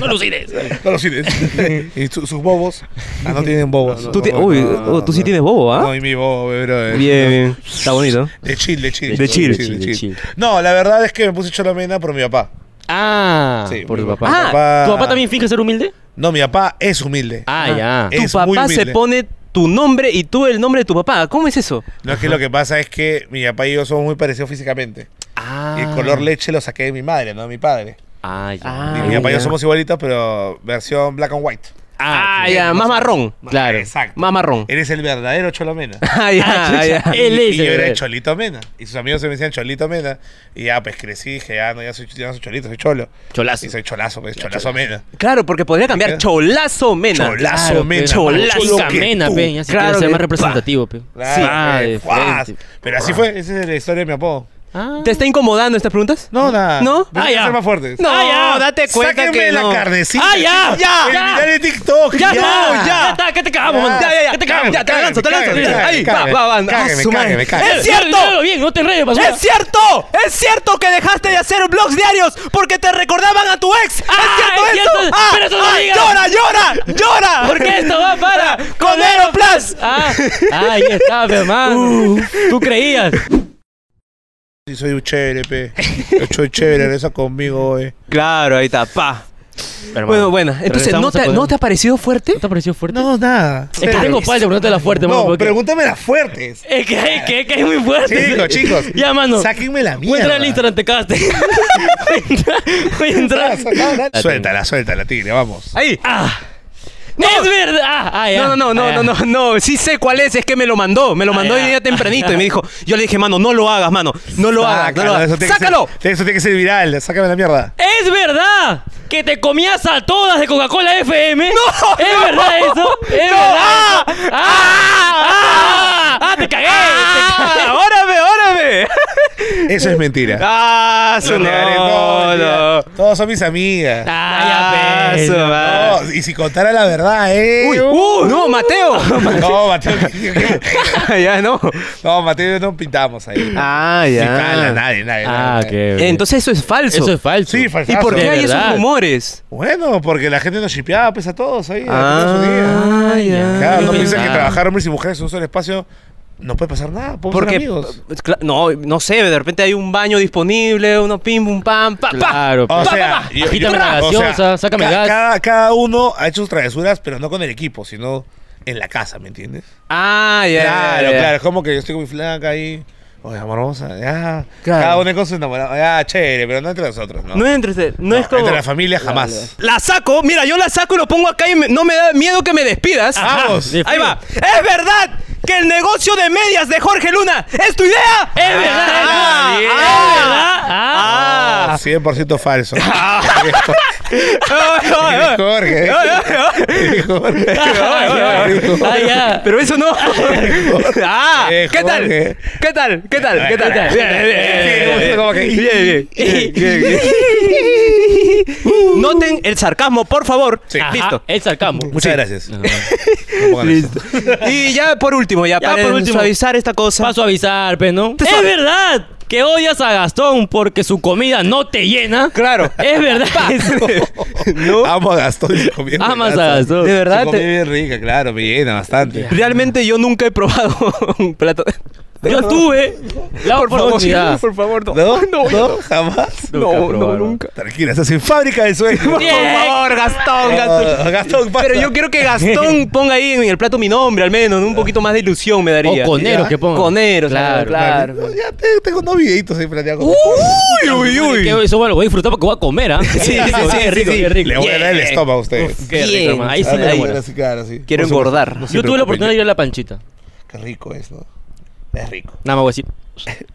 B: No lucires.
C: No lo sirven. y su- sus bobos. Ah, no tienen bobos.
A: Tú ti- uy, oh, tú sí tienes bobo, ¿ah?
C: No, y mi bobo, bro. eh.
A: Bien, bien. Está bonito.
C: De chill, de chill.
A: De chill.
B: De chill, de chill.
C: No, la verdad es que me puse cholomena por mi papá.
B: Ah,
C: Sí,
B: por
C: mi
B: tu papá.
C: papá.
B: Ah, ¿Tu papá también finge ser humilde?
C: No, mi papá es humilde.
B: Ah, ya.
C: Es
A: Tu
C: muy
A: papá se
C: humilde.
A: pone tu nombre y tú el nombre de tu papá. ¿Cómo es eso?
C: No es que lo que pasa es que mi papá y yo somos muy parecidos físicamente.
B: Ah.
C: Y el color leche lo saqué de mi madre, no de mi padre.
B: Ah, ya.
A: Ah,
C: Y mi papá y yo
A: ya.
C: somos igualitos, pero versión black and white.
A: Ah, ya, más marrón.
B: Claro.
C: Exacto.
A: Más marrón.
C: Eres el verdadero cholomena.
A: Ah, ya,
B: Ah,
A: ya.
B: chucha.
C: Y,
B: Él es
C: y yo
B: el
C: era
B: verdadero.
C: Cholito Mena. Y sus amigos se me decían Cholito Mena. Y ya, pues crecí, dije, ya no, ya soy, ya no soy Cholito, soy Cholo.
B: Cholazo.
C: Y soy Cholazo, pues, Cholazo Mena.
A: Claro, porque podría cambiar cholazo mena.
C: Cholazo
B: Claro,
C: Mena. pues,
B: pe,
A: Cholazo
C: Cholo que
B: Mena,
C: tú.
B: pe, ya se
A: Claro
B: quiere ser
A: que-
B: más representativo, pe.
C: Claro,
B: Ah,
C: pues,
B: de
C: fuas.
B: frente.
C: Pero así fue, esa es la historia de mi apodo.
B: Ah.
A: ¿Te está incomodando estas preguntas?
C: No, nada.
A: ¿No?
C: Me
B: Ah,
C: voy a
B: ya.
C: hacer más fuerte.
A: No,
B: Ah, ya.
A: date cuenta
C: Sáquenme
A: que
C: la
A: no.
C: cardecita.
B: ¡Ah, ya!
A: ¡Ya!
C: Eliminar el TikTok.
B: ¡Ya,
C: Ya,
B: no! ¡Ya! ¡Ya está! ¡Que te cagamos, man!
A: Ya, ya, ya.
B: ¡Que te
A: Ya,
B: cagamos!
A: te lanzo, te lanzo.
C: cágame,
A: Ahí, va,
C: cágame,
A: va, va. Ah,
C: cágame,
A: su madre.
C: cágame, cágame.
A: ¡Es cierto!
B: Claro, bien, no te reyes, basura.
A: ¡Es cierto! ¡Es cierto que dejaste de hacer blogs diarios porque te recordaban a tu ex!
B: Ah,
A: ¡Es
B: es
A: cierto
B: cierto.
A: eso! ¡Ah!
B: Pero eso no
A: ¡Ah!
B: digas.
A: ¡Llora, llora! ¡Llora!
B: Porque esto va para
A: ¡Con Aeroplast!
B: Ah, ahí está, pe, hermano. Tú creías.
C: Sí, soy un chévere, pe. Yo soy chévere, regresa conmigo, eh. hoy.
A: Claro, ahí está, pa. Bueno, bueno. Entonces, ¿no
B: Regresamos a
A: te,
B: poder-
A: ¿no te ha parecido fuerte?
B: ¿No te pareció fuerte?
C: No, nada.
B: Es que tengo pal de preguntártela fuerte, mano.
C: No,
B: porque-
C: pregúntame las fuertes.
B: Es que, es que, es que es muy fuerte.
C: Chicos, chicos.
B: Ya, mano.
C: Sáquenme la
B: Voy a entrar al
C: mierda. Ah,
B: Instagram, te cagaste. Voy a entrar- Voy a entrar.
C: Suéltala, suéltala, tigre, vamos.
A: Ahí.
B: Ah. Es verdad. Ah, ah, ya.
A: No, no, no,
B: Ah,
A: no,
B: ya.
A: no, no, no, sí sé cuál es, es que me lo mandó, me lo
B: Ah,
A: mandó
B: ya.
A: hoy día tempranito
B: Ah,
A: y me dijo, yo le dije, mano, no lo hagas, mano, no lo hagas, no lo hagas.
C: Ah, eso tiene que
A: ¡Sácalo!
C: ser- eso tiene que ser viral, sácame la mierda.
B: ¿Es verdad que te comías a todas de Coca-Cola FM? ¡No! ¿Es verdad eso? ¿Es verdad? eso? ¡Ah! ¡Ah! ¡Ah! ¡Te cagué! te cagué.
A: ¡Ah! ¡Órame, órame!
C: Eso es mentira.
A: ¡Ah,
C: Lo
A: su
C: regalé,
A: no, no!
C: mentira. Todos son mis amigas.
B: ¡Ah,
A: Ah,
B: ya,
A: su
B: pe.
A: madre.
C: No, y si contara la verdad, eh.
A: ¡Uy! ¡Uh! ¡No, Mateo!
C: No, Mateo.
A: ya no.
C: No, Mateo, no pintamos ahí.
A: Ah,
C: Ni
A: ya.
C: cala, nadie, nadie.
B: Ah,
C: nadie.
B: ok. ok.
A: Entonces eso es falso.
B: Eso es falso.
C: Sí, falso.
A: ¿Y por
C: De
A: qué hay esos
B: verdad.
A: rumores?
C: Bueno, porque la gente nos shipeaba, pues a todos ahí. a todos los días.
A: Ah, ya.
C: Claro,
B: Yo
C: no piensen que
B: pensaba.
C: trabajar hombres y mujeres en un solo espacio no puede pasar nada. Podemos ser
A: Porque,
C: amigos.
A: p- cla- no, no sé, de repente hay un baño disponible, uno pim, pum, pam, pa, pa.
B: Claro,
C: O
B: pe.
C: sea, yo- yo-
B: Agítame la
C: o sea,
B: gaseosa, sácame
C: ca-
B: gas.
C: Cada, cada uno ha hecho sus travesuras, pero no con el equipo, sino en la casa, ¿me entiendes?
A: Ah, ya.
C: Claro,
A: ya, ya.
C: claro. Es como que yo estoy muy flaca ahí. Oye, amor, vamos a. Ya.
A: Claro.
C: Cada uno con su enamorado. Ya, chévere, pero no entre nosotros, ¿no?
A: No es entre usted, no, es como.
C: Entre la familia jamás.
A: La saco, mira, yo la saco y lo pongo acá y me- no me da miedo que me despidas.
C: Ajá, Vamos. de
A: Ahí
B: frío.
A: va. ¡Es verdad que el negocio de medias de Jorge Luna es tu idea!
B: ¡Es verdad!
A: Ah,
B: ¡Es
A: bien.
B: verdad! ¡Ah!
A: ¡Ah!
C: No, 100% falso.
A: Ay, ay, ay.
C: Jorge. ¿eh?
A: Ay, ay, ay.
C: Jorge.
B: ¡Ah, ya!
A: Pero eso no. ah,
C: Eh,
A: ¿qué tal?
C: Jorge.
A: ¿Qué tal? ¿Qué tal? ¿Qué tal? Bien, bien,
C: Sí, como que-
A: bien. Bien, bien. Bien, bien. Noten el sarcasmo, por favor.
B: Ajá,
A: Listo.
B: El sarcasmo.
C: Muchas gracias.
B: No.
C: No pongan eso.
A: Ah, Y ya por último, ya,
B: Ya
A: para
B: por último.
A: suavizar esta cosa.
B: Paso a avisar, pe, ¿no? ¡Es verdad! Que odias a Gastón porque su comida no te llena.
A: Claro.
B: Es verdad. eso.
A: ¿No?
C: Amo a Gastón. se comió
B: Amas
C: buenazo.
B: a Gastón.
A: De
C: Se
A: verdad.
C: comió
A: te-
C: bien rica, claro, me llena bastante.
A: realmente yo nunca he probado un plato.
B: Yo tuve la oportunidad.
A: por favor, no.
C: ¿No? ¿No? ¿Jamás?
A: No,
B: Nunca
A: no,
B: probaron.
A: nunca.
C: Tranquila, estás en fábrica de sueños.
A: Por favor, Gastón,
C: Ah,
A: Gastón.
C: Gastón, pasa.
A: Pero yo quiero que Gastón ponga ahí en el plato mi nombre, al menos, un poquito más de ilusión me daría.
B: O coneros
A: Ya.
B: que pongan.
A: Coneros, claro,
B: Claro,
A: claro.
C: No, ya te- tengo unos videitos ahí planeados.
A: Uh, Uy, uy,
B: Que
A: uy.
B: eso bueno, lo voy a disfrutar porque voy a comer, ¿ah?
A: sí, sí, sí,
B: qué rico,
A: sí.
B: qué rico.
C: Le voy a dar el estómago a ustedes.
B: Qué rico,
A: Bien.
B: hermano. Ahí sí
C: Ah,
B: me
C: pero
B: da
C: bueno,
B: igual.
C: así, claro, sí.
A: Quiero
C: Por supuesto,
A: engordar.
C: no se
B: Yo tuve la
C: preocupen,
B: oportunidad de ir a la panchita.
C: Qué rico es, ¿no? Es rico.
B: Nada más voy a decir.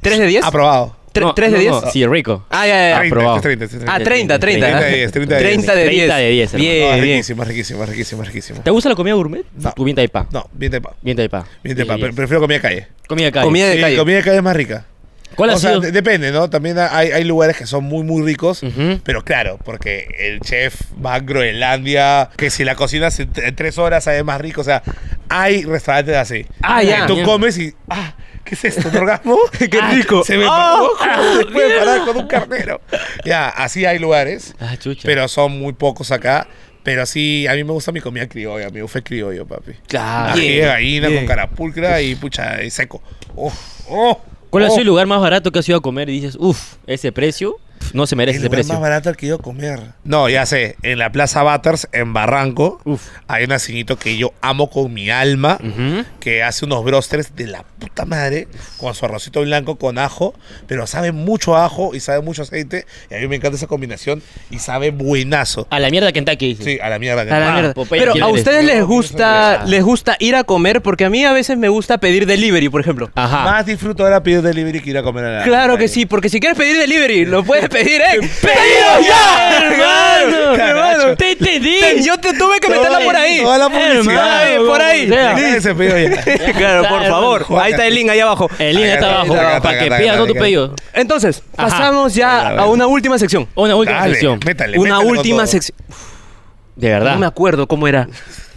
A: ¿Tres de diez?
C: Aprobado. este
A: Tre-
B: No,
A: ¿Tres de
B: no,
A: 10?
B: no, sí, rico.
A: Ah, ya, ya, ya.
B: aprobado.
C: 30, es 30.
A: Ah, 30, 30.
B: 30
A: ¿eh?
C: de 10, 30 de
A: 30 de 10.
B: 30 de 10, hermano.
A: Bien,
C: No,
A: bien.
C: riquísimo, es riquísimo, es riquísimo, es riquísimo.
B: ¿Te gusta la comida gourmet?
C: No.
B: Tu bien taipa.
C: No, bien de pa.
B: Bien taipa.
C: Bien de pa,
B: 10.
C: pero prefiero comida de calle.
B: Comida de calle.
A: Comida de
C: Sí,
A: calle.
C: comida de calle es más rica.
B: ¿Cuál
C: o
B: ha
C: sea,
B: sido?
C: de- depende, ¿no? También hay, hay lugares que son muy, muy ricos,
B: Ujú.
C: pero claro, porque el chef va a Groenlandia, que si la cocinas en, t- en tres horas sabe más rico, o sea, hay restaurantes así.
A: Ah,
C: Que
A: ya.
C: Tú
B: Bien.
C: comes y, ah, ¿qué es esto, un orgasmo?
A: Qué rico.
B: Oh,
C: Se me
B: ah,
C: paró, se puede parar con un carnero. Ya, así hay lugares,
B: Ah, chucha.
C: pero son muy pocos acá. Pero sí, a mí me gusta mi comida criolla, mi buffet criollo, papi.
A: Claro.
B: Ah,
C: Ají de gallina
A: bien.
C: con carapulcra y pucha, y seco. Uf, oh,
B: ¿Cuál ha
C: oh.
B: sido el lugar más barato que has ido a comer y dices, uff, ese precio pf, no se merece
C: El
B: ese
C: lugar
B: precio?
C: más barato al que yo comer. No, ya sé. En la Plaza Butters, en Barranco,
B: Uf.
C: hay un asinito que yo amo con mi alma,
B: Ujú.
C: que hace unos brosters de la puta madre, con su arrocito blanco con ajo, pero sabe mucho a ajo y sabe mucho aceite. Y a mí me encanta esa combinación y sabe buenazo.
B: A la mierda Kentucky. dices.
C: Sí, a la mierda.
A: Ah, A la
B: Ah,
A: mierda.
B: Popeye,
A: Pero
B: ¿quién
A: a
B: eres?
A: ustedes les gusta,
B: Ah.
A: les gusta ir a comer porque a mí a veces me gusta pedir delivery, por ejemplo.
B: Ajá.
C: Ah. Más disfruto ahora pedir delivery que ir a comer a la
A: Claro que
C: calle.
A: sí, porque si quieres pedir delivery, lo puedes pedir ¿eh? en ¡Pedido ya!
B: hermano,
A: hermano.
B: Te entendí.
A: Te- yo te tuve que meterla por ahí.
C: Toda la publicidad.
A: Hermano, por ahí.
B: Ya.
C: Nadie se pidió ya.
A: Claro, por favor. Ahí está el link ahí abajo.
B: El link
C: Acá
B: está
C: está,
B: abajo
C: acá está,
B: para
C: acá
B: que
C: está,
B: pidas
C: acá
B: todo tu
C: está.
B: pedido.
A: Entonces,
B: Ajá.
A: pasamos
C: A
A: ya
C: ver.
A: a una última sección.
B: Una última
C: Dale,
B: sección.
C: métale,
A: Una
C: métele con
A: última
C: todo.
A: sección.
B: De
A: No me
B: verdad.
A: acuerdo cómo era.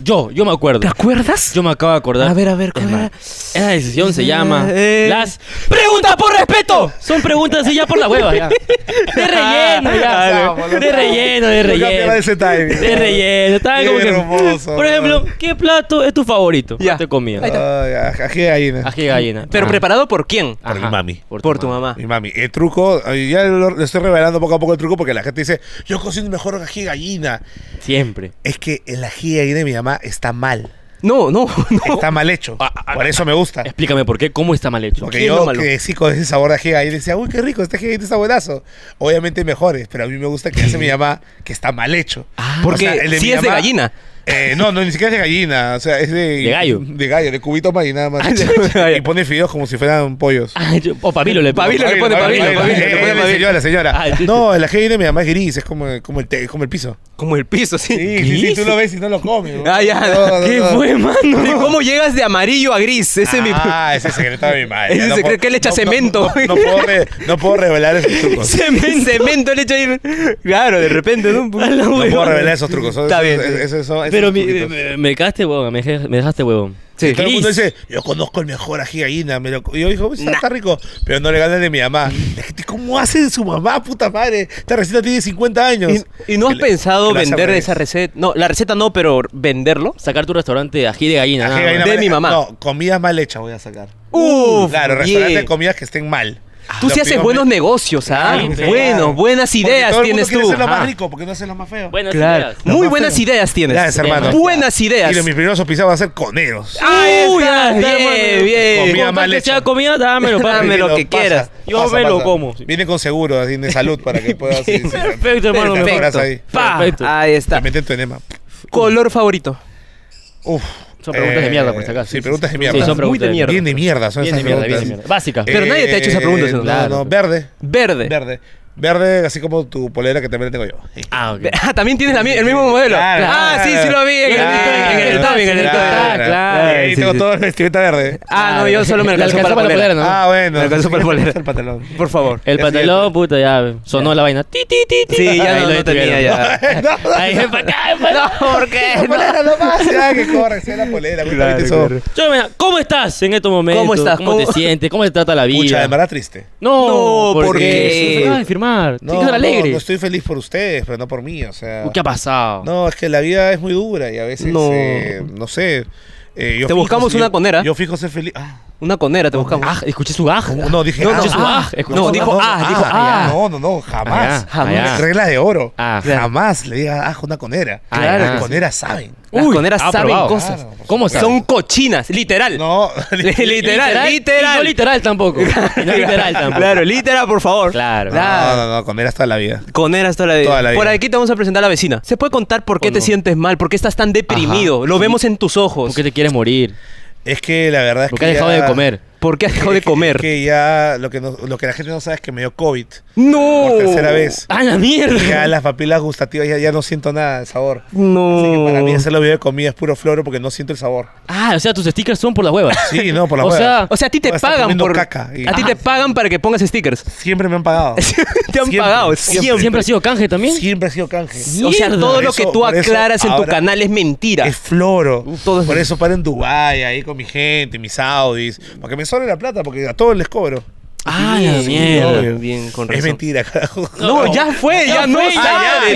B: Yo, yo me acuerdo.
A: ¿Te acuerdas?
B: Yo me acabo de acordar.
A: A ver, a ver, ¿cómo era?
B: Esa decisión se llama
A: Eh.
B: las preguntas por respeto. Son preguntas así ya por la hueva ya. De relleno ya. De relleno, de
C: No cambiaba
B: relleno.
C: ese timing.
B: De relleno. Estaba
C: Qué
B: como que-
C: hermoso,
B: por ejemplo,
C: bro.
B: ¿qué plato es tu favorito?
A: Ya.
B: Ya. te comía.
A: Ahí está.
C: Ay, aj- ají de gallina.
B: Ají de gallina.
A: ¿Pero
B: Ah.
A: preparado por quién?
C: Por mi
B: Ajá.
C: mami.
A: Por ah. tu mamá.
C: Mi mami, el truco, eh, ya lo, lo estoy revelando poco a poco el truco porque la gente dice, yo cocino mejor ají de gallina.
B: Siempre.
C: Es que el ají de gallina de mi mamá está mal,
A: No, no, no.
C: está mal hecho.
A: Ah,
C: Por eso me gusta.
B: Explícame por qué, cómo está mal
A: ¿qué
B: hecho.
C: Porque
A: es lo
C: yo
A: malo?
C: que sí con ese sabor de ají de gallina decía, uy, qué rico, este ají de gallina está buenazo. Obviamente hay mejores, pero a mí me gusta que hace mi mamá que está mal hecho.
A: Ah,
C: O
A: porque
C: sea, el de
A: sí
C: mi
A: es de
C: mamá-
A: gallina.
C: Eh, no, no, ni siquiera es de gallina, o sea, es de...
B: De gallo.
C: De gallo, de cubitos más y nada más.
A: Ah, ya, ya.
C: y pone fideos como si fueran pollos.
B: Ah, yo- O pabilo le
A: Pabilo le pone pabilo, pabilo, le pone
C: Eh, eh,
A: pabilo.
C: Señora, señora.
B: Ah,
C: No, el ají de mi mamá es gris, es como, como, el, te- como el piso.
A: Como el piso, sí.
C: Sí, sí, sí, tú lo ves y no lo comes. ¿no?
A: Ah, ya.
C: No, no,
B: ¿Qué
C: no.
B: fue, mano?
A: ¿Y cómo llegas de amarillo a gris? Ese es mi...
C: Ah, ese es secreto de mi madre.
A: Ese
C: Ya,
A: secreto
C: puedo-
A: que le echa
C: no-
A: cemento.
C: No, no- no puedo re- no puedo revelar esos trucos.
A: Cemento. Cemento le echa ahí. Claro, de repente, ¿no?
C: No puedo revelar esos trucos. Son-
A: Está bien,
C: esos-
A: sí. eh,
C: esos- esos-
B: Pero
C: esos
B: mi-
C: truquitos.
B: me, me dejaste huevón, me dej- me dejaste huevón.
A: Sí.
C: Todo el mundo
B: Gris.
C: dice, yo conozco el mejor ají de gallina. Me lo, co-". yo digo, está, está rico, pero no le ganan de mi mamá. La gente, ¿Cómo hace su mamá, puta madre? Esta receta tiene 50 años.
A: ¿Y, y no has
C: Que le-
A: pensado
C: que lo hace al
A: vender
C: revés.
A: esa receta? No, la receta no, pero venderlo.
B: Sacar tu restaurante de ají de gallina.
C: Ají
B: nada
C: de
B: más.
C: gallina
A: De
C: mal-
A: mi mamá.
C: No, comidas mal hechas voy a sacar.
A: Uf,
C: Claro,
A: bien. Ah,
C: restaurantes de comidas que estén mal.
A: Tú
C: Los
A: sí haces
C: pido
A: buenos
C: mal.
A: negocios, ¿ah?
B: Sí, claro.
A: Buenos, buenas
C: Porque
A: ideas
C: todo el mundo
A: tienes
C: quiere
A: tú.
C: hacer lo más
A: Ajá.
C: rico, porque no haces lo más feo?
B: Buenas
A: Claro.
B: ideas.
A: Muy
C: más
A: buenas
C: feo.
A: ideas tienes.
C: Gracias, hermano.
A: Buenas ideas. Ah,
C: Y de mis primeros pisados van a ser
G: Ah,
C: coneros.
A: Ahí
B: Uy,
A: está,
B: ya, ya,
A: bien,
B: hermano.
A: bien.
C: Comida
B: Con
C: mal
B: tal que
C: hecha.
B: sea comida, dámelo, papi.
A: Dame lo
C: Pero
A: que
C: pasa,
A: quieras.
B: Yo
C: pasa,
B: me lo
C: pasa.
B: como. Sí.
C: Viene con seguro, así de salud, para que puedas. sí, sí, sí.
B: Perfecto, hermano.
C: Te
B: me
C: mejoras
B: parto.
C: ahí.
A: Pa, Ah.
B: Perfecto.
A: ahí está.
C: Te meten tu enema.
A: Color favorito.
C: Uf. eh,
B: Son preguntas de mierda, por si acaso.
C: Sí, preguntas de mierda.
B: Sí, son preguntas de mierda.
C: Bien de mierda, son
B: Bien de
C: esas
B: mierda, bien de
C: preguntas.
B: mierda. Básica.
A: Pero nadie te ha hecho esa pregunta,
C: Eh,
A: sino-
C: No,
A: Claro.
C: no, verde.
A: Verde.
C: Verde. Verde, así como tu polera que también la tengo yo.
B: Ah, ok.
A: Ah, también tienes la mi- el mismo modelo.
C: Claro,
A: ah, sí,
C: claro.
A: sí lo vi en el-
B: Claro,
A: en el,
B: claro,
A: Tommy, en el Tommy.
B: claro.
A: claro,
C: Y
A: sí,
C: tengo
A: sí.
C: todo el vestimenta verde.
A: Ah, no, yo solo me
B: Le
A: alcanzó para
B: alcanzó
A: la polera.
B: ¿no?
C: Ah, bueno.
A: Me alcanzó para el polera.
C: El pantalón.
A: Por favor.
B: El
C: Ya
B: pantalón,
C: siguiente.
B: puta, ya sonó la vaina. Ti, ti, ti, ti.
A: Sí, ya
B: Ahí
A: no,
B: lo
A: no tenía
B: detuvieron.
A: ya.
C: No,
B: Ahí es pa' acá, es pa' acá.
A: ¿Por qué?
C: La polera lo más. Ya que corre, sea la polera. güey,
A: Claro,
C: también te
A: claro.
B: Yo, mira, ¿Cómo estás en estos momentos?
A: ¿Cómo estás?
B: ¿Cómo,
A: ¿Cómo-
B: te sientes? ¿Cómo te trata la vida?
C: Pucha, de verdad triste.
B: No,
A: No,
B: porque
A: ¿por qué?
B: Se acaba de firmar. Tienes que estar alegre.
C: no estoy feliz por ustedes, pero no por mí, o sea.
B: ¿Qué ha pasado?
C: No, es que la vida es muy dura y a veces, eh,
A: No.
C: no, sé. eh, yo
A: Te
C: fijo
A: buscamos
C: ser-
A: una
C: yo-
A: conera.
C: Yo fijo ser feliz. Ah,
A: Una conera te buscamos.
B: Ah, escuché su aj.
C: no, dije
B: No,
C: ah.
B: escuché su aj. Escuché
A: no,
B: su
A: dijo
B: aj.
A: ah, dijo
B: ah.
C: No, no, no, jamás.
B: Ah, jamás.
C: Ah. Regla de oro.
B: Ah.
C: Jamás le digas ah, una conera.
B: Ah,
C: Claro,
B: ya.
C: Las coneras saben.
A: Las
B: Uy, ah,
A: coneras
B: ha
A: saben
B: probado.
A: cosas.
C: Claro, por
B: ¿Cómo sabes?
A: Son cochinas, literal.
C: No,
A: literal,
B: Y no
A: literal.
B: literal tampoco. Y no literal tampoco.
A: Claro, literal, por favor.
B: Claro.
C: no, no, no, coneras toda la vida.
A: Coneras toda la vida.
C: Toda la vida.
A: Por aquí te vamos a presentar a la vecina. ¿Se puede contar por qué
B: ¿O
A: te
B: no?
A: sientes mal? ¿Por qué estás tan deprimido? Lo vemos en tus ojos.
B: ¿Por qué te quieres morir?
C: Es que la verdad es
B: ¿Por
C: que.
B: qué has dejado
C: ya-
B: de comer?
A: ¿Por qué dejó de comer?
C: Que ya lo que, no- lo que la gente no sabe es que me dio COVID.
A: ¡No!
C: Por tercera vez.
B: ¡A ¡Ah, la mierda!
C: Ya las papilas gustativas ya, ya no siento nada de sabor. Así que
B: No.
C: para mí
A: Uh.
C: hacerlo video de comida es puro floro porque no siento el sabor.
B: Ah, o sea, tus stickers son por la hueva.
C: Sí, no, por la
B: O
C: hueva.
B: sea-
A: O sea, a ti te
C: Voy a estar
A: pagan
C: comiendo
A: por...
C: caca y-
A: A ti te pagan para que pongas stickers.
C: Siempre me han pagado.
A: te han
C: Siempre,
A: pagado, siempre.
C: siempre.
B: ¿Siempre ha sido canje también?
C: Siempre ha sido canje.
A: O sea,
B: Mierda.
A: todo lo
C: Por
A: que
C: eso-
A: tú
C: por eso
A: aclaras en tu
C: ahora-
A: canal es mentira.
C: Es floro.
A: Uh, Todo es-
C: Por eso paro en Dubai ahí con mi gente, mis Audis. Para que me sobre la plata, porque a todos les cobro.
B: ¡Ah, la
C: Sí,
B: mierda!
C: obvio.
A: Bien, con
C: Es
A: razón.
C: mentira, carajo.
A: No, ya fue, ya
B: Ya
A: no
B: fue, ya,
A: sale.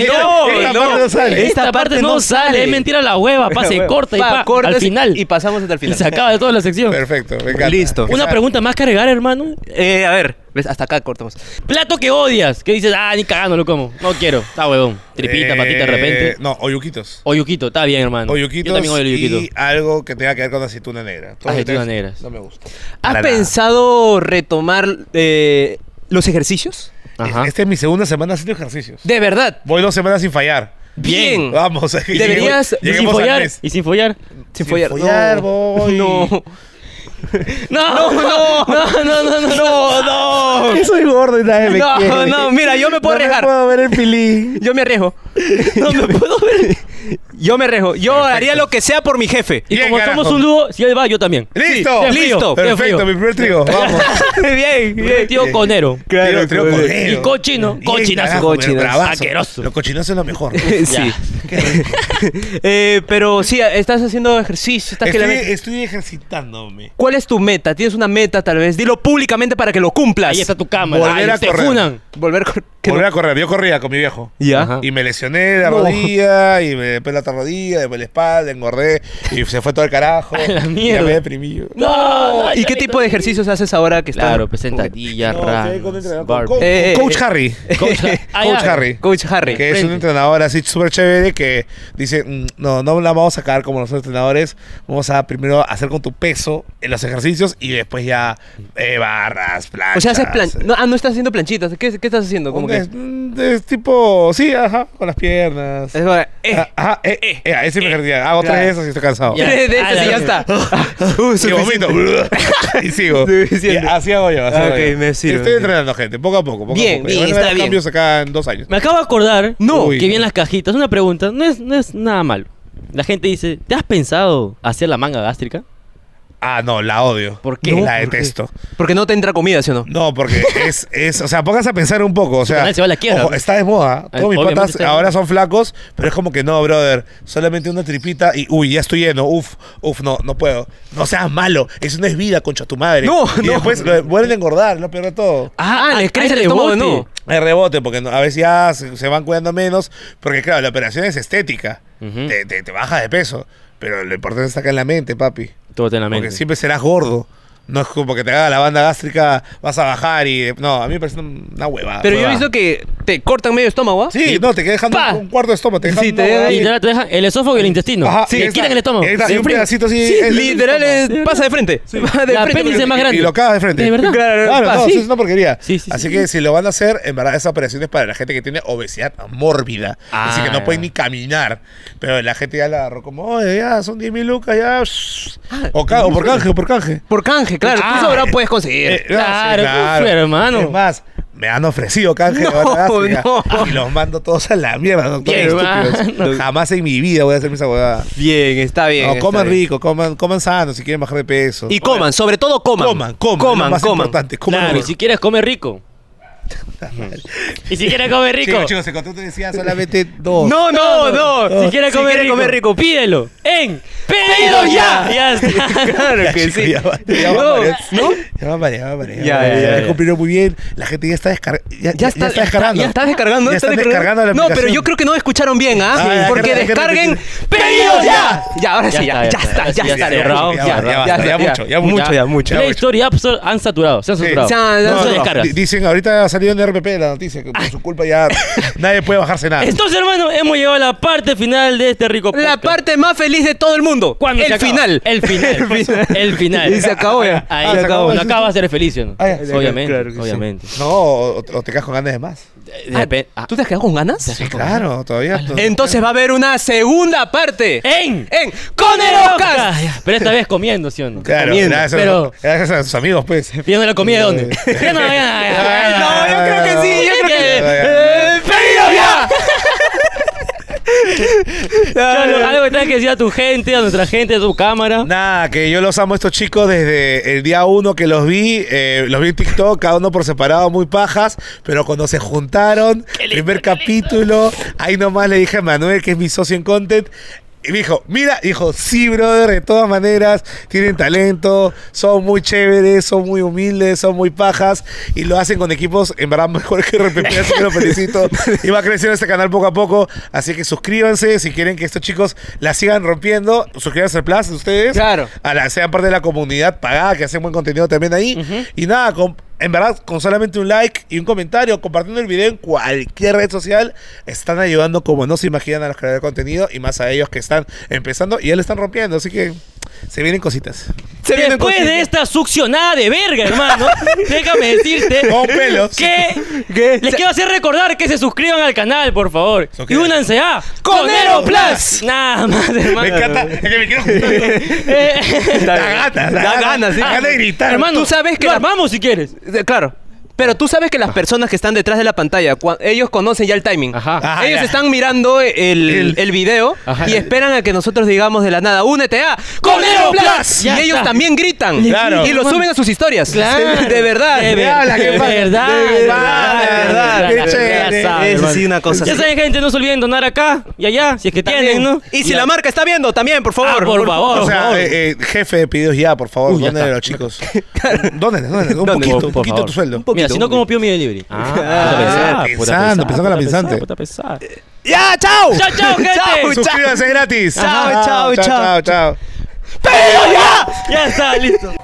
A: No,
C: ya, esta
A: no.
C: parte no sale.
A: Esta parte no sale.
B: Es mentira la hueva. Pase
A: Bueno,
B: corta y
A: pa,
B: pa,
A: cortas
B: al final.
A: Y pasamos hasta el
B: Y
A: final.
B: se acaba de toda la sección.
C: Perfecto, me encanta.
A: Listo.
C: Que
B: Una
C: sea-
B: pregunta más cargar, hermano.
A: Eh, a ver, ¿ves? hasta acá cortamos.
B: Plato que odias. Que dices, ah, ni cagando lo como. No quiero. Está huevón. Tripita,
C: Eh,
B: patita de repente.
C: No, oyuquitos.
B: Oyuquito, está bien, hermano.
C: Oyuquitos.
B: Yo también odio oyuquito.
C: Y algo que tenga que ver con aceituna negra. Todo lo que
B: Aceitunas
C: tenga-
B: negras.
C: No me gusta.
A: ¿Has
C: Para nada.
A: pensado retomar eh, los ejercicios?
B: Ajá.
C: Es- Esta es mi segunda semana haciendo ejercicios.
A: De verdad.
C: Voy dos semanas sin fallar.
A: Bien.
C: Vamos.
A: Deberías-
B: Y sin
C: Lleguemos al
B: follar.
C: mes.
B: Y sin follar.
A: Sin follar.
C: follar,
A: no.
C: voy.
A: No.
B: No, no, no, no, no, no.
A: No, no.
C: Soy gordo y nadie me
A: No,
C: quiere.
A: no, mira, yo me puedo
C: No
A: arriesgar.
C: puedo ver el pilín.
A: Yo me arriesgo. No me puedo ver. Yo me arriesgo. Yo haría lo que sea por mi jefe.
B: Y
C: Bien,
B: como
C: carajo.
B: somos un dúo, si él va, yo también.
C: ¡Listo!
B: Bien frío,
A: listo,
B: bien
C: Perfecto,
B: frío.
C: mi primer trigo. Vamos.
A: bien,
B: Bien,
A: bien.
B: tío conero.
C: Claro, trío
A: claro.
C: cordero.
B: Y cochino,
C: Bien,
B: cochinazo,
C: carajo,
A: cochinazo.
C: bravazo.
B: Asqueroso.
C: Lo cochinazo es lo mejor.
A: Sí. Eh, pero sí, estás haciendo ejercicio. Estás que la
C: Estoy,
A: met-
C: estoy ejercitándome.
A: ¿Cuál es tu meta? ¿Tienes una meta tal vez? Dilo públicamente para que lo cumplas.
B: Ahí está tu cámara. Ahí
C: Volver a
B: te
C: correr.
B: funan.
A: Volver con... que
C: Volver
A: no-
C: a correr. Yo corría con mi viejo.
A: Ya.
B: Ajá.
C: Y me lesioné la
A: No.
C: rodilla, y me, después la otra rodilla, después la espalda, engordé, y se fue todo el carajo.
B: A la
C: Y ya
B: mierda.
C: me deprimí. yo.
B: No,
A: ¿Y qué tipo de ejercicios haces ahora que estás?
B: Claro, pues sentadillas,
C: No, estoy con un
B: ramas,
C: entrenador, con
B: bar-
C: coach,
A: Eh,
C: con coach
A: eh,
C: Harry.
B: Coach- Ah,
C: Coach
B: ya.
C: Harry.
A: Coach Harry.
C: Que es un
B: Frente.
C: entrenador así súper chévere que dice, "Mm, no, no la vamos a sacar como los entrenadores, vamos a primero hacer con tu peso en los ejercicios y después ya eh, barras, planchas.
A: O sea, haces plan... No, ah, no estás haciendo planchitas. ¿Qué, qué estás haciendo? Como
C: Como
A: que...
C: es, mm, es tipo, sí, ajá, con las piernas.
A: Es ahora, eh,
C: Ah, ajá, eh, eh, eh, ese me ejercicio. Hago tres de esos y estoy cansado.
B: Ya.
A: tres de esas
B: Ah,
A: y
B: la
A: ya
B: mierda.
A: está. Uh,
C: Y
A: suficiente.
C: vomito. y sigo.
A: Suficiente.
C: Y así hago yo. Así
A: Ah,
C: hago
A: ok,
C: yo.
A: me sirve.
C: Estoy entrenando, gente, poco a poco. poco
A: Bien,
C: a poco.
A: bien,
C: Van a ver
A: está
C: los
A: bien.
C: cambios acá en dos años.
B: Me acabo de acordar
A: No.
B: que bien las cajitas. Una pregunta, no es, no es nada malo. La gente dice, ¿te has pensado hacer la manga gástrica?
C: Ah, no, la odio.
B: ¿Por qué?
C: la
B: ¿Por qué?
C: detesto.
A: Porque no te entra comida, ¿sí o no?
C: No, porque es, es, o sea, póngase a pensar un poco, o sea,
B: canal se va a la quiebra,
C: ojo,
B: pues.
C: está de moda, todos mis
B: Obviamente
C: patas
B: está de
C: ahora son flacos, pero es como que no, brother, solamente una tripita y, uy, ya estoy lleno, uf, uf, no, no puedo, no seas malo, eso no es vida, concha tu madre.
A: No,
C: y
A: no.
C: después lo, vuelven a engordar, lo peor de todo.
A: Ah, les crece el
B: hay
A: estómago,
B: rebote.
A: ¿no?
C: Hay rebote, porque no- a veces ya se, se van cuidando menos, porque claro, la operación es estética,
B: Ujú.
C: te, te, te baja de peso, pero lo importante está acá en la mente, papi.
B: Todo está en la mente.
C: Porque siempre serás gordo. No es como que te haga la banda gástrica, vas a bajar y. No, a mí me parece una hueva.
A: Pero yo he
C: hueva.
A: visto que te cortan medio estómago, ¿ah?
C: Sí, no, te queda dejando
B: ¡Pa!
C: un cuarto de estómago. Te dejan
A: Sí, te
C: una
A: deja
C: hueva
A: ahí.
B: Y
C: bien.
B: literal te dejan el esófago y el intestino.
C: Ajá,
B: Sí,
C: y
B: te
C: está-
B: quitan el estómago.
C: está- y
B: Te
C: un
B: fritan.
C: pedacito así.
A: Sí,
C: es-
A: literal
C: es-
A: es- pasa de frente. Va de
B: La
A: frente.
B: apéndice más grande.
C: Y lo acabas de frente.
B: De verdad.
A: Claro,
C: Claro,
A: pa,
C: no,
A: sí.
C: eso es una porquería.
B: Sí, sí,
C: Así
B: sí.
C: que si lo van a hacer, en verdad, esa operación es para la gente que tiene obesidad mórbida. Así que
B: Ah.
C: no pueden ni caminar. Pero la gente ya la agarró como, oye, ya son 10 mil lucas, ya. shh". O, ca- o por canje, o por canje.
A: Por canje, claro.
B: Ah,
A: tú ahora puedes conseguir.
C: Eh, no,
B: Claro, pues, hermano.
C: Es más, me han ofrecido canje de
A: No,
C: banda gástrica
A: no.
C: y los mando todos a la mierda, doctor.
B: Bien,
C: Estúpidos. Jamás en mi vida voy a hacer esa huevada.
A: bien, está bien.
C: No,
A: está
C: coman
A: bien.
C: rico, coman, coman sano si quieren bajar de peso.
A: Y coman, sobre todo coman.
C: coman, coman,
A: coman.
C: lo más
A: coman.
C: importante, coman.
B: Claro, y
C: rico.
B: si quieres, come rico. y si quieres, come rico.
C: Chicos, chicos, el contrato decía solamente dos.
A: No, no, no.
B: Si quieres comer, rico,
A: rico,
B: pídelo en Pedido Ya. Ya está.
A: Claro
C: Ya,
A: que
C: chicos,
A: sí.
C: Ya, va- ya
A: No,
C: va varias.
A: ¿no?
C: Ya va varias, ya va varias,
A: Ya,
C: va varias.
A: ya,
C: Me
A: ya.
C: cumplieron muy bien. La gente ya está, descarga- ya,
A: Ya está, ya está-
C: descargando.
A: Ya está descargando.
C: Ya
A: está
C: están descargando la
A: No, pero
C: aplicación.
A: yo creo que no escucharon bien, ¿ah?
C: Ah, ya,
A: Porque
C: creo que-
A: descarguen
C: creo que-
A: pedidos ya. Ya, ahora
B: Ya
A: sí, ya, ya
B: está,
A: está,
B: ya
A: ya
B: está, ya
A: está
B: está,
A: cerrado.
C: ya, ya basta, ya mucho, ya
A: mucho,
C: mucho.
A: ya mucho.
B: Play Store y App Store han saturado. Se han
C: Sí.
B: saturado.
A: Se han-
B: no,
A: no,
B: se
A: no,
B: descargas.
C: Di- Dicen, ahorita ha salido en RPP la noticia, que por su culpa ya nadie puede bajarse nada.
B: Entonces, hermano, hemos llegado a la parte final de este rico
A: La
B: podcast.
A: parte más feliz de todo el mundo.
B: ¿Cuándo se
A: El
B: acaba?
A: final.
B: El final.
A: El final.
B: El final.
A: Y se acabó ya.
B: Ahí
C: Ah,
B: se
C: se
B: acabó.
C: acabó.
B: No acabas de ser feliz, ¿no?
C: Ah, ya.
B: obviamente.
A: Claro que sí.
B: obviamente.
C: No, o, o te quedas con ganas de más.
B: Depe- ah,
G: ¿Tú te has quedado con ganas?
C: Sí, claro, todavía. to-
G: Entonces va a haber una segunda parte.
B: ¡En!
A: ¡Eh!
G: ¡En Coneroscast!
B: Pero esta vez comiendo, ¿sí o no?
C: Claro,
G: comiendo,
C: gracias,
B: pero-
C: a, gracias a sus amigos, pues.
B: Pidiendo la comida, ¿dónde? Ya no, ya,
C: Ah,
B: ya, ya.
G: No, yo creo que sí, yo creo que.
C: Ya,
G: Eh, ¡Pedido ya!
B: Cholo, algo que tengas que decir a tu gente, a nuestra gente, a tu cámara.
C: Nada, que yo los amo a estos chicos desde el día uno que los vi, eh, los vi en TikTok, cada uno por separado, muy pajas, pero cuando se juntaron, primer capítulo, ahí nomás le dije a Manuel, que es mi socio en content, y me dijo, mira, dijo, sí, brother, de todas maneras, tienen talento, son muy chéveres, son muy humildes, son muy pajas, y lo hacen con equipos en verdad mejor que RPP, así que lo felicito. Y va creciendo este canal poco a poco, así que suscríbanse si quieren que estos chicos la sigan rompiendo, suscríbanse al Plus, ustedes
G: Claro.
C: a la, sean parte de la comunidad pagada que hacen buen contenido también ahí. Y nada, con- en verdad, con solamente un like y un comentario, compartiendo el video en cualquier red social, están ayudando como no se imaginan a los creadores de contenido y más a ellos que están empezando y ya le están rompiendo. Así que se vienen cositas.
G: Se vienen
B: Después
G: cositas.
B: de esta succionada de verga, hermano, déjame decirte
C: Con pelos.
B: que
G: ¿Qué?
B: les quiero hacer recordar que se suscriban al canal, por favor. Y
C: Suscríbanse.
B: únanse a
G: Conero Plus.
B: Nada más, hermano.
C: Me encanta. Es que me quiero.
B: Eh,
C: Da ganas.
G: Da ganas, sí.
C: Da ganas de gritar.
B: hermano,
G: tú sabes que
B: lo
G: la-
B: armamos si quieres.
G: Eh, Claro. Pero tú sabes que las personas que están detrás de la pantalla, cua- ellos conocen ya el timing.
B: Ajá.
C: Ajá,
G: ellos
C: ya.
G: están mirando el,
C: El-
G: el video
B: Ajá.
G: y esperan a que nosotros digamos de la nada, únete a Conero Plus. Y
B: Ya
G: ellos
B: está.
G: también gritan.
C: Claro.
G: Y lo suben a sus historias.
B: Claro.
G: De verdad.
B: De ver-
C: habla, qué
B: de
C: pasa?
B: verdad.
C: De verdad,
G: de
C: verdad, qué
B: Ya saben,
G: Eso
B: hermano.
G: sí, una cosa
B: Ya
G: así.
B: saben, gente, no se olviden donar acá y allá, si es que tienen, ¿no?
G: Y si
B: Ya.
G: la marca está viendo, también, por
B: Ah,
G: favor.
B: por favor.
C: O
B: por favor.
C: sea, eh, eh, jefe de pedidos ya, por favor,
B: Uy, ya
C: dónenle
B: está.
C: a los chicos. Dónenle, dónenle, un
G: Dónenle,
C: poquito,
B: por
C: un poquito
B: favor.
C: tu sueldo.
B: Mira, si no, como pido mi delivery. Ah,
C: Ah, pensando, pensando con la pensante.
G: ¡Ya, chao!
B: Chao, chao, gente.
C: Suscríbanse gratis.
G: Chao, chao,
C: chao,
G: chao.
C: chao, chao.
G: ¡Pero ya!
B: Ya está, listo.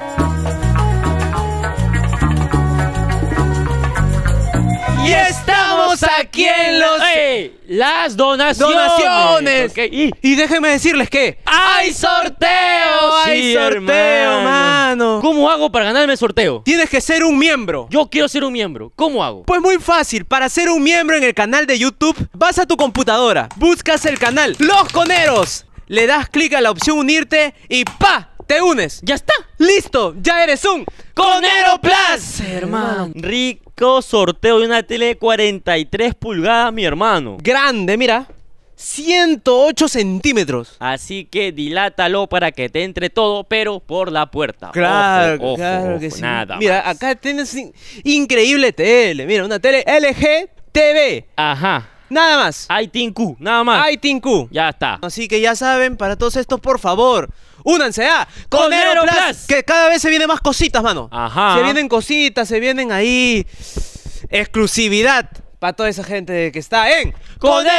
G: Y estamos aquí en los
B: Ey, las donaciones.
G: donaciones.
B: Ok, y-
G: Y déjenme decirles que
B: ¡Hay sorteo!
G: ¡Hay sorteo, mano!
B: ¿Cómo hago para ganarme el sorteo?
G: tienes que ser un miembro.
B: Yo quiero ser un miembro. ¿Cómo hago?
G: Pues muy fácil, para ser un miembro en el canal de YouTube, vas a tu computadora, buscas el canal Los Coneros, le das clic a la opción unirte y ¡pa! Te unes.
B: ¡Ya está!
G: ¡Listo! ¡Ya eres un Conero Plus!
B: Hermano. Rico sorteo de una tele de 43 pulgadas, mi hermano.
G: Grande, mira. 108 centímetros.
B: Así que dilátalo para que te entre todo, pero por la puerta.
G: Claro,
B: Ojo, ojo,
G: claro
B: ojo,
G: que sí.
B: Nada
G: Mira,
B: más.
G: acá tienes in- increíble tele. Mira, una tele LG TV.
B: Ajá.
G: Nada más.
B: Hay Tinku, nada más.
G: ITINQ.
B: Ya está.
G: Así que ya saben, para todos estos, por favor, únanse a
B: Conero
G: Conero Plus,
B: Plus. Ah.
G: que cada vez se vienen más cositas, mano.
B: Ajá.
G: Se vienen cositas, se vienen ahí exclusividad para toda esa gente que está en
B: Conero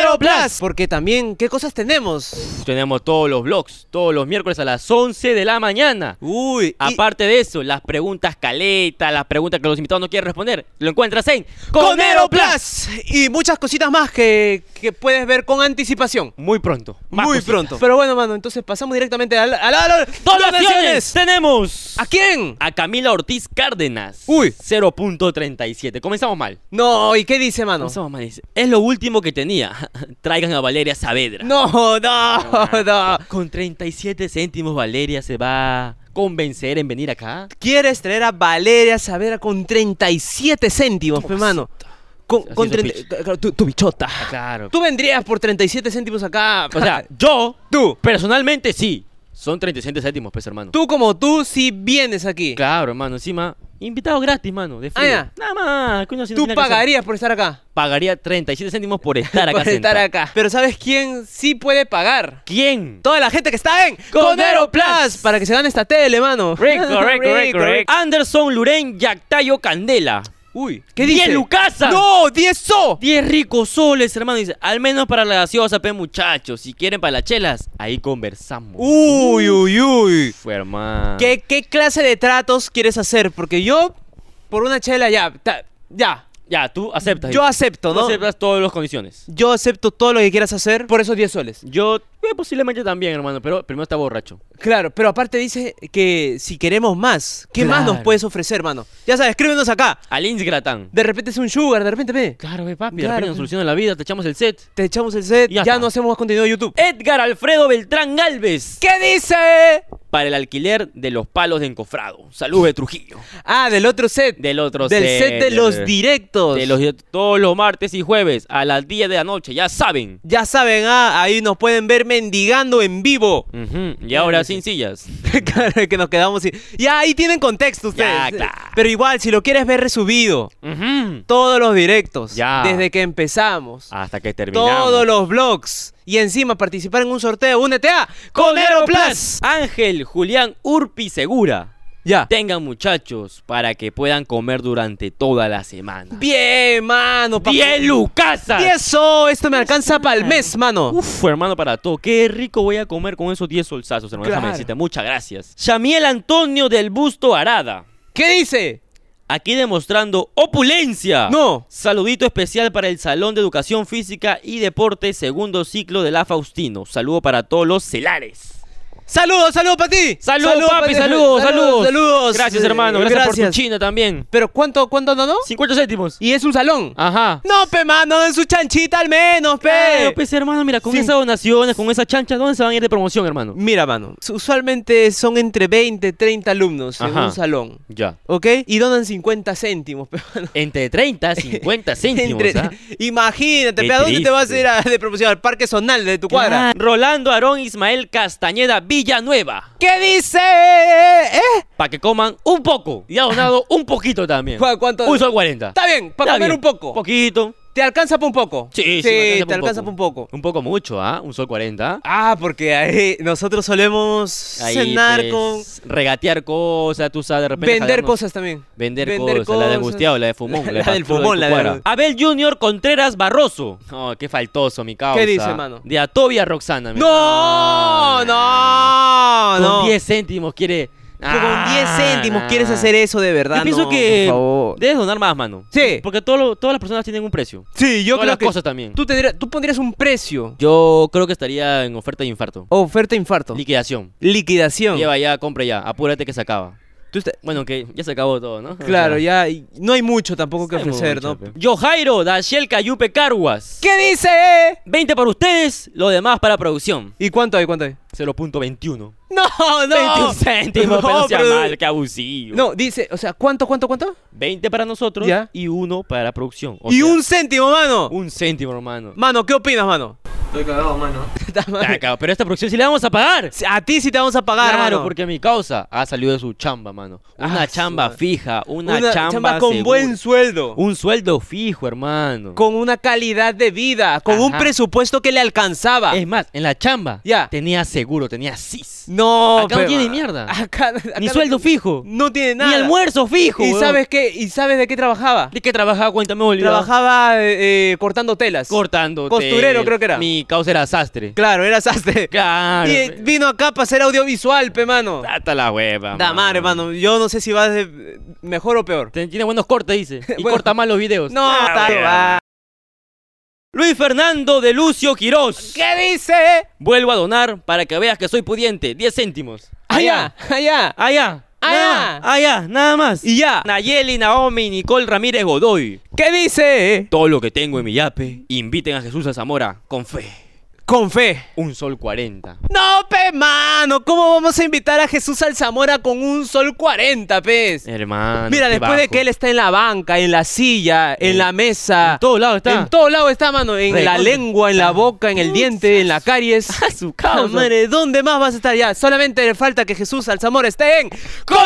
G: Conero
B: Plus.
G: Plus, porque también qué cosas tenemos.
B: Tenemos todos los vlogs, todos los miércoles a las 11 de la mañana.
G: Uy, y-
B: Aparte de eso, las preguntas caleta, las preguntas que los invitados no quieren responder, lo encuentras en
G: Conero Plus y muchas cositas más que, que puedes ver con anticipación.
B: Muy pronto. Más
G: Muy
B: cositas.
G: pronto. Pero bueno, mano, entonces pasamos directamente a, la- a la- a la-
B: ¡Donaciones! Tenemos
G: ¿A quién?
B: a Camila Ortiz Cárdenas.
G: Uy.
B: 0.37. Comenzamos mal.
G: No, ¿y qué dice, mano?
B: Comenzamos mal. dice, Es lo último que tenía. Traigan a Valeria Saavedra.
G: No, no, no.
B: Con 37 céntimos Valeria se va a convencer en venir acá.
G: ¿Quieres traer a Valeria Saavedra con 37 céntimos, pe, mano? Con,
B: Así
G: con
B: es,
G: 30
B: Pich.
G: claro, tu, tu bichota.
B: Claro.
G: Tú vendrías por 37 céntimos acá.
B: O sea, yo,
G: tú.
B: personalmente sí. Son 37 céntimos, pues, hermano.
G: Tú como tú sí vienes aquí.
B: Claro, hermano. Encima, invitado gratis, mano. De frío.
G: Ah, ya.
B: Nada más. que uno sí no
G: Tú
B: tiene que hacer.
G: pagarías por estar acá.
B: Pagaría 37 céntimos por estar acá.
G: por estar
B: sentado.
G: acá. Pero ¿sabes quién sí puede pagar?
B: ¿Quién?
G: Toda la gente que está en
B: Conero
G: Conero
B: Plus.
G: Plus para que se gane esta tele, mano.
B: Rico, rico, rico, rico. Anderson Luren Yactayo Candela.
G: Uy, ¿qué
B: ¡Diez
G: dice?
B: lucasas!
G: ¡No! ¡Oh, ¡Diez so!
B: 10 ricos soles, hermano. Dice, al menos para la gaseosa, pe muchachos. Si quieren para las chelas, ahí conversamos.
G: Uy, uy, uy.
B: Fue, hermano.
G: ¿Qué, qué clase de tratos quieres hacer? Porque yo, por una chela, ya. ta- ya.
B: Ya, tú aceptas.
G: Yo
B: dice.
G: acepto,
B: Tú
G: ¿no?
B: aceptas todas las condiciones.
G: Yo acepto todo lo que quieras hacer por esos 10 soles.
B: Yo Eh, posiblemente también, hermano, pero primero está borracho.
G: Claro, pero aparte dice que si queremos más, ¿qué más nos
B: Claro.
G: puedes ofrecer, mano? Ya sabes, escríbenos acá.
B: Al Gratán.
G: De repente es un sugar, de repente ve.
B: Claro, ve, papi, de
G: Claro,
B: repente
G: pues.
B: nos soluciona la vida, te echamos el set.
G: Te echamos el set,
B: Ya
G: ya,
B: está.
G: no hacemos más contenido de YouTube.
B: Edgar Alfredo Beltrán Galvez.
G: ¿Qué dice?
B: Para el alquiler de los palos de encofrado. Salud de Trujillo.
G: Ah, del otro set.
B: Del otro
G: Del
B: set.
G: set de los directos.
B: De los todos los martes y jueves a las 10 de la noche, ya saben.
G: Ya saben, ah, ahí nos pueden ver mendigando en vivo.
B: Ujú, Y ahora sin sillas.
G: Claro, que nos quedamos sin... Ya ahí tienen contexto ustedes.
B: Ya, claro.
G: Pero igual, si lo quieres ver resubido,
B: Ujú.
G: todos los directos,
B: Ya.
G: desde que empezamos,
B: Hasta que terminamos.
G: todos los blogs, y encima participar en un sorteo, únete a Conero Plus.
B: Ángel Julián Urpi Segura.
G: Ya.
B: Tengan muchachos para que puedan comer durante toda la semana.
G: Bien, mano. pa-
B: ¡Bien, Lucasas!
G: Y eso, esto me alcanza para el mes, mano.
B: Uf, hermano, para todo. Qué rico voy a comer con esos 10 solsazos, hermano. Déjame
G: Claro.
B: decirte, muchas gracias. Shamiel Antonio del Busto Arada.
G: ¿Qué dice?
B: Aquí demostrando opulencia.
G: No.
B: Saludito especial para el Salón de Educación Física y Deporte, segundo ciclo de la Faustino. Saludo para todos los celares.
G: Saludos, saludos para ti.
B: Saludos, papi,
G: pa' ti.
B: saludos, saludos.
G: saludos.
B: Gracias,
G: Eh,
B: hermano. Gracias, por
G: gracias.
B: tu china también.
G: Pero ¿cuánto, cuánto no, no?
B: 50 céntimos.
G: Y es un salón.
B: Ajá.
G: No, pe, mano, en su chanchita al menos, pe.
B: Claro, pues, hermano, mira, con
G: Sí.
B: esas donaciones, con esa chancha, ¿dónde se van a ir de promoción, hermano?
G: Mira, mano, usualmente son entre 20 30 alumnos en
B: Ajá.
G: un salón.
B: Ya.
G: ¿Ok? Y donan 50 céntimos, pe, mano.
B: Entre 30, 50 céntimos.
G: Entre-
B: ¿ah?
G: Imagínate,
B: Qué
G: pe, ¿a dónde te vas a
B: triste.
G: ir a, de promoción? Al Parque Zonal de tu cuadra.
B: Claro. Rolando Aarón Ismael Castañeda Villanueva.
G: ¿Qué dice? ¿Eh?
B: Para que coman un poco. Y ha donado un poquito también.
G: ¿Cu- cuánto?
B: Un sol 40.
G: Está bien, para
B: Está
G: comer
B: bien.
G: un poco.
B: Poquito.
G: ¿Te alcanza para un poco?
B: Sí, sí, me
G: te
B: pa
G: alcanza para un poco.
B: Un poco mucho, ¿ah? Un sol 40.
G: Ah, porque ahí nosotros solemos
B: Ahí,
G: cenar
B: pues,
G: con...
B: Regatear cosas, tú sabes, de repente.
G: Vender
B: jalarnos-
G: cosas también.
B: Vender, cosas, la de angustiado, la de fumón,
G: La,
B: de
G: del
B: factura
G: fumón,
B: tu
G: la de...
B: cuadra. Abel Junior Contreras Barroso. No, qué faltoso, mi causa.
G: ¿Qué dice, mano?
B: De Atobia Roxana. mi-
G: ¡No! ¡No! no.
B: Con 10 céntimos quiere. Ah,
G: Pero Con 10 céntimos quieres hacer eso de verdad.
B: Yo pienso
G: no,
B: que
G: por favor.
B: debes donar más, mano.
G: Sí.
B: Porque todo lo- todas las personas tienen un precio.
G: Sí, yo
B: todas
G: creo
B: las
G: que...
B: cosas también.
G: Tú, tendrías- tú pondrías un precio.
B: Yo creo que estaría en Oh, oferta de infarto.
G: Oferta infarto.
B: Liquidación.
G: Liquidación.
B: Lleva ya, compra ya. Apúrate que se acaba.
G: Tú está-
B: Bueno, que ya se acabó todo, ¿no?
G: Claro, ya... y No hay mucho tampoco que
B: Hay
G: ofrecer,
B: mucho,
G: ¿no?
B: pe. Yo, Jairo, Dashiell Cayupe Carguas.
G: ¿Qué dice?
B: 20 para ustedes, lo demás para producción.
G: ¿Y cuánto hay? ¿Cuánto hay?
B: 0.21.
G: No, no.
B: 21 céntimos, pero no sea
G: pero-
B: mal, qué abusivo.
G: No, dice, o sea, ¿cuánto, cuánto, cuánto?
B: 20 para nosotros
G: Ya.
B: y 1 para producción. O
G: y
B: sea,
G: un céntimo, mano.
B: un céntimo, hermano.
G: Mano, ¿qué opinas, mano?
I: Estoy cagado, mano.
G: Puta
B: Ya,
G: madre.
B: cabrón, pero esta producción sí la vamos a pagar.
G: A ti sí te vamos a pagar,
B: Claro,
G: mano.
B: porque mi causa ha salido de su chamba, mano. Una
G: Ah, su
B: chamba
G: madre.
B: fija, una, chamba,
G: con
B: segura.
G: buen sueldo.
B: un sueldo fijo, hermano.
G: Con una calidad de vida, con un
B: Ajá.
G: presupuesto que le alcanzaba.
B: Ah, Es más, en la chamba
G: Ya.
B: tenía seguro, tenía SIS.
G: No,
B: Acá no
G: pero-
B: tiene mierda.
G: Acá, acá
B: Ni
G: no-
B: sueldo fijo.
G: No tiene nada.
B: Ni almuerzo fijo.
G: ¿Y
B: weón.
G: sabes qué? ¿Y sabes de qué trabajaba?
B: ¿De qué trabajaba? Cuéntame, Bolívar.
G: Trabajaba eh, eh, cortando telas.
B: cortando.
G: Costurero,
B: tel.
G: creo que era.
B: Mi causa era sastre.
G: Claro, era sastre.
B: Claro.
G: Y eh, vino acá para hacer audiovisual, pe, mano.
B: Trata la hueva.
G: Da madre, hermano. Yo no sé si va de mejor o peor.
B: Ten- Tiene buenos cortes, dice. Y
G: Bueno.
B: corta mal los videos.
G: No,
B: Ah,
G: ta-
B: hueva.
G: va.
B: Luis Fernando de Lucio Quirós.
G: ¿Qué dice?
B: Vuelvo a donar para que veas que soy pudiente. 10 céntimos. Ah,
G: Allá, allá.
B: Allá. Allá.
G: Allá.
B: Allá. Ah, Nada más.
G: Y ya.
B: Nayeli, Naomi, Nicole Ramírez Godoy.
G: ¿Qué dice?
B: Todo lo que tengo en mi yape, inviten a Jesús a Zamora con fe.
G: Con fe.
B: Un sol 40.
G: No, pe, mano. ¿Cómo vamos a invitar a Jesús al Zamora con un sol 40, pez?
B: Hermano.
G: Mira,
B: Eh, qué
G: después de
B: bajo. Eh,
G: que él está en la banca, en la silla, en la mesa.
B: En todo lado está.
G: En todo lado está, mano. En la
B: Recontra-
G: lengua, en la boca, en el diente, en la caries.
B: A su causa.
G: Ah, madre, ¿dónde más vas a estar ya? Solamente le falta que Jesús al Zamora esté en
B: Coneroscas.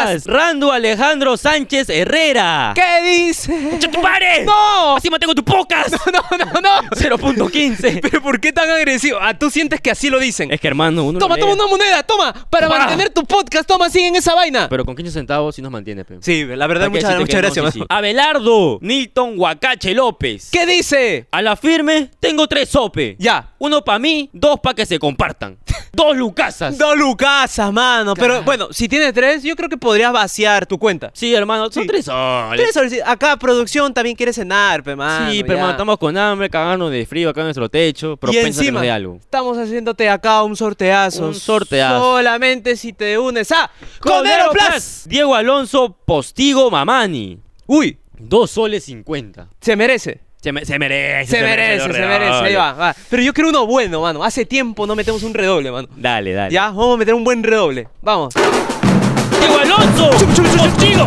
G: Coneroscas.
B: Rando Alejandro Sánchez Herrera.
G: ¿Qué dice?
B: ¡Echa tu madre!
G: ¡No!
B: ¡Así mantengo tu pocas!
G: No, no, no.
B: 0.15.
G: ¿Pero por qué tan agresivo? Ah, tú sientes que así lo dicen.
B: Es que hermano, uno.
G: Toma,
B: lo
G: toma
B: lee.
G: una moneda, toma, para
B: Toma.
G: mantener tu podcast, toma, siguen esa vaina.
B: Pero con 15 centavos sí nos mantiene, pe.
G: sí, la verdad,
B: Hay que
G: muchas,
B: decirte
G: muchas
B: que no,
G: gracias.
B: sí, sí.
G: mano.
B: Abelardo Nilton Huacache López.
G: ¿Qué dice?
B: A la firme tengo tres sope.
G: Ya.
B: Uno para mí, dos para que se compartan. Dos lucasas.
G: Dos lucasas, mano. Pero bueno, si tienes tres, yo creo que podrías vaciar tu cuenta.
B: Sí, hermano, son
G: Sí.
B: tres soles.
G: Tres soles. Acá producción también quiere cenar, pe, mano.
B: sí, pero
G: ya.
B: hermano, estamos con hambre, cagándonos de frío acá en nuestro techo,
G: Y
B: propensos a que
G: encima,
B: nos dé algo.
G: estamos haciéndote acá un sorteazo.
B: Un sorteazo.
G: Solamente si te unes a Conero Plus.
B: Diego Alonso Postigo Mamani.
G: Uy,
B: Dos soles cincuenta.
G: se merece.
B: Se, me- se merece.
G: Se merece,
B: los
G: se merece. Ahí
B: redobles.
G: va, va. Pero yo quiero uno bueno, mano. Hace tiempo no metemos un redoble, mano.
B: Dale, dale.
G: Ya, vamos a meter un buen redoble. Vamos.
B: Diego Alonso. Postigo.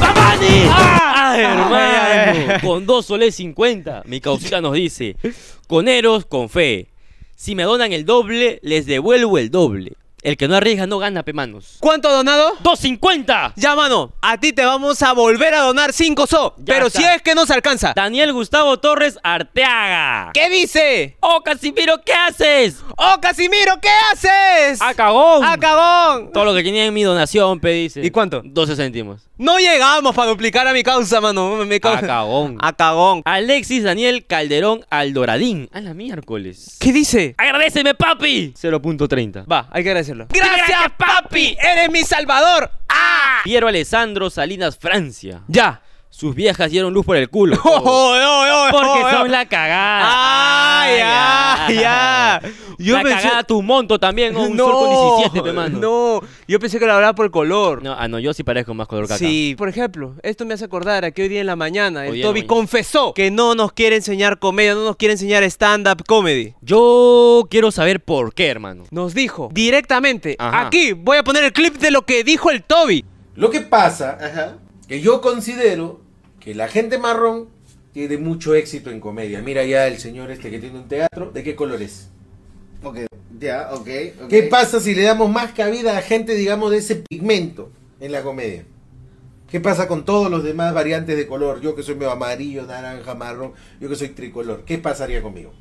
B: Mamani. Ah,
G: ay,
B: hermano.
G: ay.
B: Con dos soles cincuenta. Mi causita nos dice. Coneros con fe. Si me donan el doble, les devuelvo el doble. El que no arriesga no gana, pe manos.
G: ¿Cuánto donado?
B: ¡250!
G: Ya, mano, a ti te vamos a volver a donar 5 so.
B: Ya
G: Pero
B: está.
G: si es que nos alcanza.
B: Daniel Gustavo Torres Arteaga.
G: ¿Qué dice?
B: ¡Oh, Casimiro, qué haces!
G: ¡Oh, Casimiro, qué haces!
B: ¡Ah, cagón!
G: ¡Ah, cagón!
B: Todo lo que tenía en mi donación, pe, dice.
G: ¿Y cuánto?
B: 12 céntimos.
G: No llegamos para duplicar a mi causa, mano. Mi cau-
B: Ah, cagón.
G: Ah, cagón.
B: Alexis Daniel Calderón Aldoradín. A la miércoles.
G: ¿Qué dice?
B: ¡Agradeceme, papi! 0.30.
G: Va, hay que agradecerlo.
B: Gracias, papi.
G: ¡Eres mi salvador! ¡Ah!
B: Piero Alessandro Salinas, Francia.
G: Ya.
B: Sus viejas dieron luz por el culo.
G: Oh, oh, oh, oh,
B: Porque
G: oh, oh.
B: son la cagada.
G: Ay, ay, ay. Yo
B: la
G: pensé-
B: cagada tu monto también, o un
G: no,
B: sol con 17, pe, mano.
G: No, yo pensé que lo hablaba por color.
B: No, ah, no, yo sí parezco más color caca.
G: Sí, por ejemplo, esto me hace acordar a que hoy día en la mañana
B: Hoy
G: el
B: día en la
G: Toby
B: mañana.
G: confesó que no nos quiere enseñar comedia, no nos quiere enseñar stand-up comedy.
B: Yo quiero saber por qué, hermano.
G: Nos dijo directamente,
B: Ajá.
G: aquí voy a poner el clip de lo que dijo el Toby.
J: Lo que pasa que yo considero que la gente marrón tiene mucho éxito en comedia. Mira ya el señor este que tiene un teatro, ¿de qué color es?
K: Ya, ok. ok.
J: ¿Qué pasa si le damos más cabida a gente, digamos, de ese pigmento en la comedia? ¿Qué pasa con todos los demás variantes de color? Yo que soy medio amarillo, naranja, marrón, yo que soy tricolor, ¿qué pasaría conmigo?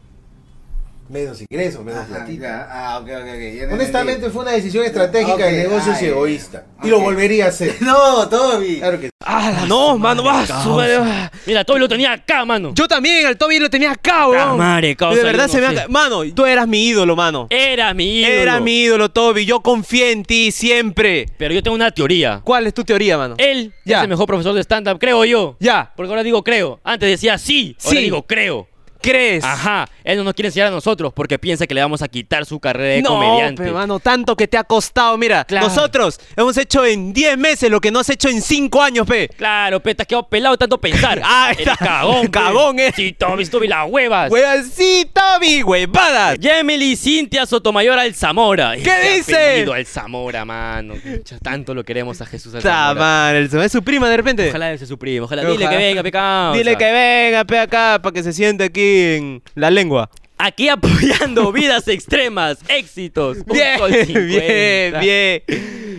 J: Menos ingresos, menos
K: Ajá,
J: platita.
K: ya. Ah, ok, ok, ok. Ya te
J: Honestamente fue una decisión estratégica
K: Ok,
J: de negocios
K: ay,
J: y egoísta.
K: ay.
J: Y lo
K: Ok.
J: volvería a hacer.
K: entendí. No, Toby.
J: Claro que sí.
G: Ah, no, mano, va, su madre, va.
B: Mira, todo lo tenía acá, mano.
G: ah. Yo también, al Toby lo tenía acá, weón.
B: madre, causa,
G: de verdad
B: yo
G: se
B: no
G: me
B: sé.
G: ha... Mano, tú eras mi ídolo, mano.
B: Era mi ídolo.
G: Era mi ídolo, Toby. Yo confié en ti siempre.
B: Pero yo tengo una teoría.
G: ¿Cuál es tu teoría, mano?
B: Él
G: Ya.
B: es el mejor profesor de stand-up, creo yo.
G: Ya.
B: Porque ahora digo creo. Antes decía sí, ahora
G: Sí.
B: digo creo.
G: ¿Crees?
B: Ajá, él no nos quiere enseñar a nosotros porque piensa que le vamos a quitar su carrera de
G: no,
B: comediante.
G: pe, mano, tanto que te ha costado. Mira,
B: Claro.
G: nosotros hemos hecho en 10 meses lo que no has hecho en 5 años, pe.
B: Claro, pe, te has quedado pelado de tanto pensar.
G: Ah,
B: Eres
G: está.
B: cagón. pe.
G: Cagón, eh.
B: Sí, Tommy, Tommy, las huevas.
G: Huevas, sí, Toby, huevadas.
B: Yemily Cintia Sotomayor Alzamora. Ese
G: dice?
B: apellido, Alzamora, mano. Pucha, Tanto lo queremos a Jesús
G: Está
B: Alzamora.
G: mal, Ah, el- es su prima de repente.
B: Ojalá sea su primo, ojalá.
G: Ojalá.
B: Dile que venga, pecado.
G: Dile que venga, pe acá, para que se siente aquí en la lengua.
B: Aquí apoyando vidas extremas, éxitos. Un
G: Bien,
B: sol
G: bien,
B: 50.
G: bien.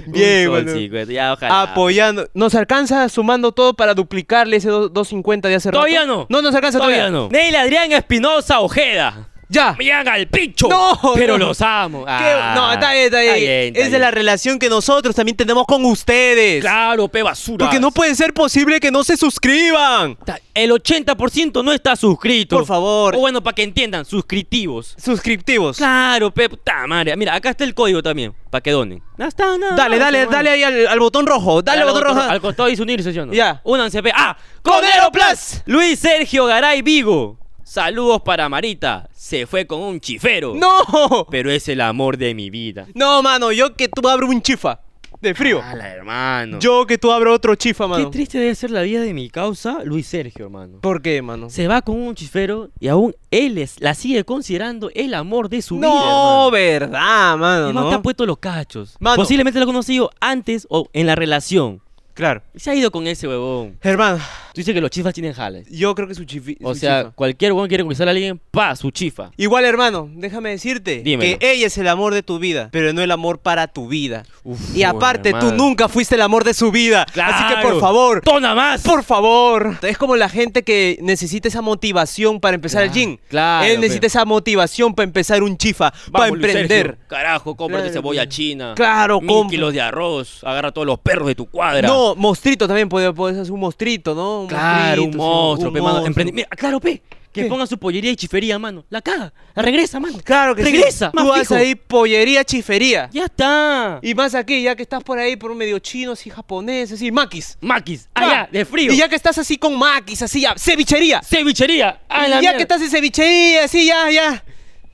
B: Un
G: Bien,
B: sol
G: mano.
B: 50, Ya, ojalá.
G: apoyando. ¿Nos alcanza sumando todo para duplicarle ese do- 250 de hace rato?
B: Todavía no.
G: No nos alcanza todavía.
B: Todavía no. Neil Adrián Espinosa Ojeda.
G: Ya.
B: Me llegan al picho.
G: No,
B: Pero
G: no.
B: los amo.
G: ¿Qué? No, está bien, está bien.
B: Ah, está
G: es de la
B: bien.
G: relación que nosotros también tenemos con ustedes.
B: Claro, pe basura.
G: Porque no puede ser posible que no se suscriban.
B: Está- El 80% no está suscrito.
G: Por favor.
B: O bueno, para que entiendan, suscriptivos.
G: Suscriptivos.
B: Claro, pe, puta madre. Mira, acá está el código también, para que donen. Ya está, nada
G: Dale,
B: más,
G: dale,
B: hermano.
G: dale ahí al, al botón rojo. Dale al botón rojo.
B: Al costado y unirse, ¿sí o no?
G: Ya.
B: Únanse, pe. ¡Ah!
G: ¡Conero Plus!
B: Luis Sergio Garay Vigo. Saludos para Marita. Se fue con un chifero.
G: ¡No!
B: Pero es el amor de mi vida.
G: No, mano, yo que tú abro un chifa. De frío.
B: Ala, hermano.
G: Yo que tú abro otro chifa,
B: Ah. Qué
G: mano.
B: triste debe ser la vida de mi causa, Luis Sergio, hermano.
G: ¿Por qué, mano?
B: Se va con un chifero y aún él es- la sigue considerando el amor de su vida.
G: No,
B: hermano.
G: verdad, mano.
B: Y no te ha
G: ¿no?
B: puesto los cachos.
G: Mano.
B: Posiblemente lo ha conocido antes o en la relación.
G: Claro.
B: Se ha ido con ese huevón.
G: Hermano,
B: Tú dices que los chifas tienen jales.
G: yo creo que su, chifi,
B: O
G: su
B: sea,
G: chifa.
B: cualquier huevón quiere conquistar a alguien, pa, su chifa.
G: Igual, hermano, déjame decirte
B: Dímelo.
G: que ella es el amor de tu vida, pero no el amor para tu vida.
B: Uf,
G: y aparte, tú
B: hermano.
G: nunca fuiste el amor de su vida. Así que, por favor,
B: Tona más.
G: por favor. Es como la gente que necesita esa motivación para empezar el
B: Claro,
G: gym.
B: claro,
G: Él necesita
B: pe.
G: esa motivación para empezar un chifa, para
B: Vamos, Luis
G: emprender.
B: Sergio. Carajo, cómprate
G: Claro,
B: cebolla
G: pe.
B: china.
G: Claro,
B: mil
G: compra.
B: kilos de arroz. Agarra a todos los perros de tu cuadra.
G: No, mostrito también, puede- puedes hacer un mostrito, ¿no? Un
B: Claro, un
G: mostrito, sí,
B: monstruo, pe, mano.
G: monstruo.
B: Emprendi- Mira, claro, pe. que ponga su pollería y chifería, mano. La caga, la regresa, mano.
G: Claro que
B: regresa,
G: sí. Tú
B: más
G: vas
B: fijo.
G: ahí pollería, chifería.
B: Ya está.
G: Y más aquí, ya que estás por ahí por medio chinos y japoneses y maquis.
B: Maquis, allá, Ah, de frío.
G: Y ya que estás así con maquis, así ya, cevichería.
B: cevichería. A
G: y
B: Ah, la
G: ya
B: mierda.
G: que estás en cevichería, así ya, ya.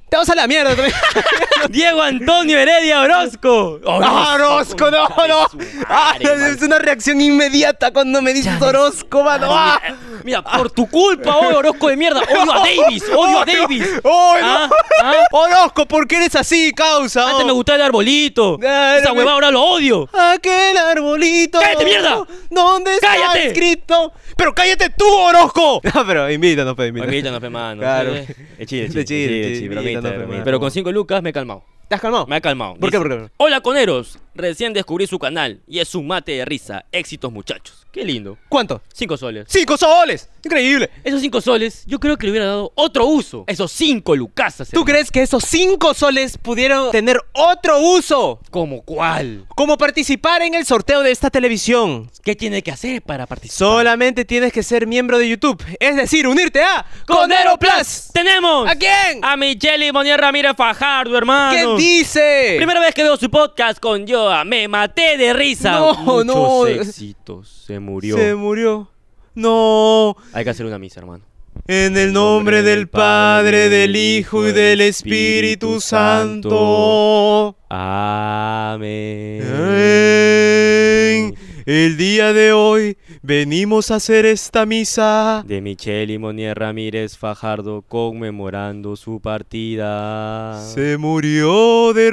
G: Te vas a la mierda también.
B: Diego Antonio Heredia Orozco.
G: No, Orozco, no, no. Ah, es una reacción inmediata cuando me dices Orozco, mano. ¡Ah!
B: Mira, por tu culpa, hoy Orozco de mierda. Odio a Davis, odio a Davis.
G: ¡Oh, no!
B: Ah, ah.
G: Orozco, ¿por qué eres así, causa?
B: Antes me gustaba el arbolito.
G: Ah,
B: Esa
G: no me-
B: huevada ahora lo odio.
G: Aquel arbolito.
B: ¡Cállate, mierda!
G: ¿Dónde está
B: ¡Cállate!
G: escrito? ¡Pero cállate tú, Orozco! No, pero invítanos, pe,
B: Oye, Milton, no, pe, mano.
G: Claro.
B: Eh, Es chile, es chile,
G: De
B: es
G: chile,
B: chile,
G: de
B: es
G: chile,
B: chile, bromita,
G: no, pe,
B: bromita.
G: mano.
B: Pero con 5 lucas me he calmado.
G: ¿Te has calmado?
B: Me ha calmado.
G: ¿Por qué,
B: Dice,
G: por qué?
B: Hola, coneros. Recién descubrí su canal y es un mate de risa. Éxitos, muchachos. Qué lindo.
G: ¿Cuánto?
B: 5 soles.
G: ¡Cinco soles! ¡Increíble!
B: Esos 5 soles, yo creo que le hubiera dado otro uso. Esos 5 lucasas.
G: ¿Tú
B: hermano.
G: crees que esos cinco soles pudieron tener otro uso?
B: ¿Cómo cuál?
G: Como participar en el sorteo de esta televisión.
B: ¿Qué tiene que hacer para participar?
G: Solamente tienes que ser miembro de YouTube, es decir, unirte a Conero Plus.
B: ¡Tenemos!
G: ¿A quién?
B: A Michelle Monier Ramírez Fajardo,
G: ¿Qué
B: hermano.
G: dice?
B: Primera vez que veo su podcast con Yoa, me maté de risa.
G: No,
B: Muchos
G: no.
B: éxitos, se murió.
G: Se murió. No,
B: Hay que hacer una misa, hermano.
G: en el nombre del Padre, del Hijo y del Espíritu Santo.
B: Amén.
G: Amén. El día de hoy venimos a hacer esta misa.
B: De Michelle Monier Ramírez Fajardo conmemorando su partida.
G: Se murió de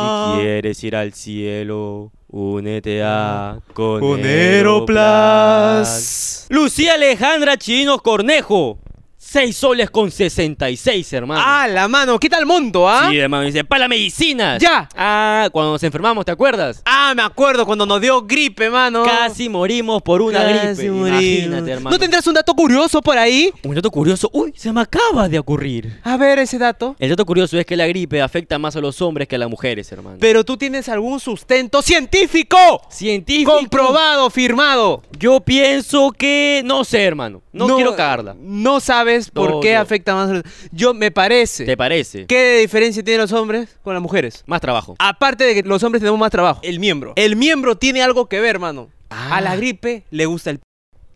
G: risa.
B: Si quieres ir al cielo, únete a
G: Conero Plus.
B: Lucía Alejandra Chirinos Cornejo. 6 soles con 66, hermano.
G: Ah, la mano, quita el mundo, ¿ah?
B: Sí, hermano, dice, para la medicina.
G: Ya.
B: Ah, cuando nos enfermamos, ¿te acuerdas?
G: Ah, me acuerdo cuando nos dio gripe, mano.
B: Casi morimos por una
G: Casi
B: gripe.
G: morimos.
B: Imagínate, hermano.
G: ¿No tendrás un dato curioso por ahí?
B: Un dato curioso. Uy, se me acaba de ocurrir.
G: A ver ese dato.
B: El dato curioso es que la gripe afecta más a los hombres que a las mujeres, hermano.
G: Pero tú tienes algún sustento científico.
B: Científico.
G: Comprobado, firmado.
B: Yo pienso que. No sé, hermano. No, quiero cagarla.
G: No sabes por
B: No,
G: qué
B: no.
G: afecta más. a los- Yo me parece.
B: ¿Te parece?
G: ¿Qué diferencia tienen los hombres con las mujeres?
B: Más trabajo.
G: Aparte de que los hombres tenemos más trabajo. El miembro. El miembro tiene algo que ver, mano.
B: Ah.
G: A la gripe le gusta el... p-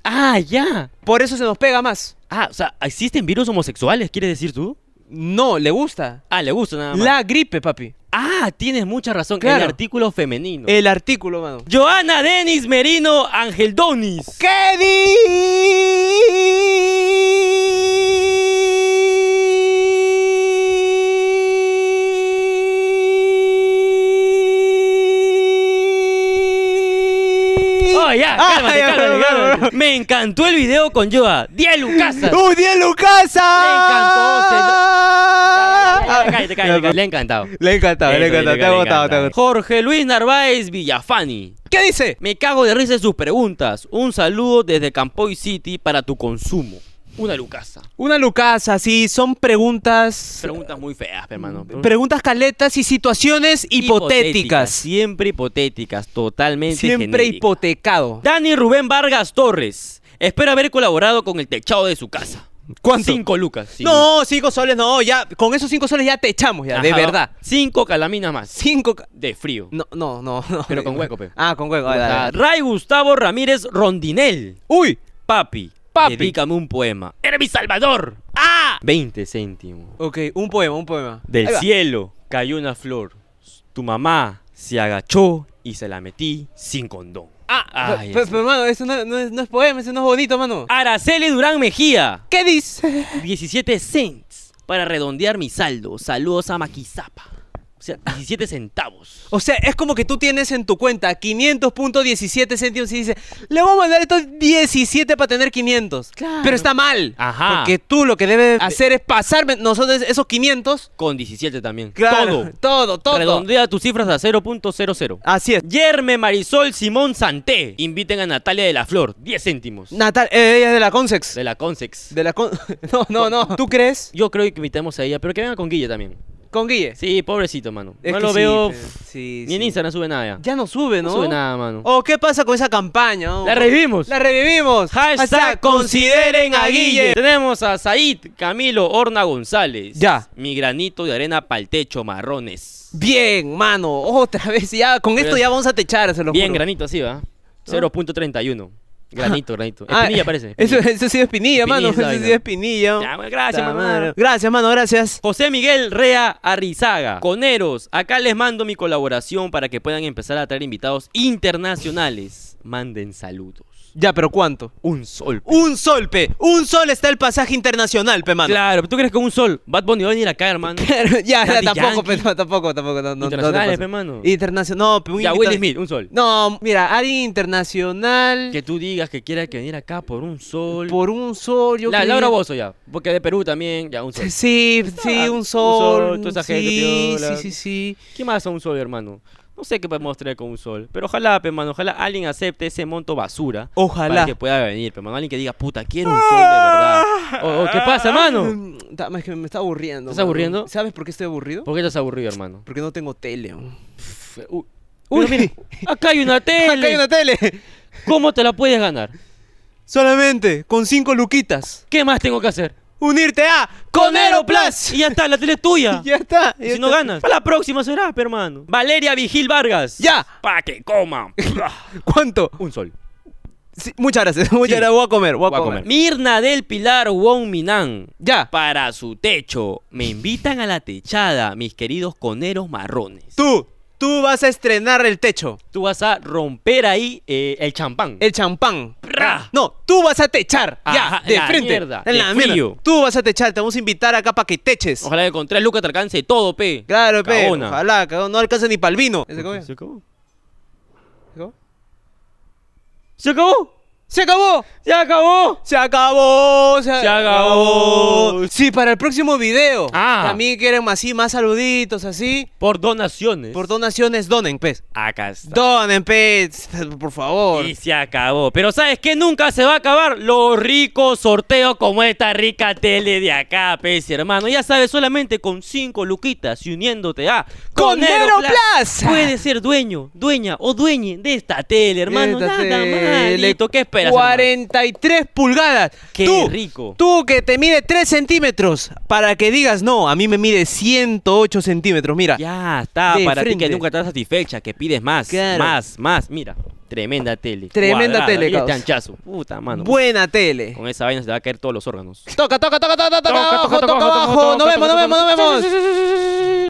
B: Ah, ya.
G: Por eso se nos pega más.
B: Ah, o sea, ¿existen virus homosexuales, quieres decir tú?
G: No, le gusta.
B: Ah, le gusta nada más.
G: La gripe, papi.
B: Ah, tienes mucha razón.
G: Claro.
B: El artículo femenino.
G: El artículo, mano.
B: Joana Denis Merino Ángel Donis.
G: ¿Qué di?
B: Oh, ya,
G: Ah,
B: cálmate,
G: ya,
B: cálmate,
G: bro,
B: cálmate.
G: bro, bro.
B: Me encantó el video con Joa. Diez Lucasas.
G: ¡Un día en Lucasa!
B: Le encantó, se- Ya, ya, ya, cállate, cállate,
G: Ya, pues.
B: cállate. Le ha encantado.
G: Le ha encantado, le ha
B: Eso,
G: encantado. Te ha
B: le
G: agotado, te
B: encanta.
G: ha agotado.
B: Jorge Luis Narváez Villafani.
G: ¿Qué dice?
B: Me cago de risa de sus preguntas. Un saludo desde Campoy City para tu consumo. Una Lucasa.
G: Una Lucasa, sí, son preguntas.
B: Preguntas muy feas, hermano.
G: Preguntas caletas y situaciones hipotéticas.
B: Siempre hipotéticas, totalmente
G: Siempre
B: genéricas.
G: hipotecado.
B: Dani Rubén Vargas Torres. Espero haber colaborado con el techado de su casa.
G: ¿Cuánto?
B: Cinco lucas. sí.
G: No, cinco soles, no, ya, con esos cinco soles ya te echamos, ya,
B: Ajá,
G: de
B: va.
G: verdad.
B: Cinco calaminas más.
G: Cinco. ca-
B: De frío.
G: No, no, no, no.
B: Pero con hueco, pe.
G: Ah, con hueco, dale, dale,
B: Ah,
G: dale.
B: Ray Gustavo Ramírez Rondinel.
G: Uy,
B: Papi,
G: Papi.
B: dedícame un poema. ¡Eres mi salvador! ¡Ah! 20 céntimos.
G: ok, un poema, un poema.
B: Del
G: Ahí va.
B: cielo cayó una flor. Tu mamá se agachó y se la metí sin condón.
G: Ah,
B: ¡Ah! Ay,
G: pero,
B: es-
G: pero, hermano, eso no, no es, no es poema, eso no es bonito, mano.
B: Araceli Durán Mejía.
G: ¿Qué dice?
B: 17 cents para redondear mi saldo. Saludos a Maquizapa. O sea, 17 centavos.
G: O sea, es como que tú tienes en tu cuenta 500.17 céntimos y dices, le voy a mandar estos 17 para tener 500.
B: Claro.
G: Pero está mal.
B: Ajá.
G: Porque tú lo que debes hacer es pasarme nosotros esos 500.
B: Con 17 también.
G: Claro. Todo, todo.
B: Todo. Redondea tus cifras a 0.00.
G: Así es.
B: Yerme Marisol Simón Santé. Inviten a Natalia de la Flor. 10 céntimos.
G: Natal, eh, ella es de la Concex.
B: de la Consex.
G: De la con... No, no, no. ¿Tú crees?
B: Yo creo que invitamos a ella, pero que venga con Guille también.
G: Con Guille.
B: Sí, pobrecito, mano.
G: Es
B: no
G: que
B: lo
G: sí,
B: veo.
G: fe-
B: pff,
G: sí,
B: Ni en
G: sí.
B: Instagram sube nada ya.
G: Ya no sube, ¿no?
B: no sube nada, mano.
G: ¿O qué pasa con esa campaña? oh?
B: La revivimos.
G: La revivimos.
B: Hashtag
G: Hashtag
B: consideren a Guille. Tenemos a Said Camilo Horna González.
G: Ya.
B: Mi granito de arena pa'l techo, marrones.
G: Bien, mano. Otra vez. Ya, con esto ya vamos a techar, se lo
B: Bien,
G: juro.
B: granito, así va. 0.31. Granito, granito.
G: Ah,
B: Espinilla parece.
G: Eso,
B: espinilla.
G: eso sí es pinilla, mano.
B: Espinilla es
G: Eso
B: la
G: sí
B: vaina.
G: es pinilla.
B: Ya, bueno, gracias,
G: Ta
B: mano.
G: madre. Gracias, mano. Gracias.
B: José Miguel Rea Arrizaga. Coneros, acá les mando mi colaboración para que puedan empezar a traer invitados internacionales. Manden saludos.
G: Ya, pero ¿cuánto?
B: Un sol.
G: Un sol, pe. Un sol está el pasaje internacional, pe, mano.
B: Claro, ¿tú crees que un sol? Bad Bunny va a venir acá, hermano.
G: Claro, ya, ya,
B: Daddy
G: tampoco,
B: Yankee.
G: pe, no, tampoco, tampoco, no, no, no te
B: Internacionales,
G: pases.
B: pe, mano.
G: Internacional, no, pe, un
B: Ya,
G: invitado-
B: Will Smith, un sol.
G: No, mira, alguien internacional
B: Que tú digas que quieras que venir acá por un sol.
G: por un sol, yo
B: La,
G: creo.
B: Laura Bozo ya, porque de Perú también, ya un sol.
G: Sí, sí,
B: Ah,
G: un
B: un
G: sol.
B: sol, toda esa gente,
G: sí,
B: piola.
G: sí, sí, sí.
B: ¿Qué más a un sol, hermano? No sé qué podemos traer con un sol. Pero ojalá, pe, mano, ojalá alguien acepte ese monto basura. Para
G: Ojalá.
B: que pueda venir, pe, mano. Alguien que diga, puta, quiero un sol de verdad.
G: Ah.
B: O, o, ¿Qué pasa, mano?
G: Mm, ta- Es que me está aburriendo.
B: ¿Estás
G: mano.
B: aburriendo?
G: ¿Sabes por qué estoy aburrido?
B: ¿Por qué estás aburrido, hermano?
G: Porque no tengo tele. man.
B: Uy,
G: Uy.
B: mira, acá hay una tele.
G: Acá hay una tele.
B: ¿Cómo te la puedes ganar?
G: Solamente con cinco luquitas.
B: ¿Qué más tengo que hacer?
G: Unirte a Conero Plus.
B: Y ya está, la tele es tuya.
G: Ya está.
B: Y
G: ya
B: si no
G: está.
B: ganas, para la próxima será, pe, hermano. Valeria Vigil Vargas.
G: Ya.
B: Pa' que coman.
G: ¿Cuánto?
B: un sol.
G: Sí, muchas gracias.
B: Sí.
G: Muchas gracias. Voy a comer. Voy a,
B: Voy a
G: comer.
B: comer. Mirna del Pilar Wong Minan.
G: Ya.
B: Para su techo. Me invitan a la techada, mis queridos coneros marrones.
G: Tú, tú vas a estrenar el techo,
B: Tú vas a romper ahí eh, el champán.
G: el champán.
B: Pra.
G: No, tú vas a techar.
B: Ajá,
G: ya, de
B: la
G: frente.
B: mierda,
G: en
B: de
G: la mierda.
B: frío.
G: Tú vas a techar. Te vamos a invitar acá para que teches.
B: Ojalá que con tres lucas te alcance todo, pe.
G: Claro, pe.
B: Cagona.
G: Ojalá, cagón, no alcanza ni pa'l vino. ¿Se acabó?
B: ¿Se acabó?
G: ¿Se acabó? ¡Se acabó!
B: ¡Se acabó!
G: ¡Se acabó! ¡Se,
B: Se acabó.
G: Sí, para el próximo video.
B: Ah.
G: También quieren más, así, más saluditos, así.
B: Por donaciones.
G: Por donaciones, donen, pez.
B: Acá está.
G: Donen, pez, por favor.
B: Y se acabó. Pero ¿sabes qué? Nunca se va a acabar. Los ricos sorteos como esta rica tele de acá, pez, hermano. Ya sabes, solamente con cinco luquitas y uniéndote a
G: Conero
B: Pla-
G: Plaza.
B: Puedes ser dueño, dueña o dueñe de esta tele, hermano. Nada
G: Esta tele,
B: malito. ¿Qué esperas, hermano?
G: 43 pulgadas.
B: Qué
G: tú,
B: rico.
G: Tú que te mide 3 centímetros para que digas, no, a mí me mide 108 centímetros, mira.
B: Ya está,
G: De
B: para ti
G: frente.
B: que nunca estás satisfecha, que pides más,
G: Claro.
B: más, más. Mira, tremenda tele.
G: Tremenda
B: cuadrada,
G: tele,
B: y este
G: causa.
B: anchazo. Puta, mano.
G: Buena tele.
B: Con esa vaina se te va a caer todos los órganos.
G: Toca, toca, toca, toca, toca,
B: Toca,
G: abajo,
B: toca,
G: toca
B: toca,
G: abajo.
B: toca, toca,
G: Nos vemos, nos
B: toca,
G: vemos, nos
B: toca.
G: vemos.